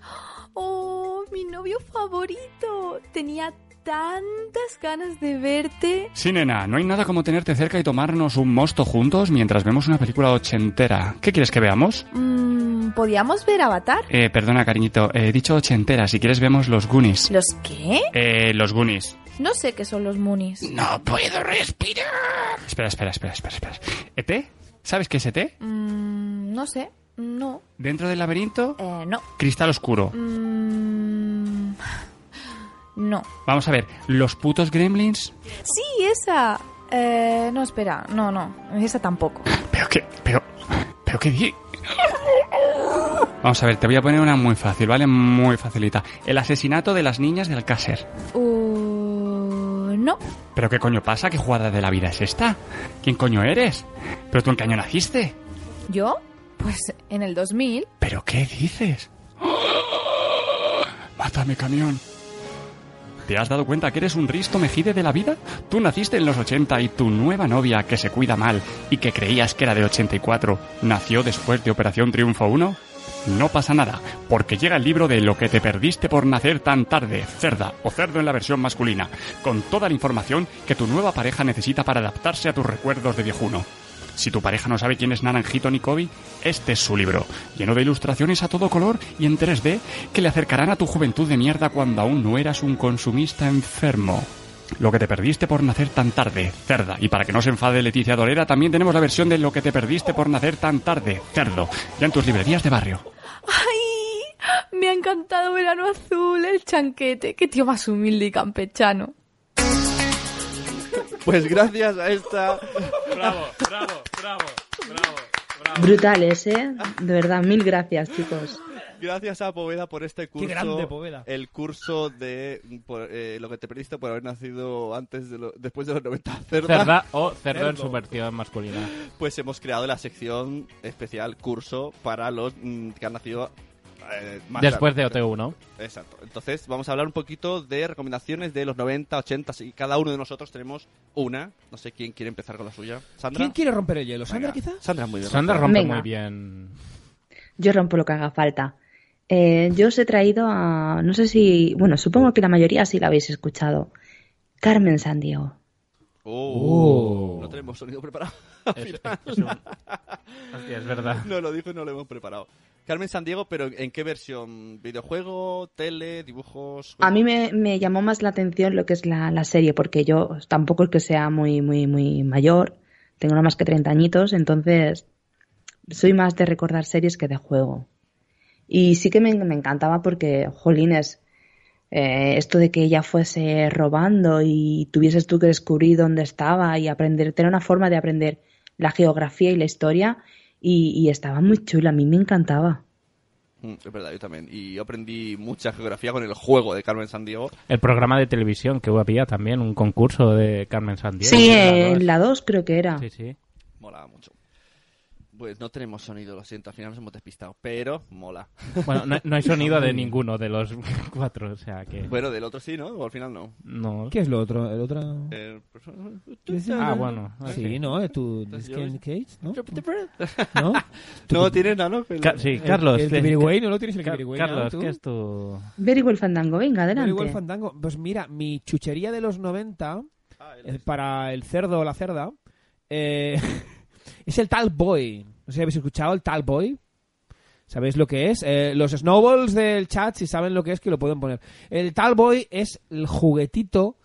Oh, mi novio favorito. Tenía tantas ganas de verte.
Sí, nena, no hay nada como tenerte cerca y tomarnos un mosto juntos mientras vemos una película ochentera. ¿Qué quieres que veamos?
Mm, ¿Podíamos ver Avatar?
Eh, perdona, cariñito, eh, he dicho ochentera, si quieres vemos los Goonies.
¿Los qué?
Eh, los Goonies.
No sé qué son los Moonies.
No puedo respirar. Espera, espera, espera, espera, espera. ¿ET? ¿Sabes qué es ET?
Mm, no sé. No.
Dentro del laberinto,
Eh, no.
cristal oscuro.
Mm, no.
Vamos a ver, los putos gremlins.
Sí, esa. Eh, no, espera. No, no. Esa tampoco.
Pero qué, pero, pero qué di. Vamos a ver, te voy a poner una muy fácil, ¿vale? Muy facilita. El asesinato de las niñas del Alcácer.
Uh, no.
¿Pero qué coño pasa? ¿Qué jugada de la vida es esta? ¿Quién coño eres? ¿Pero tú en qué año naciste?
¿Yo? Pues en el 2000.
¿Pero qué dices? ¡Mata mi camión! ¿Te has dado cuenta que eres un risto mejide de la vida? Tú naciste en los 80 y tu nueva novia, que se cuida mal y que creías que era de 84, nació después de Operación Triunfo 1? No pasa nada, porque llega el libro de Lo que te perdiste por nacer tan tarde, cerda o cerdo en la versión masculina, con toda la información que tu nueva pareja necesita para adaptarse a tus recuerdos de viejuno. Si tu pareja no sabe quién es Naranjito ni Kobe, este es su libro, lleno de ilustraciones a todo color y en 3D que le acercarán a tu juventud de mierda cuando aún no eras un consumista enfermo. Lo que te perdiste por nacer tan tarde, cerda. Y para que no se enfade Leticia Dolera, también tenemos la versión de Lo que te perdiste por nacer tan tarde, cerdo, ya en tus librerías de barrio.
¡Ay! Me ha encantado Verano Azul, el chanquete. Qué tío más humilde y campechano.
Pues gracias a esta...
Bravo, bravo, bravo, bravo.
Brutales, ¿eh? De verdad, mil gracias, chicos.
Gracias a Poveda por este curso.
grande, Poveda.
El curso de por, eh, lo que te perdiste por haber nacido antes de lo- después de los 90. Cerda,
Cerda o cerdo en su versión masculina.
Pues hemos creado la sección especial curso para los mm, que han nacido eh, más
Después
tarde.
de OT1.
Exacto. Entonces vamos a hablar un poquito de recomendaciones de los 90, 80 y cada uno de nosotros tenemos una. No sé quién quiere empezar con la suya. Sandra.
¿Quién quiere romper el hielo? ¿Sandra, quizá?
Sandra muy bien.
Sandra rompe
Venga.
muy bien.
Yo rompo lo que haga falta. Eh, yo os he traído a, no sé si, bueno, supongo que la mayoría sí la habéis escuchado. Carmen Sandiego.
Oh.
Uh.
No tenemos sonido preparado.
es verdad.
No lo dijo y no lo hemos preparado. Carmen Sandiego, pero ¿en qué versión? ¿Videojuego, tele, dibujos?
A mí me, me llamó más la atención lo que es la, la serie, porque yo tampoco es que sea muy, muy, muy mayor. Tengo no más que 30 añitos, entonces soy más de recordar series que de juego. Y sí que me, me encantaba porque, jolines, eh, esto de que ella fuese robando y tuvieses tú que descubrir dónde estaba y aprender, tener una forma de aprender la geografía y la historia y, y estaba muy chula, a mí me encantaba.
Mm, Es verdad, yo también. Y yo aprendí mucha geografía con el juego de Carmen Sandiego.
El programa de televisión que había también, un concurso de Carmen Sandiego.
Sí, en la 2 creo que era.
Sí, sí.
Molaba mucho. Pues no tenemos sonido, lo siento, al final nos hemos despistado, pero mola.
Bueno, no, no hay sonido de ninguno de los cuatro, o sea que...
Bueno, del otro sí, ¿no? O al final no.
No.
¿Qué es lo otro? ¿El otro?
Eh,
Ah, bueno,
Sí,
sí.
¿no? ¿Tu Skin Cage? ¿No? ¿No?
No tienes nada, ¿no?
Ca- sí, Carlos.
El, el
eh,
Birigüey, ¿no lo tienes el
Ca-
Birigüey?
Carlos,
¿no?
¿qué
¿Tú?
es tu...?
Very Well Fandango, venga, adelante.
Pero igual Fandango. Pues mira, mi chuchería de los 90
Ah,
eh, para el cerdo o la cerda eh, es el Tal Boy. No sé si habéis escuchado el Tal Boy. ¿Sabéis lo que es? Eh, los snowballs del chat, si saben lo que es, que lo pueden poner. El Tal Boy es el juguetito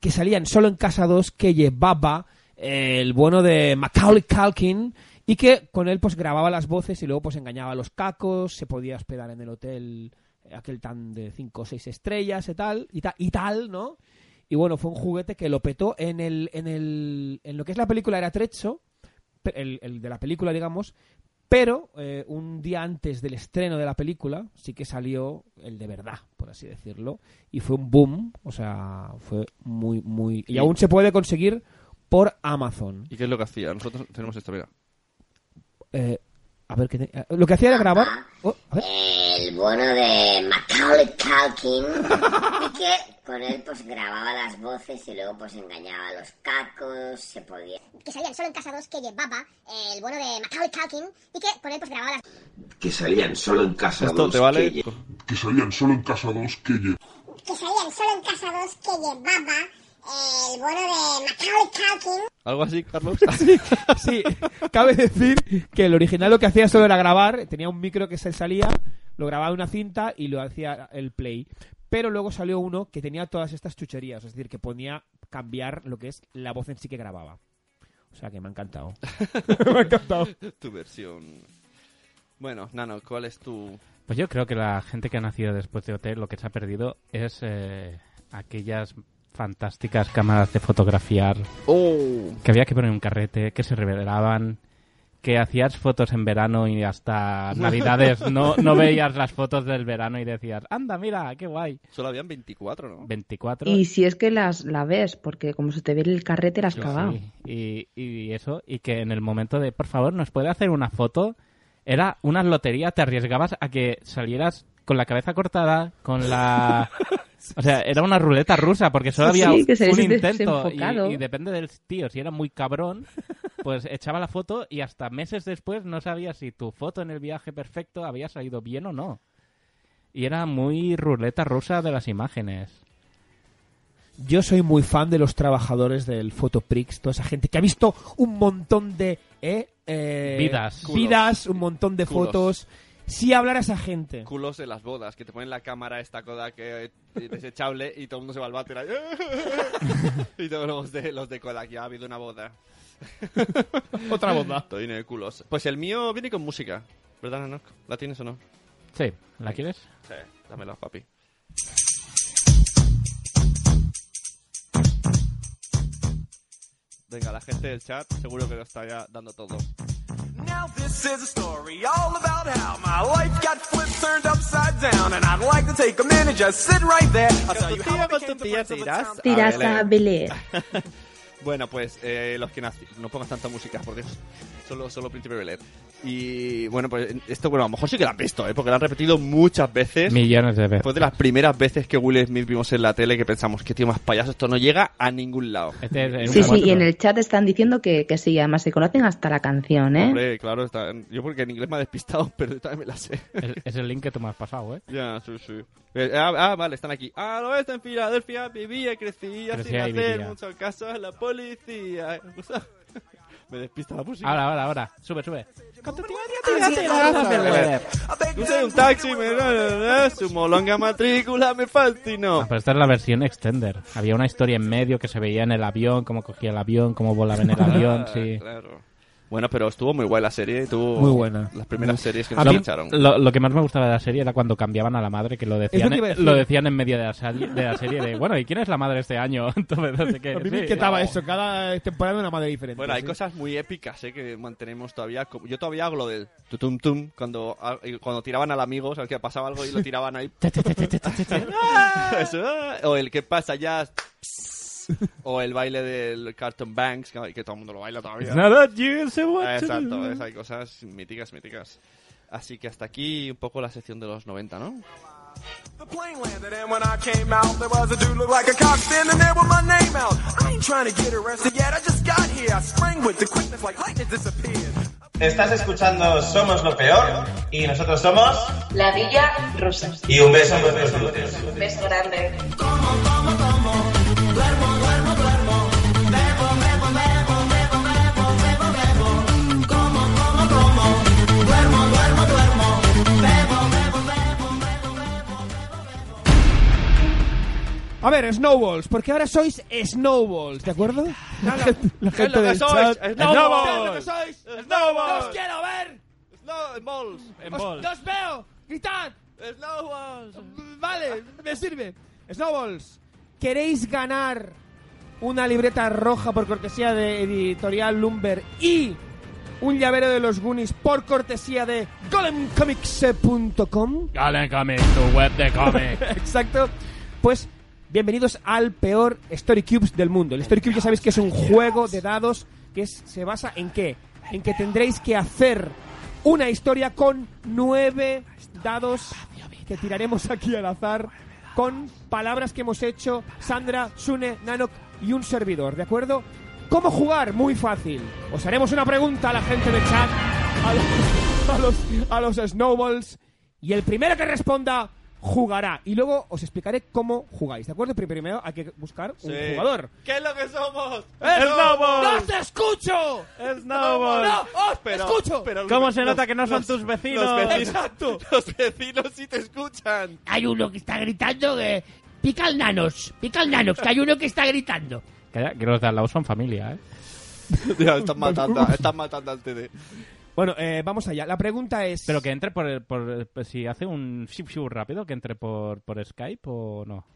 que salían solo en Casa 2 que llevaba eh, el bueno de Macaulay Culkin y que con él pues grababa las voces y luego pues engañaba a los cacos, se podía hospedar en el hotel eh, aquel tan de 5 o 6 estrellas y tal, y, ta- y tal, ¿no? Y bueno, fue un juguete que lo petó en el en el en lo que es la película era trecho, pe- el, el de la película, digamos, pero eh, un día antes del estreno de la película sí que salió el de verdad, por así decirlo, y fue un boom, o sea, fue muy, muy... Y aún se puede conseguir por Amazon.
¿Y qué es lo que hacía? Nosotros tenemos esta, mira.
Eh, a ver, ¿qué te- eh, lo que hacía era grabar... Oh, a ver.
El bueno de Macaulay Culkin. y que con él pues grababa las voces y luego pues engañaba a los cacos, se podía...
que salían solo en Casa 2 que llevaba eh, el bueno de Macaulay Culkin y que con él pues grababa las...
Que salían solo en casa
¿Esto te vale? que-
Que salían solo en casa dos que lle-
que salían solo en Casa 2 que llevaba eh, el bueno de Macaulay Culkin
¿Algo así, Carlos?
Sí, cabe decir que el original lo que hacía solo era grabar, tenía un micro que se salía, lo grababa en una cinta y lo hacía el play. Pero luego salió uno que tenía todas estas chucherías, es decir, que ponía cambiar lo que es la voz en sí que grababa. O sea que me ha encantado. me ha encantado.
tu versión. Bueno, Nano, ¿cuál es tu...?
Pues yo creo que la gente que ha nacido después de Hotel lo que se ha perdido es eh, aquellas fantásticas cámaras de fotografiar
Oh.
que había que poner un carrete, que se revelaban, que hacías fotos en verano y hasta navidades no, no veías las fotos del verano y decías, anda, mira, qué guay.
Solo habían 24, ¿no?
24.
Y si es que las la ves, porque como se te ve el carrete, las has
Sí,
cagado.
sí. Y, y eso, y que en el momento de, por favor, ¿nos puede hacer una foto? Era una lotería, te arriesgabas a que salieras con la cabeza cortada, con la... O sea, era una ruleta rusa, porque solo
Sí,
había
sí, que se
un
ve
intento. y-
desenfocado.
Y, depende del tío, si era muy cabrón, pues echaba la foto y hasta meses después no sabía si tu foto en el viaje perfecto había salido bien o no. Y era muy ruleta rusa de las imágenes.
Yo soy muy fan de los trabajadores del Photoprix, toda esa gente que ha visto un montón de eh, eh,
Vidas.
vidas, un montón de
Culos.
fotos. Si hablar a esa gente.
Culos en las bodas, que te ponen la cámara esta coda que eh, desechable y todo el mundo se va al váter ahí. y todos los de, los de Kodak, ya ha habido una boda.
Otra boda.
Todo lleno de culos. Pues el mío viene con música, ¿verdad, Nano? ¿La tienes o no?
Sí, ¿la quieres?
Sí, dámela, papi. Venga, la gente del chat seguro que lo está ya dando todo.
Now this is a story all about how my life got flipped, turned upside down, and I'd like to take a minute, just sit right there. I'll tell you how I became the prince of a town.
Tiras a Belén.
Bueno, pues eh, los que nací, no pongas tanta música, por Dios. Solo, solo Príncipe Belén. Y bueno, pues esto, bueno, a lo mejor sí que la han visto, ¿eh? porque la han repetido muchas veces.
Millones de veces.
Fue de las primeras veces que Will Smith vimos en la tele que pensamos, que tío más payaso, esto no llega a ningún lado.
Este
Sí, sí, y en el chat están diciendo que, que sí, además se conocen hasta la canción, ¿eh?
Hombre, claro, está- yo porque en inglés me ha despistado, pero yo también me la sé.
Es, es el link que tú me has pasado, ¿eh?
Ya, sí, sí. Eh, ah, ah, vale, están aquí. Ah, no, está en Filadelfia, vivía, crecía,
Crecía y
sin hacer
vivía.
mucho caso a la policía. Me despista la música.
Ahora, ahora, ahora. Sube, sube.
Usé un taxi, me su molonga matrícula me faltino.
Pero esta es la versión extender. Había una historia en medio que se veía en el avión, cómo cogía el avión, cómo volaba en el avión, sí.
Bueno, pero estuvo muy guay la serie. Tuvo
Muy buena.
Las primeras series que
A
nos
mí,
echaron.
lo, lo que más me gustaba de la serie era cuando cambiaban a la madre, que lo
Es lo
decían,
que iba a decir.
lo decían en medio de la, sal- de la serie de, bueno, ¿y quién es la madre este año? Entonces, no sé qué.
A mí
Sí,
me inquietaba
no.
eso, cada temporada una madre diferente.
Oh. Bueno, hay
sí.
cosas muy épicas ¿eh? que mantenemos todavía. como- Yo todavía hago lo del tutum tum cuando, a- y cuando tiraban al amigo, ¿sabes? Que pasaba algo y lo tiraban ahí. Eso, ah, o el que pasa ya. o el baile del Carton Banks, que, que todo el mundo lo baila todavía.
It's not that you, it's a
Ah,
what you
Exacto,
do.
es- hay cosas míticas, míticas. Así que hasta aquí un poco la sección de los 90, ¿no?
And when I came out, there was a dude looked like a cop standing there with my name out. I ain't trying to get arrested yet, I just got here. I sprang with the quickness like lightning disappeared.
Estás escuchando Somos lo Peor y nosotros somos.
La Villa Rusa.
Y un beso en vuestros glúteos.
Beso grande.
A ver, Snowballs, porque ahora sois Snowballs, ¿de acuerdo? La gente, la
¿Qué es
gente
lo que
del
sois?
chat.
¡Snowballs!
¿Qué es lo que sois?
¡Snowballs!
¡Os quiero ver!
¡Snowballs!
¡Os, os veo! ¡Gritad!
¡Snowballs!
Vale, me sirve. Snowballs, ¿queréis ganar una libreta roja por cortesía de Editorial Lumber y un llavero de los Goonies por cortesía de golemcomics.com?
Galen Comics, tu web de cómics.
Exacto. Pues bienvenidos al peor Story Cubes del mundo. El Story Cube ya sabéis que es un juego de dados que es- se basa en qué? En que tendréis que hacer una historia con nueve dados que tiraremos aquí al azar con palabras que hemos hecho Sandra, Sune, Nanok y un servidor, ¿de acuerdo? ¿Cómo jugar? Muy fácil. Os haremos una pregunta a la gente del chat, a los, a los- a los snowballs, y el primero que responda jugará. Y luego os explicaré cómo jugáis, ¿de acuerdo? Pero Primero hay que buscar un
Sí.
jugador.
¿Qué es lo que somos?
¡No te escucho!
Snowballs.
¡No os
Pero-
escucho!
pero
¿Cómo
los-
se nota que no son
los-
tus vecinos?
Los vecinos,
¡Exacto!
los vecinos sí te escuchan.
Hay uno que está gritando que... Pica al nanos, pica al nanos, que hay uno que está gritando.
Calla, que los de al lado son familia, ¿eh?
Tío, están matando, están matando al TD.
Bueno, eh, vamos allá. La pregunta es...
Pero que entre por, el- por el- pues, si hace un shiu shiu rápido, que entre por, por Skype o no.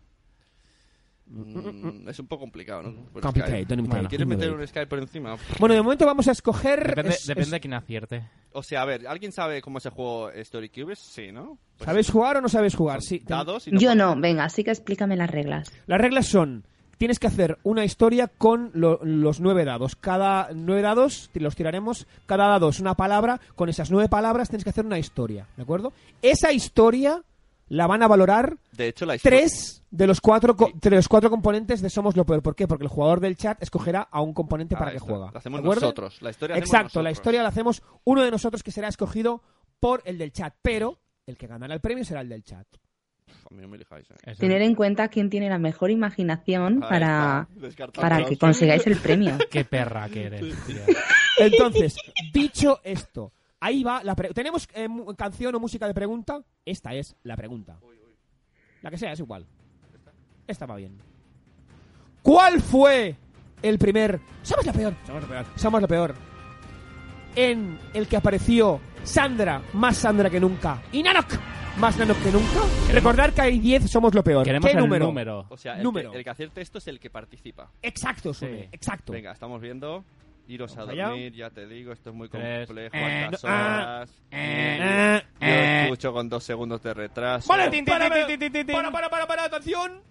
Mm, es un poco complicado, ¿no? Por
Complicado,
Skype.
don't imitate,
¿Quieres
don't
meter
imitate.
un Skype por encima?
Bueno, de momento vamos a escoger...
Depende,
es-
depende
es-
de quién acierte.
O sea, a ver, ¿alguien sabe cómo se jugó Story Cubes? Sí, ¿no? Pues
¿Sabéis jugar o no sabéis jugar? Sí.
dados y no-
Yo no, venga, así que explícame las reglas.
Las reglas son: tienes que hacer una historia con lo- los nueve dados. Cada nueve dados ti- los tiraremos. Cada dado es una palabra. Con esas nueve palabras tienes que hacer una historia, ¿de acuerdo? Esa historia la van a valorar
De hecho, la historia...
tres de los cuatro co- de los cuatro componentes de Somos lo peor. ¿Por qué? Porque el jugador del chat escogerá a un componente para
Ahí
que
está.
juega.
La Ah, hacemos
¿de acuerdo?
nosotros. La historia la hacemos
Exacto, la
nosotros.
historia la hacemos uno de nosotros que será escogido por el del chat, pero el que ganará el premio será el del chat.
A mí no me elijáis, ¿eh?
Tener en cuenta quién tiene la mejor imaginación
Ahí
para,
está, descartado.
para que consigáis el premio.
Qué perra que eres, tía.
Entonces, dicho esto, ahí va la pre- ¿Tenemos eh, mu- canción o música de pregunta? Esta es la pregunta. La que sea, es igual. Esta va bien. ¿Cuál fue el primer... Somos la peor. Somos la peor. Somos la peor. En el que apareció Sandra, más Sandra que nunca. Y Nanok, más Nanok que nunca. Recordar que hay 10, somos lo peor.
Queremos
¿Qué
el
número?
número.
O sea, el,
Número.
Que, el que acierte esto es el que participa.
Exacto, Sune, exacto.
Venga, estamos viendo. Iros a
Vamos allá.
dormir, ya te digo, esto es muy
Tres.
complejo.
Eh,
altas
no, ah,
horas.
eh,
Yo
eh.
escucho con dos segundos de retraso.
Vale, para, para, para, para, para, atención.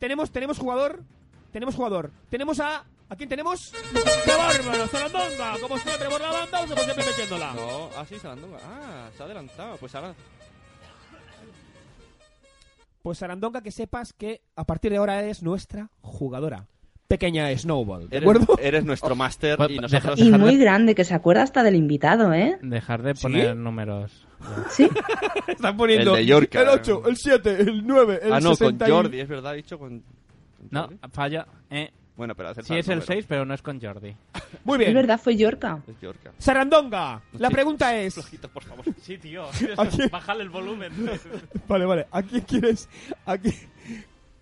Tenemos, tenemos jugador, tenemos jugador, tenemos a, ¿a quién tenemos? ¡Qué bárbaro, Sarandonga! Como siempre por la banda, vamos a siempre metiéndola.
No, ah, sí, Sarandonga. Ah, se ha adelantado. Pues ahora.
Pues Sarandonga, que sepas que a partir de ahora es nuestra jugadora, pequeña Snowball, ¿de
Eres,
acuerdo? Oh, pues
eres nuestro máster y nosotros.
Y muy grande, que se acuerda hasta del invitado, ¿eh?
Dejar de poner números.
Sí.
Están
poniendo El de York, ah. el ocho,
el 7, el 9,
Ah, no, con Jordi, es verdad, ha dicho con.
No, falla. Eh,
Bueno, pero acerta
Sí,
el
es el
número.
6, pero no es con Jordi.
Muy bien.
Es verdad, fue Yorka.
Es Yorka.
Sarandonga, la
Sí,
pregunta es...
por favor.
Sí, tío.
¿A quién?
Bájale el volumen.
Vale, vale. ¿A quién quieres? a quién-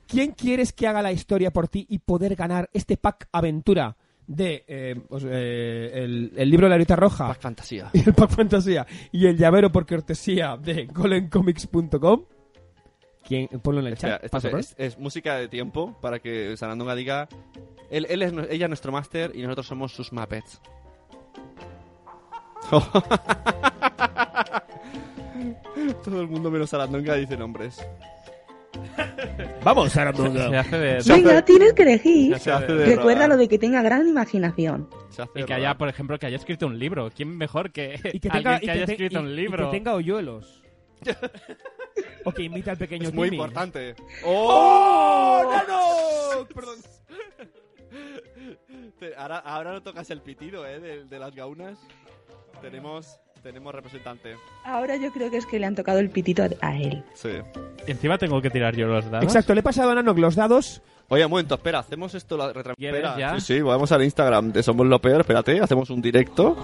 quién quieres que haga la historia por ti y poder ganar este pack aventura de eh, os- eh, el, el libro de la horita roja? Pack
fantasía.
Y el pack fantasía. Y el llavero por cortesía de golencomics.com. ¿Quién? Ponlo en el
Espera,
chat.
esto
Pasa,
es,
por
es- es música de tiempo para que Sarandonga diga. Él, él es, nu- ella es nuestro máster y nosotros somos sus Muppets. Todo el mundo menos Sarandonga dice nombres.
favor. Vamos, Sarandonga.
Se hace de-
Se hace-
Venga, tienes que elegir.
Se hace de
Recuerda
rodar.
lo de que tenga gran imaginación.
Y que haya, por ejemplo, que haya escrito un libro. ¿Quién mejor que,
Y que tenga,
alguien que
y que
haya
te-
escrito
y-
un
y
libro?
que tenga hoyuelos. o que invite al pequeño
Es muy
Timmy.
importante.
¡Oh!
¡Oh!
¡No, no! Perdón.
Te- Ahora, ahora no tocas el pitido, ¿eh? De, de las gaunas. Tenemos, tenemos representante.
Ahora yo creo que es que le han tocado el pitito a él.
Sí.
Y encima tengo que tirar yo los dados.
Exacto, le he pasado a Nanok los dados.
Oye, un momento, espera, hacemos esto la retransmisión.
ya?
Sí, sí, vamos al Instagram de Somos lo Peor, espérate, hacemos un directo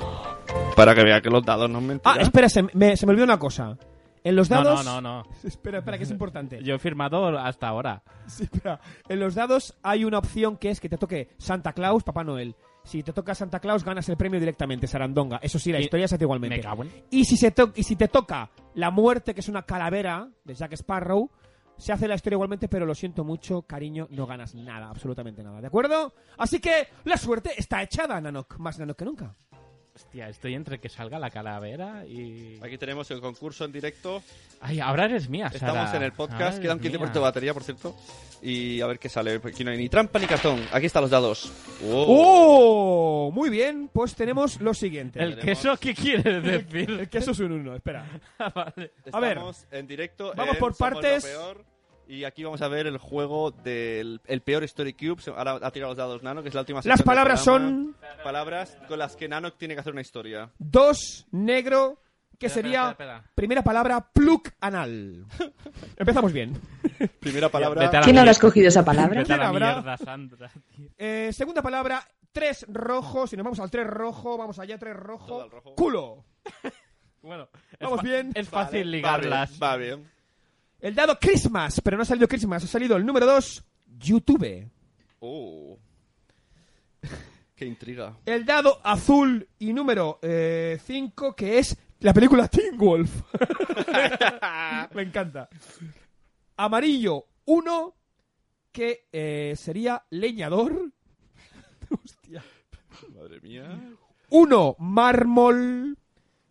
para que vea que los dados no mentiran.
Ah, espera, se me, se me olvidó una cosa. En los
No,
dados.
no, no, no.
Espera, espera, que es importante.
Yo he firmado hasta ahora.
Sí, espera. En los dados hay una opción que es que te toque Santa Claus, Papá Noel. Si te toca Santa Claus, ganas el premio directamente, Sarandonga. Eso sí, la
Y-
historia se hace igualmente.
Me cago en...
Y si, se to- y si te toca La Muerte, que es una calavera de Jack Sparrow, se hace la historia igualmente, pero lo siento mucho, cariño, no ganas nada, absolutamente nada, ¿de acuerdo? Así que la suerte está echada, Nanok, más Nanok que nunca.
Hostia, estoy entre que salga la calavera y...
Aquí tenemos el concurso en directo.
Ay, ahora eres mía, Sara.
Estamos en el podcast,
Ahora
quedan
eres
15%
mía.
de batería, por cierto. Y a ver qué sale. Aquí no hay ni trampa ni cartón. Aquí están los dados.
¡Oh! Muy bien, pues tenemos lo siguiente.
¿El queso qué quieres decir?
El queso es un uno, espera.
vale.
A ver.
Estamos en directo.
Vamos
en
por
Somos
partes.
lo Peor. y aquí vamos a ver el juego del el peor Story Cube. Se- Ahora ha tirado los dados Nano, que es la última sección
Las
del
palabras
programa. Palabras con las que Nano tiene que hacer una historia.
Dos, negro, que
Espera,
sería
espera, espera.
primera palabra, pluk anal. Empezamos bien.
Primera palabra.
¿Quién habrá escogido esa palabra?
Vete a la mierda,
Sandra.
Eh, segunda palabra, tres rojos. Si nos vamos al tres rojo, vamos allá, tres rojo. Culo.
Bueno,
Vamos bien.
Es fácil ligarlas.
Va bien.
El dado Christmas, pero no ha salido Christmas, ha salido el número dos, YouTube.
Oh. Qué intriga.
El dado azul y número 5, que es la película Teen Wolf. Me encanta. Amarillo, 1, que eh, sería leñador.
Madre mía.
1, mármol.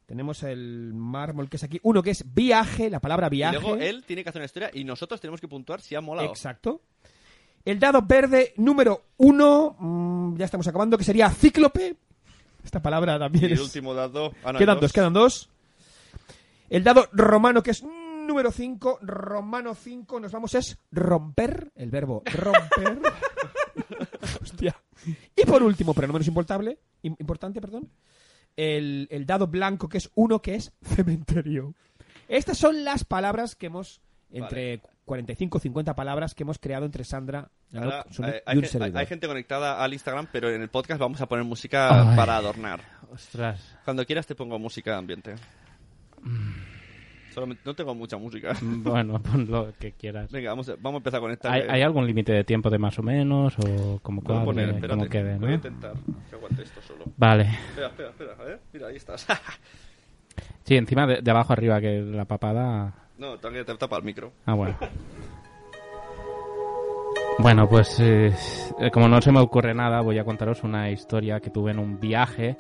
Tenemos el mármol que es aquí. Uno que es viaje, la palabra
Y
viaje.
luego él tiene que hacer una historia y nosotros tenemos que puntuar si ha molado.
Exacto. El dado verde número 1, ya estamos acabando, que sería cíclope. Esta palabra
Y
también
el
es...
último dado. Ah, no, hay
quedan dos. quedan dos. El dado romano, que es número 5, romano 5, nos vamos es romper, el verbo romper. Hostia. Y por último, pero no menos importante, im- importante perdón, el, el dado blanco, que es uno, que es cementerio. Estas son las palabras que hemos, entre 45 o 50 palabras que hemos creado entre Sandra Nanok,
Ahora,
Sonic
eh,
y
hay,
un
gen-
servidor.
hay gente conectada al Instagram, pero en el podcast vamos a poner música
Ay.
para adornar.
Ostras. Mm.
Cuando quieras te pongo música de ambiente. Solamente- no tengo mucha música.
Bueno, pon lo que quieras.
Venga, vamos a, vamos a empezar con esta.
¿Hay,
que-
hay algún límite de tiempo de más o menos? ¿O como
Voy a
cuadre,
poner, espérate.
eh, como quede,
Voy a
no?
intentar que aguante esto solo.
Vale.
Espera, espera, espera. A ver, mira, ahí estás.
Sí, encima de, de abajo arriba, que la papada...
no, tengo que te tapa el micro.
Ah, bueno. Bueno, pues eh, eh, como no se me ocurre nada, voy a contaros una historia que tuve en un viaje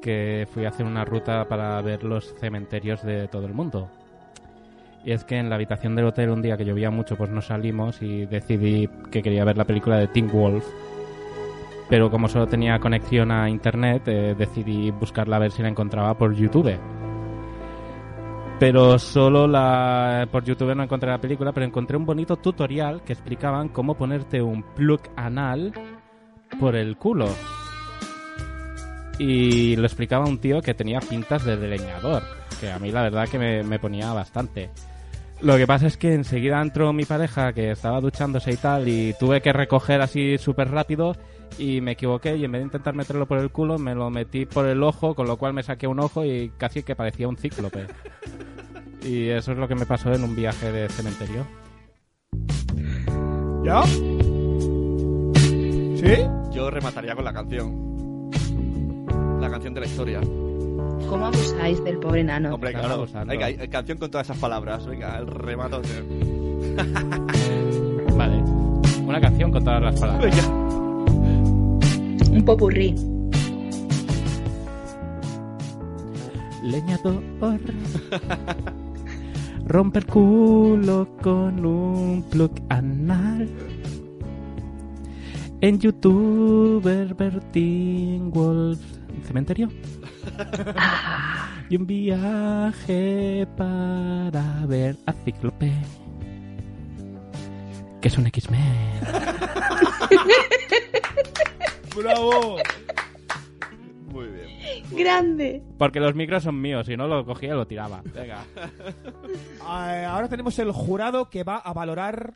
que fui a hacer una ruta para ver los cementerios de todo el mundo. Y es que en la habitación del hotel un día que llovía mucho, pues no salimos y decidí que quería ver la película de Teen Wolf. Pero como solo tenía conexión a internet, eh, decidí buscarla a ver si la encontraba por YouTube. Pero solo la por YouTube no encontré la película, pero encontré un bonito tutorial que explicaban cómo ponerte un plug anal por el culo. Y lo explicaba un tío que tenía pintas de leñador, que a mí la verdad que me, me ponía bastante. Lo que pasa es que enseguida entró mi pareja que estaba duchándose y tal y tuve que recoger así súper rápido y me equivoqué y en vez de intentar meterlo por el culo me lo metí por el ojo con lo cual me saqué un ojo y casi que parecía un cíclope. y eso es lo que me pasó en un viaje de cementerio.
¿Ya? ¿Sí?
Yo remataría con la canción. La canción de la historia.
¿Cómo abusáis del pobre nano?
Hombre, claro. Venga, hay- canción con todas esas palabras. Venga, el remato.
Vale. Una canción con todas las palabras.
Un popurrí.
Leñador. Rompe el culo con un plug anal. En youtuber Bertin Wolf. ¿Cementerio? y un viaje para ver a Cíclope. Que es un X-Men.
¡Bravo!
Muy bien.
Grande.
Porque los micros son míos, si no lo cogía y lo tiraba.
Venga.
Ah, Ahora tenemos el jurado que va a valorar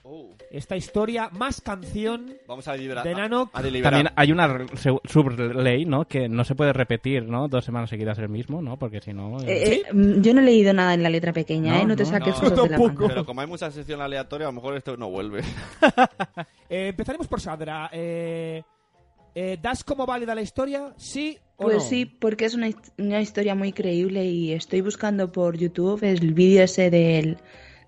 esta historia más canción
Oh. Vamos a deliberar.
de Nano.
A deliberar.
También hay una re- se- subley, ¿no? Que no se puede repetir, ¿no? Dos semanas seguidas el mismo, ¿no? Porque si no... eh,
Eh, eh, mm, yo no he leído nada en la letra pequeña,
No,
¿eh? No te
no,
saques
no.
cosas de la manga.
Pero como hay mucha sección aleatoria, a lo mejor esto no vuelve.
Eh, empezaremos por Sandra. Eh, eh, ¿Das como válida la historia? ¿Sí o
Pues
no?
sí, porque es una, his- una historia muy creíble y estoy buscando por YouTube el vídeo ese del,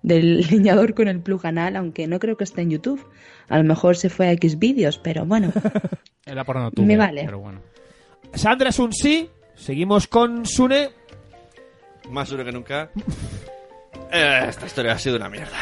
del leñador con el plug anal, aunque no creo que esté en YouTube. A lo mejor se fue a X vídeos, pero bueno.
Era por no
Me vale.
Pero bueno.
Sandra es un sí. Seguimos con Sune.
Más duro que nunca. Eh, esta historia ha sido una mierda.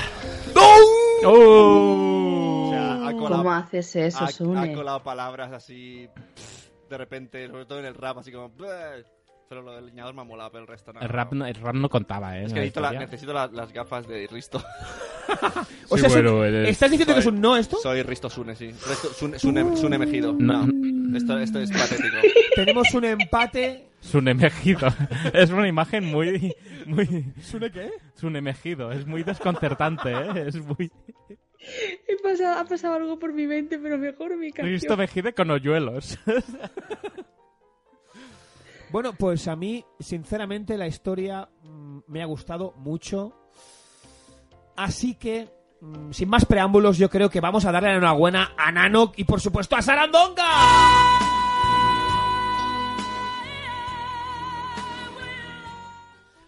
¡No!
O sea, ha colado-
¿Cómo haces eso,
ha- Ha
Sune?
colado palabras así. pff, De repente, sobre todo en el rap, así como. "Bleh". Pero lo del leñador me ha molado, pero el resto no.
El rap, no- el rap no contaba, ¿eh?
Es
en
que
la
necesito, la-
historia.
necesito la- las gafas de Risto.
O sea, es un- bueno, eres- ¿estás diciendo que es un no esto?
Soy Risto Sune, sí. Risto- Sune, Sune, Sune Mejido.
No.
No. Esto, esto es patético.
Tenemos un empate.
Es un emejido. es una imagen muy... muy...
¿Sune qué?
Es un emejido. Es muy desconcertante, ¿eh? Es muy...
He pasado- ha pasado algo por mi mente, pero mejor mi canción.
Cristo mejide con hoyuelos.
Bueno, pues a mí, sinceramente, la historia mm, me ha gustado mucho. Así que, mm, sin más preámbulos, yo creo que vamos a darle la enhorabuena a Nano y, por supuesto, a Sarandonga.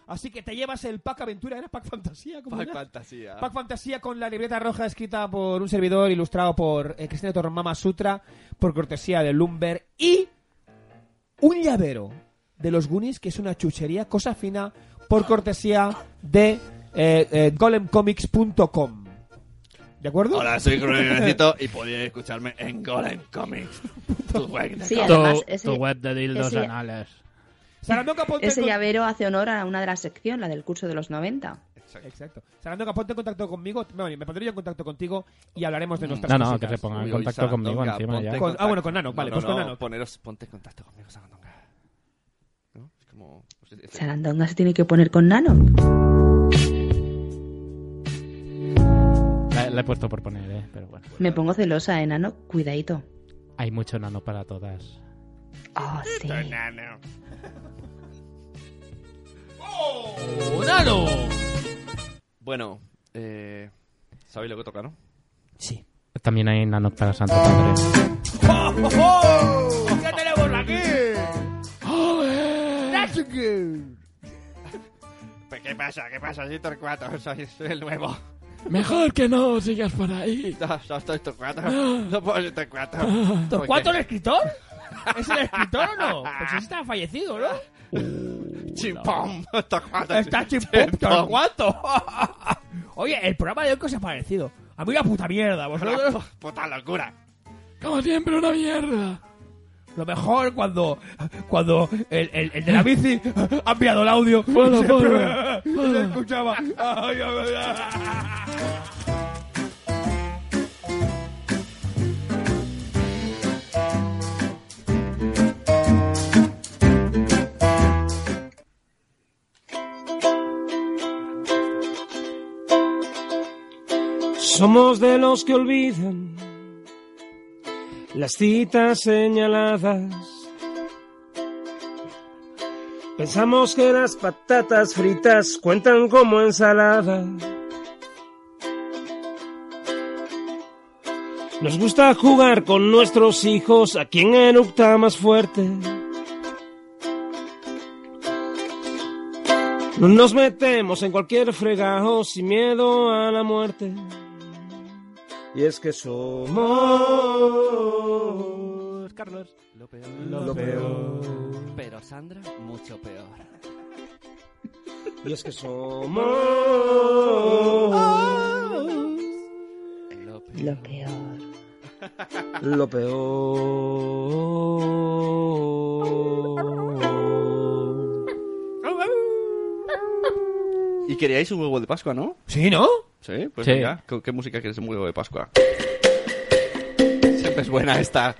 Así que te llevas el pack aventura, ¿era pack fantasía? ¿Cómo
Pack
era?
fantasía.
Pack Fantasía con la libreta roja escrita por un servidor, ilustrado por eh, Cristina Tormama Sutra, por cortesía de Lumber, y un llavero de los Goonies, que es una chuchería, cosa fina, por cortesía de eh, eh, golemcomics.com. ¿De acuerdo?
Hola, soy Cruz Granito y podéis escucharme en Golem Comics. Tu web de
Sí,
cómics.
además, ese- ese-
Sarandonga, ponte
Ese
en con-
llavero hace honor a una de las secciones, la del curso de los 90.
Exacto. Sarandonga, ponte en contacto conmigo. Bueno, me pondré yo en contacto contigo y hablaremos de nuestras
Mm. No, no,
cositas.
que se ponga en
Uy,
contacto
Sarandonga,
conmigo
ponte
encima
en
ya.
Con-
contacto-
ah, bueno, con Nano, vale, pues con Nano.
Poneros, ponte en contacto conmigo, Sarandonga. ¿No? Es como.
Sarandonga se tiene que poner con Nano.
La, la he puesto por poner, ¿eh? Pero bueno.
Me pongo celosa, ¿eh, Nano? Cuidadito.
Hay mucho nano para todas.
Oh, sí.
¡Oh!
¡Oh, ¡Nano!
Bueno, eh. ¿Sabéis lo que toca, no?
También hay nano para Santo Padre.
¡Oh, oh, oh! qué tenemos aquí?
Pues, ¿Qué pasa? ¿Qué pasa? Soy Torcuato, soy, soy el nuevo.
Mejor que no sigas por ahí. Ah.
No, no soy Torcuato. No puedo ser Torcuato. ¿Por
¿Torcuato
qué?
el escritor? ¿Es el escritor o no? Pues ese está fallecido, ¿no?
Uh,
Chimpón. Torcuato.
Está chimpón, Torcuato. Oye, el programa de hoy que se ha parecido. A mí una puta mierda, vosotros.
Puta locura.
Como siempre, una mierda. Lo mejor cuando, cuando el, el- el de la bici ha enviado el audio.
Bueno,
Se-
bueno,
se escuchaba. Ay, ay, ay, ay.
Somos de los que olvidan las citas señaladas. Pensamos que las patatas fritas cuentan como ensalada. Nos gusta jugar con nuestros hijos a quien eructa más fuerte. No nos metemos en cualquier fregajo sin miedo a la muerte. Y es que somos
Carlos.
Lo peor.
lo peor.
Pero Sandra, mucho peor.
Y es que somos
Lo peor.
lo peor.
Y queríais un huevo de Pascua, ¿no?
Sí, ¿no?
Sí, pues
Sí.
venga. ¿Con ¿Qué música quieres un huevo de Pascua? Siempre es buena esta.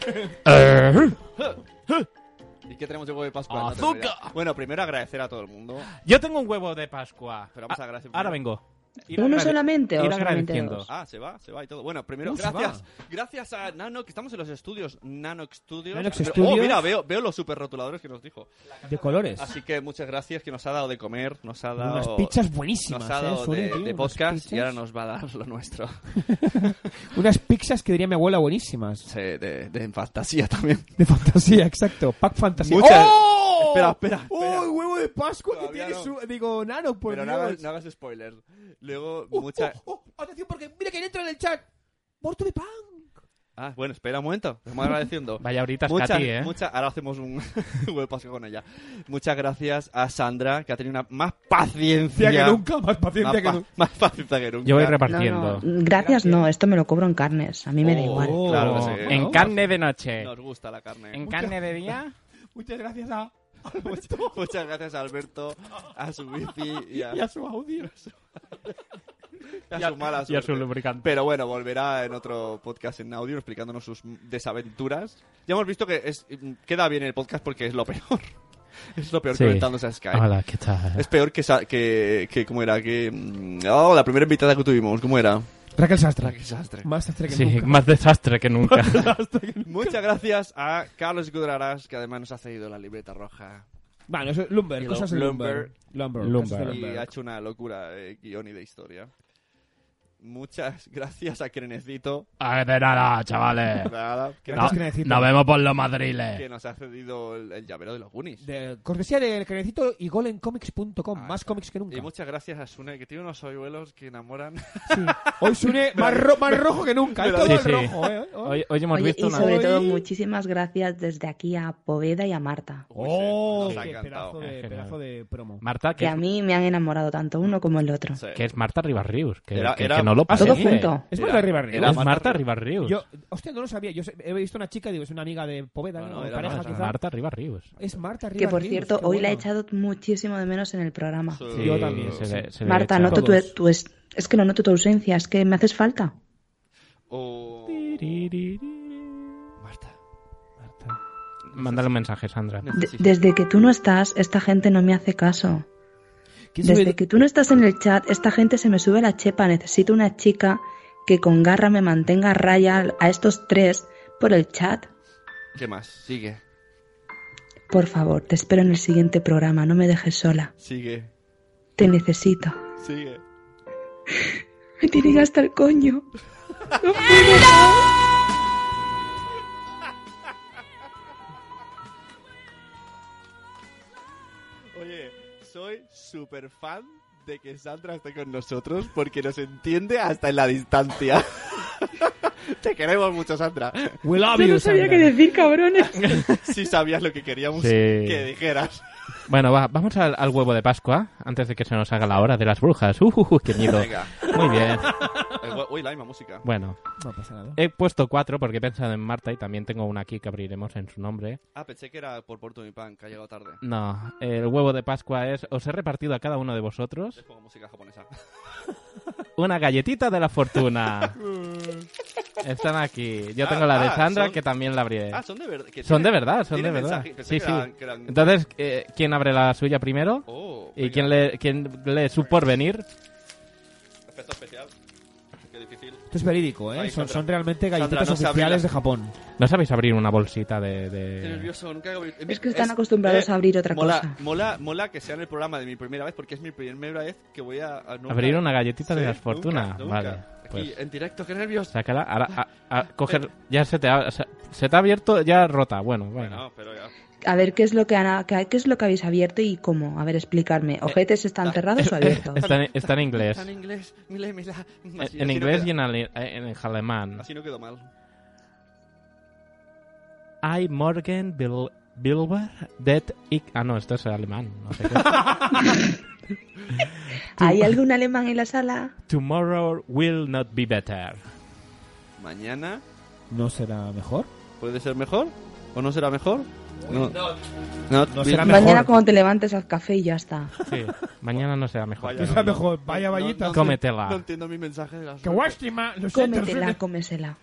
¿Y qué tenemos de huevo de Pascua? No tengo
¡Azúcar!
idea. bueno, primero agradecer a todo el mundo.
Yo tengo un huevo de Pascua.
Pero vamos a
Ah,
agradecer
Ahora
primero.
vengo.
¿Uno solamente o
ir
solamente
agradeciendo.
dos?
Ah, se va, se va y todo. Bueno, primero,
Uh, se
gracias. Gracias a Nano, que estamos en los estudios Nanox Studios.
Nanox
Pero-
Studios.
Oh, mira, veo, veo los super rotuladores que nos dijo.
De colores.
Así que muchas gracias, que nos ha dado de comer, nos ha dado...
Unas pizzas buenísimas,
Nos ha dado
¿eh? Sony,
de,
tío,
de
unas
podcast y
pizzas.
ahora nos va a dar lo nuestro.
Unas pizzas que diría mi abuela buenísimas.
Sí, de, de fantasía también.
De fantasía, exacto. Pack fantasía.
Muchas-
¡Oh!
Espera, espera,
¡Oh, huevo de Pascua que
Todavía
tiene
no.
su... Digo, Nano, por
Pero no
Dios.
hagas, no hagas spoiler. Luego, mucha...
Oh, atención, porque mira que entra en el chat. ¡Borto de pan!
Ah, bueno, espera un momento. Estamos agradeciendo.
Vaya ahorita
Muchas-
Katy, ¿eh?
muchas- ahora hacemos un huevo de Pascua con ella. Muchas gracias a Sandra, que ha tenido una más paciencia
que nunca, más paciencia que
pa-
nunca.
Más paciencia que nunca.
Yo voy
No,
repartiendo. Oh,
gracias, no, esto me lo cobro en carnes. A mí me da igual.
Oh. Claro que sí.
En
Nos-
carne de noche.
Nos gusta la carne.
En carne de día.
Muchas gracias a...
Muchas- Muchas gracias a Alberto, a su bici y a,
Y a su audio.
y a su mala
y a su
suerte.
lubricante.
Pero bueno, volverá en otro podcast en audio explicándonos sus desaventuras. Ya hemos visto que es- queda bien el podcast porque es lo peor. Es lo peor
Sí.
conectándose a Skype.
Hola, ¿qué tal?
Es peor que, sa- que, que ¿cómo era? Que, mm, oh, la primera invitada que tuvimos, ¿cómo era?
Raquel Sastre.
Raquel Sastre.
Más sastre que
Sí,
nunca.
más desastre que nunca.
Muchas gracias a Carlos Gudrarás, que además nos ha cedido la libreta roja.
Bueno, eso es Lumber,
Y lo-
cosas de Lumber. Lumber. cosas de
Y
Lumber.
ha hecho una locura de guión y de historia. Muchas gracias a Crenecito.
Ah, de nada, chavales.
Nada, que
No- nos vemos por los madriles.
Que nos ha cedido el, el llavero de los Goonies.
De- cortesía del Canecito y
Ah,
golencomics.com. Más cómics que nunca.
Y muchas gracias a Sune, que tiene unos hoyuelos que enamoran.
Hoy Sune más, ro- más rojo que nunca.
Pero-
Todo
Sí,
el
sí.
rojo, ¿eh?
oh.
Hoy, hoy hemos
Oye,
visto
y
una.
sobre todo, muchísimas gracias desde aquí a Poveda y a Marta.
Oh,
nos ha
qué
encantado.
pedazo de, pedazo de promo.
Marta,
Que
que,
a mí me han enamorado tanto uno como el otro.
que es Marta Ribarrius. Que,
Era-
que-
era-
que no lo
Ah,
pase.
todo junto.
Es Marta Ribarrius.
Es Marta Ribarrius.
Yo, hostia, no lo sabía. Yo sé- he visto una chica, digo, es una amiga de Poveda,
No,
¿no?
no,
O
era
pareja,
Marta.
quizá.
Marta Ribarrius.
Es Marta
Que
Rivas
por
Ríos,
cierto,
pues
qué
hoy la he
bueno.
echado muchísimo de menos en el programa.
Sí,
Yo también.
se le- se le
Marta,
echa.
noto tu,
Todos.
tu es, es que no noto tu ausencia, es que me haces falta.
Oh, Marta,
Mándale un mensaje, Sandra.
De- desde que tú no estás, esta gente no me hace caso.
¿Quién sube
Desde
el-
que tú no estás en el chat, esta gente se me sube la chepa. Necesito una chica que con garra me mantenga a raya a estos tres por el chat.
¿qué más? Sigue,
Por favor, te espero en el siguiente programa, no me dejes sola.
sigue,
Te necesito.
sigue.
Me tiene que hasta el coño. No puedo.
Oye, soy súper fan de que Sandra esté con nosotros porque nos entiende hasta en la distancia. Te queremos mucho, Sandra.
We love
Yo
you,
no sabía
Sandra.
qué decir, cabrones.
Si sabías lo que queríamos
Sí.
que dijeras.
Bueno, va, vamos al, al huevo de Pascua antes de que se nos haga la hora de las brujas. Uh, uh, uh, qué miedo.
Venga.
Muy bien.
Eh, gu- Uy, la misma música.
Bueno,
No pasa nada.
he puesto cuatro porque he pensado en Marta y también tengo una aquí que abriremos en su nombre.
Ah, pensé que era por Porto Mi Pan, que ha llegado tarde.
No, el huevo de Pascua es: os he repartido a cada uno de vosotros
Les pongo música japonesa.
una galletita de la fortuna.
Uh.
Están aquí. Yo tengo
Ah,
la de
ah,
Sandra
son-
que también la abriré.
Ah, son de verdad. que
Son de
tienen-
verdad, son de
tienen
verdad.
mensaje. Pensé
Sí,
que
sí.
eran- que eran-
Entonces, eh, ¿quién abre la suya primero?
Oh,
¿Y
venga.
quién le, quién lee su porvenir?
Efecto especial. Qué difícil.
Esto es verídico, ¿eh? Son, son realmente galletas
Sandra, no se abre
oficiales
la-
de Japón.
¿No sabéis abrir una bolsita de...? de-
nervioso, nunca hago- eh,
Es que están acostumbrados a abrir otra
mola,
cosa.
Mola, mola que sea en el programa de mi primera vez, porque es mi primera vez que voy a... a- nunca-
Abrir una galletita de
Sí,
las fortunas.
nunca, nunca.
Vale. pues.
Aquí, en directo, qué nervios.
Sácala, ahora a,
Eh,
a coger. Ya se te ha, se, se te ha abierto, ya rota. Bueno, bueno.
A ver, ¿qué es lo que han, qué, qué es lo que habéis abierto y cómo? A ver, explicarme. ¿Ojetes están cerrados o abiertos?
Está en, está en
Está en
inglés.
inglés. mila, mila.
En,
Así-
en
así no
inglés
queda-
y en, ale- en, en alemán.
Así no quedó mal.
I Morgen Bil Bilber det ich. Ah, no, esto es alemán. No sé qué.
¿Hay algún alemán en la sala?
Tomorrow will not be better.
Mañana
¿No será mejor?
puede ser mejor o no será mejor. No,
not.
Not
No
be-
será
Mañana cuando te levantes al café y ya está.
Sí, mañana no será mejor.
Vaya, Será no, no. mejor, vaya
No, no,
vallita.
no
Cómetela.
entiendo- No entiendo mi mensaje de la
¡Qué
suerte.
guástima! Lo siento,
Cómetela,
Sonia.
cómesela.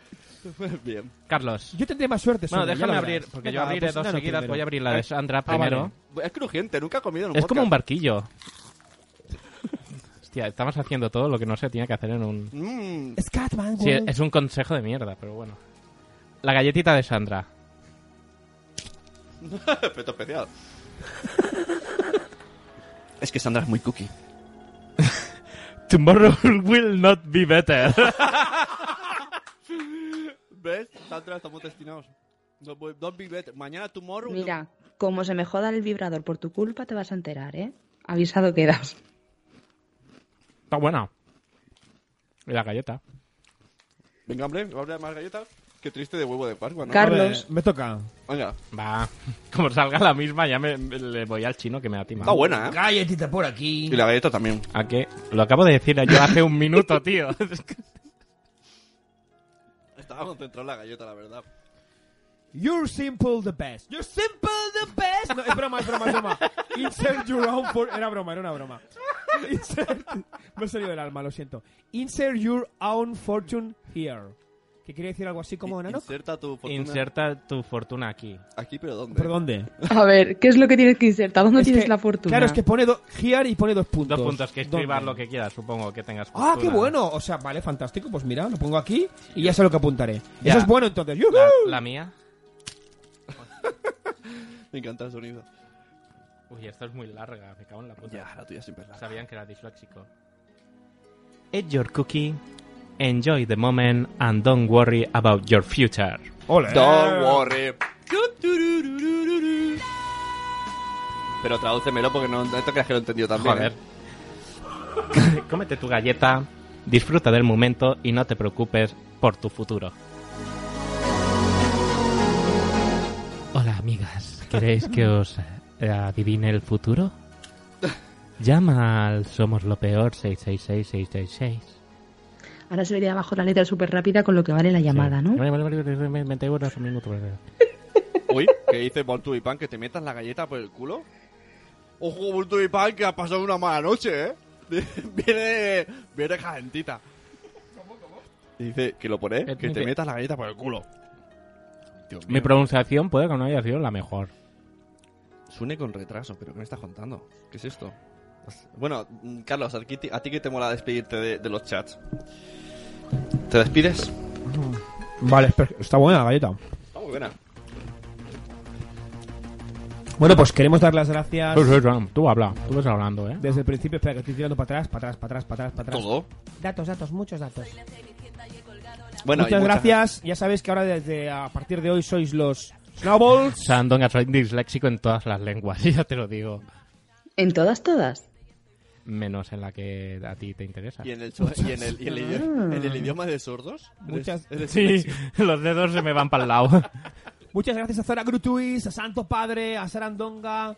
Bien.
Carlos.
Yo tendré más suerte,
Bueno,
Sonia, ya
déjame
lo
abrir,
verás.
porque
Venga,
yo abriré
pues
dos
Sandra
seguidas.
primero.
Voy a abrir la de Sandra
Ah, vale.
primero.
Es crujiente, nunca he comido en un
Es como un
podcast.
barquillo. Hostia, estamos haciendo todo lo que no se tiene que hacer en un.
Mm.
Scatman,
Sí, es un consejo de mierda, pero bueno. La galletita de Sandra.
Efecto especial.
Es que Sandra es muy cookie.
Tomorrow will not be better.
¿Ves? Sandra, estamos destinados. No, voy- don't be better. Mañana, tomorrow.
Mira, como se me joda el vibrador por tu culpa, te vas a enterar, ¿eh? Avisado quedas.
Está buena. Y la galleta.
Venga, hombre, vamos a dar más galletas. Qué triste de huevo de Pascua, ¿no?
Hombre, me toca.
Venga.
Va. Como salga la misma, ya me, me- le voy al chino que me ha timado.
Está buena, ¿eh?
Galletita por aquí.
Y la galleta también.
¿A qué? Lo acabo de decir yo hace un minuto, tío.
Estaba concentrado en la galleta, la verdad.
You're simple the best. You're simple the best. No, es broma, es broma, es broma. Insert your own for... Era broma, era una broma. Insert... Me ha salido del alma, lo siento. Insert your own fortune here. Que quería decir algo así como Nanok.
Inserta tu fortuna.
Inserta tu fortuna aquí.
Aquí, pero ¿dónde?
¿Pero dónde?
A ver, ¿qué es lo que tienes que insertar? ¿Dónde
Es
tienes
que-
la fortuna?
Claro, es que pone do- here y pone dos puntos.
Dos puntos que
¿Dónde?
escribas lo que quieras, supongo que tengas.
Ah,
fortuna.
qué bueno. O sea, vale, fantástico. Pues mira, lo pongo aquí y ya sé lo que apuntaré.
Ya.
Eso es bueno entonces. ¡Yujú!
La, la mía.
Me encanta el sonido.
Uy, esta es muy larga, Ah, me cago en la puta.
Ya, la tuya siempre es larga.
Sabían que era disléxico. Eat your cookie, enjoy the moment, and don't worry about your future.
Ole.
Don't worry. Pero tradúcemelo porque no, no te creas que lo he entendido tan bien.
Joder.
¿eh?
Cómete tu galleta, disfruta del momento y no te preocupes por tu futuro. Hola, amigas. ¿Queréis que os eh, adivine el futuro? Llama al Somos lo Peor 666-666.
Ahora se vería abajo la letra súper rápida con lo que vale la llamada, ¿no?
20 euros un minuto.
¿eh? Uy, ¿qué dice Voltu y Pan? ¿Que te metas la galleta por el culo? Ojo, Voltu y Pan, que ha pasado una mala noche, ¿eh? viene, viene calentita. Dice que lo pone, que te
Admite.
metas la galleta por el culo. Dios
Mi
mío.
pronunciación puede que no haya sido la mejor.
Sune con retraso, pero ¿qué me estás contando? ¿Qué es esto? Bueno, mm, Carlos, a ti, a ti que te mola despedirte de, de los chats. ¿Te despides?
Vale, espera, está buena la galleta.
Está Ah, muy buena.
Bueno, pues queremos dar las gracias.
Pues Tú habla, tú vas hablando, ¿eh?
Desde el principio, espera, que estoy tirando para atrás, para atrás, para atrás, para atrás, para atrás.
Todo.
Datos, datos, muchos datos.
Bueno, y
muchas gracias. Ya sabéis que ahora desde a partir de hoy sois los Snowballs.
Sandonga, soy disléxico en todas las lenguas, ya te lo digo.
¿En todas, todas?
Menos en la que a ti te interesa.
¿Y en el, so- y en el, y en el idioma, en el idioma de sordos?
Muchas-
Sí, los dedos se me van para el lado.
Muchas gracias a Zora Grutuis, a Santo Padre, a Sarandonga.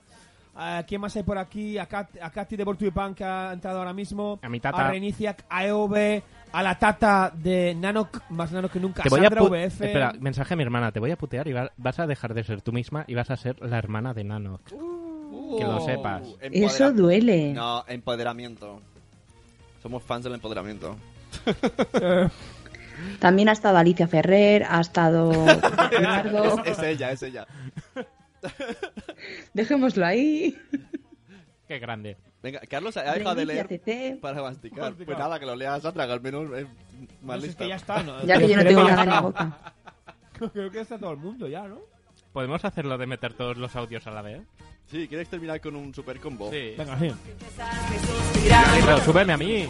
¿A quién más hay por aquí? A, Kat- a Katy de Bortuipan que ha entrado ahora mismo.
A mi tata.
A Reniciac, a EOB, a la tata de Nanok, más Nanok que nunca.
Te
a
voy a
Sandra
pu-
VF.
Espera, mensaje a mi hermana. Te voy a putear y va- vas a dejar de ser tú misma y vas a ser la hermana de Nano. que lo sepas.
Uh,
Eso duele.
No, empoderamiento. Somos fans del empoderamiento.
También ha estado Alicia Ferrer, ha estado Leonardo.
es, es ella, es ella.
Dejémoslo ahí.
Qué grande.
Venga, Carlos ha dejado de
Reinicia
leer para masticar.
Masticar.
Pues nada, que lo lea Sandra, que al menos es
No,
más
si es
lista.
que ya está, ¿no?
Ya que yo no tengo nada en la
boca.
Creo que está todo el mundo ya, ¿no?
¿Podemos hacerlo de meter todos los audios a la vez?
Sí, ¿quieres terminar con un super combo?
Sí.
Venga,
sí. Pero súbeme a mí.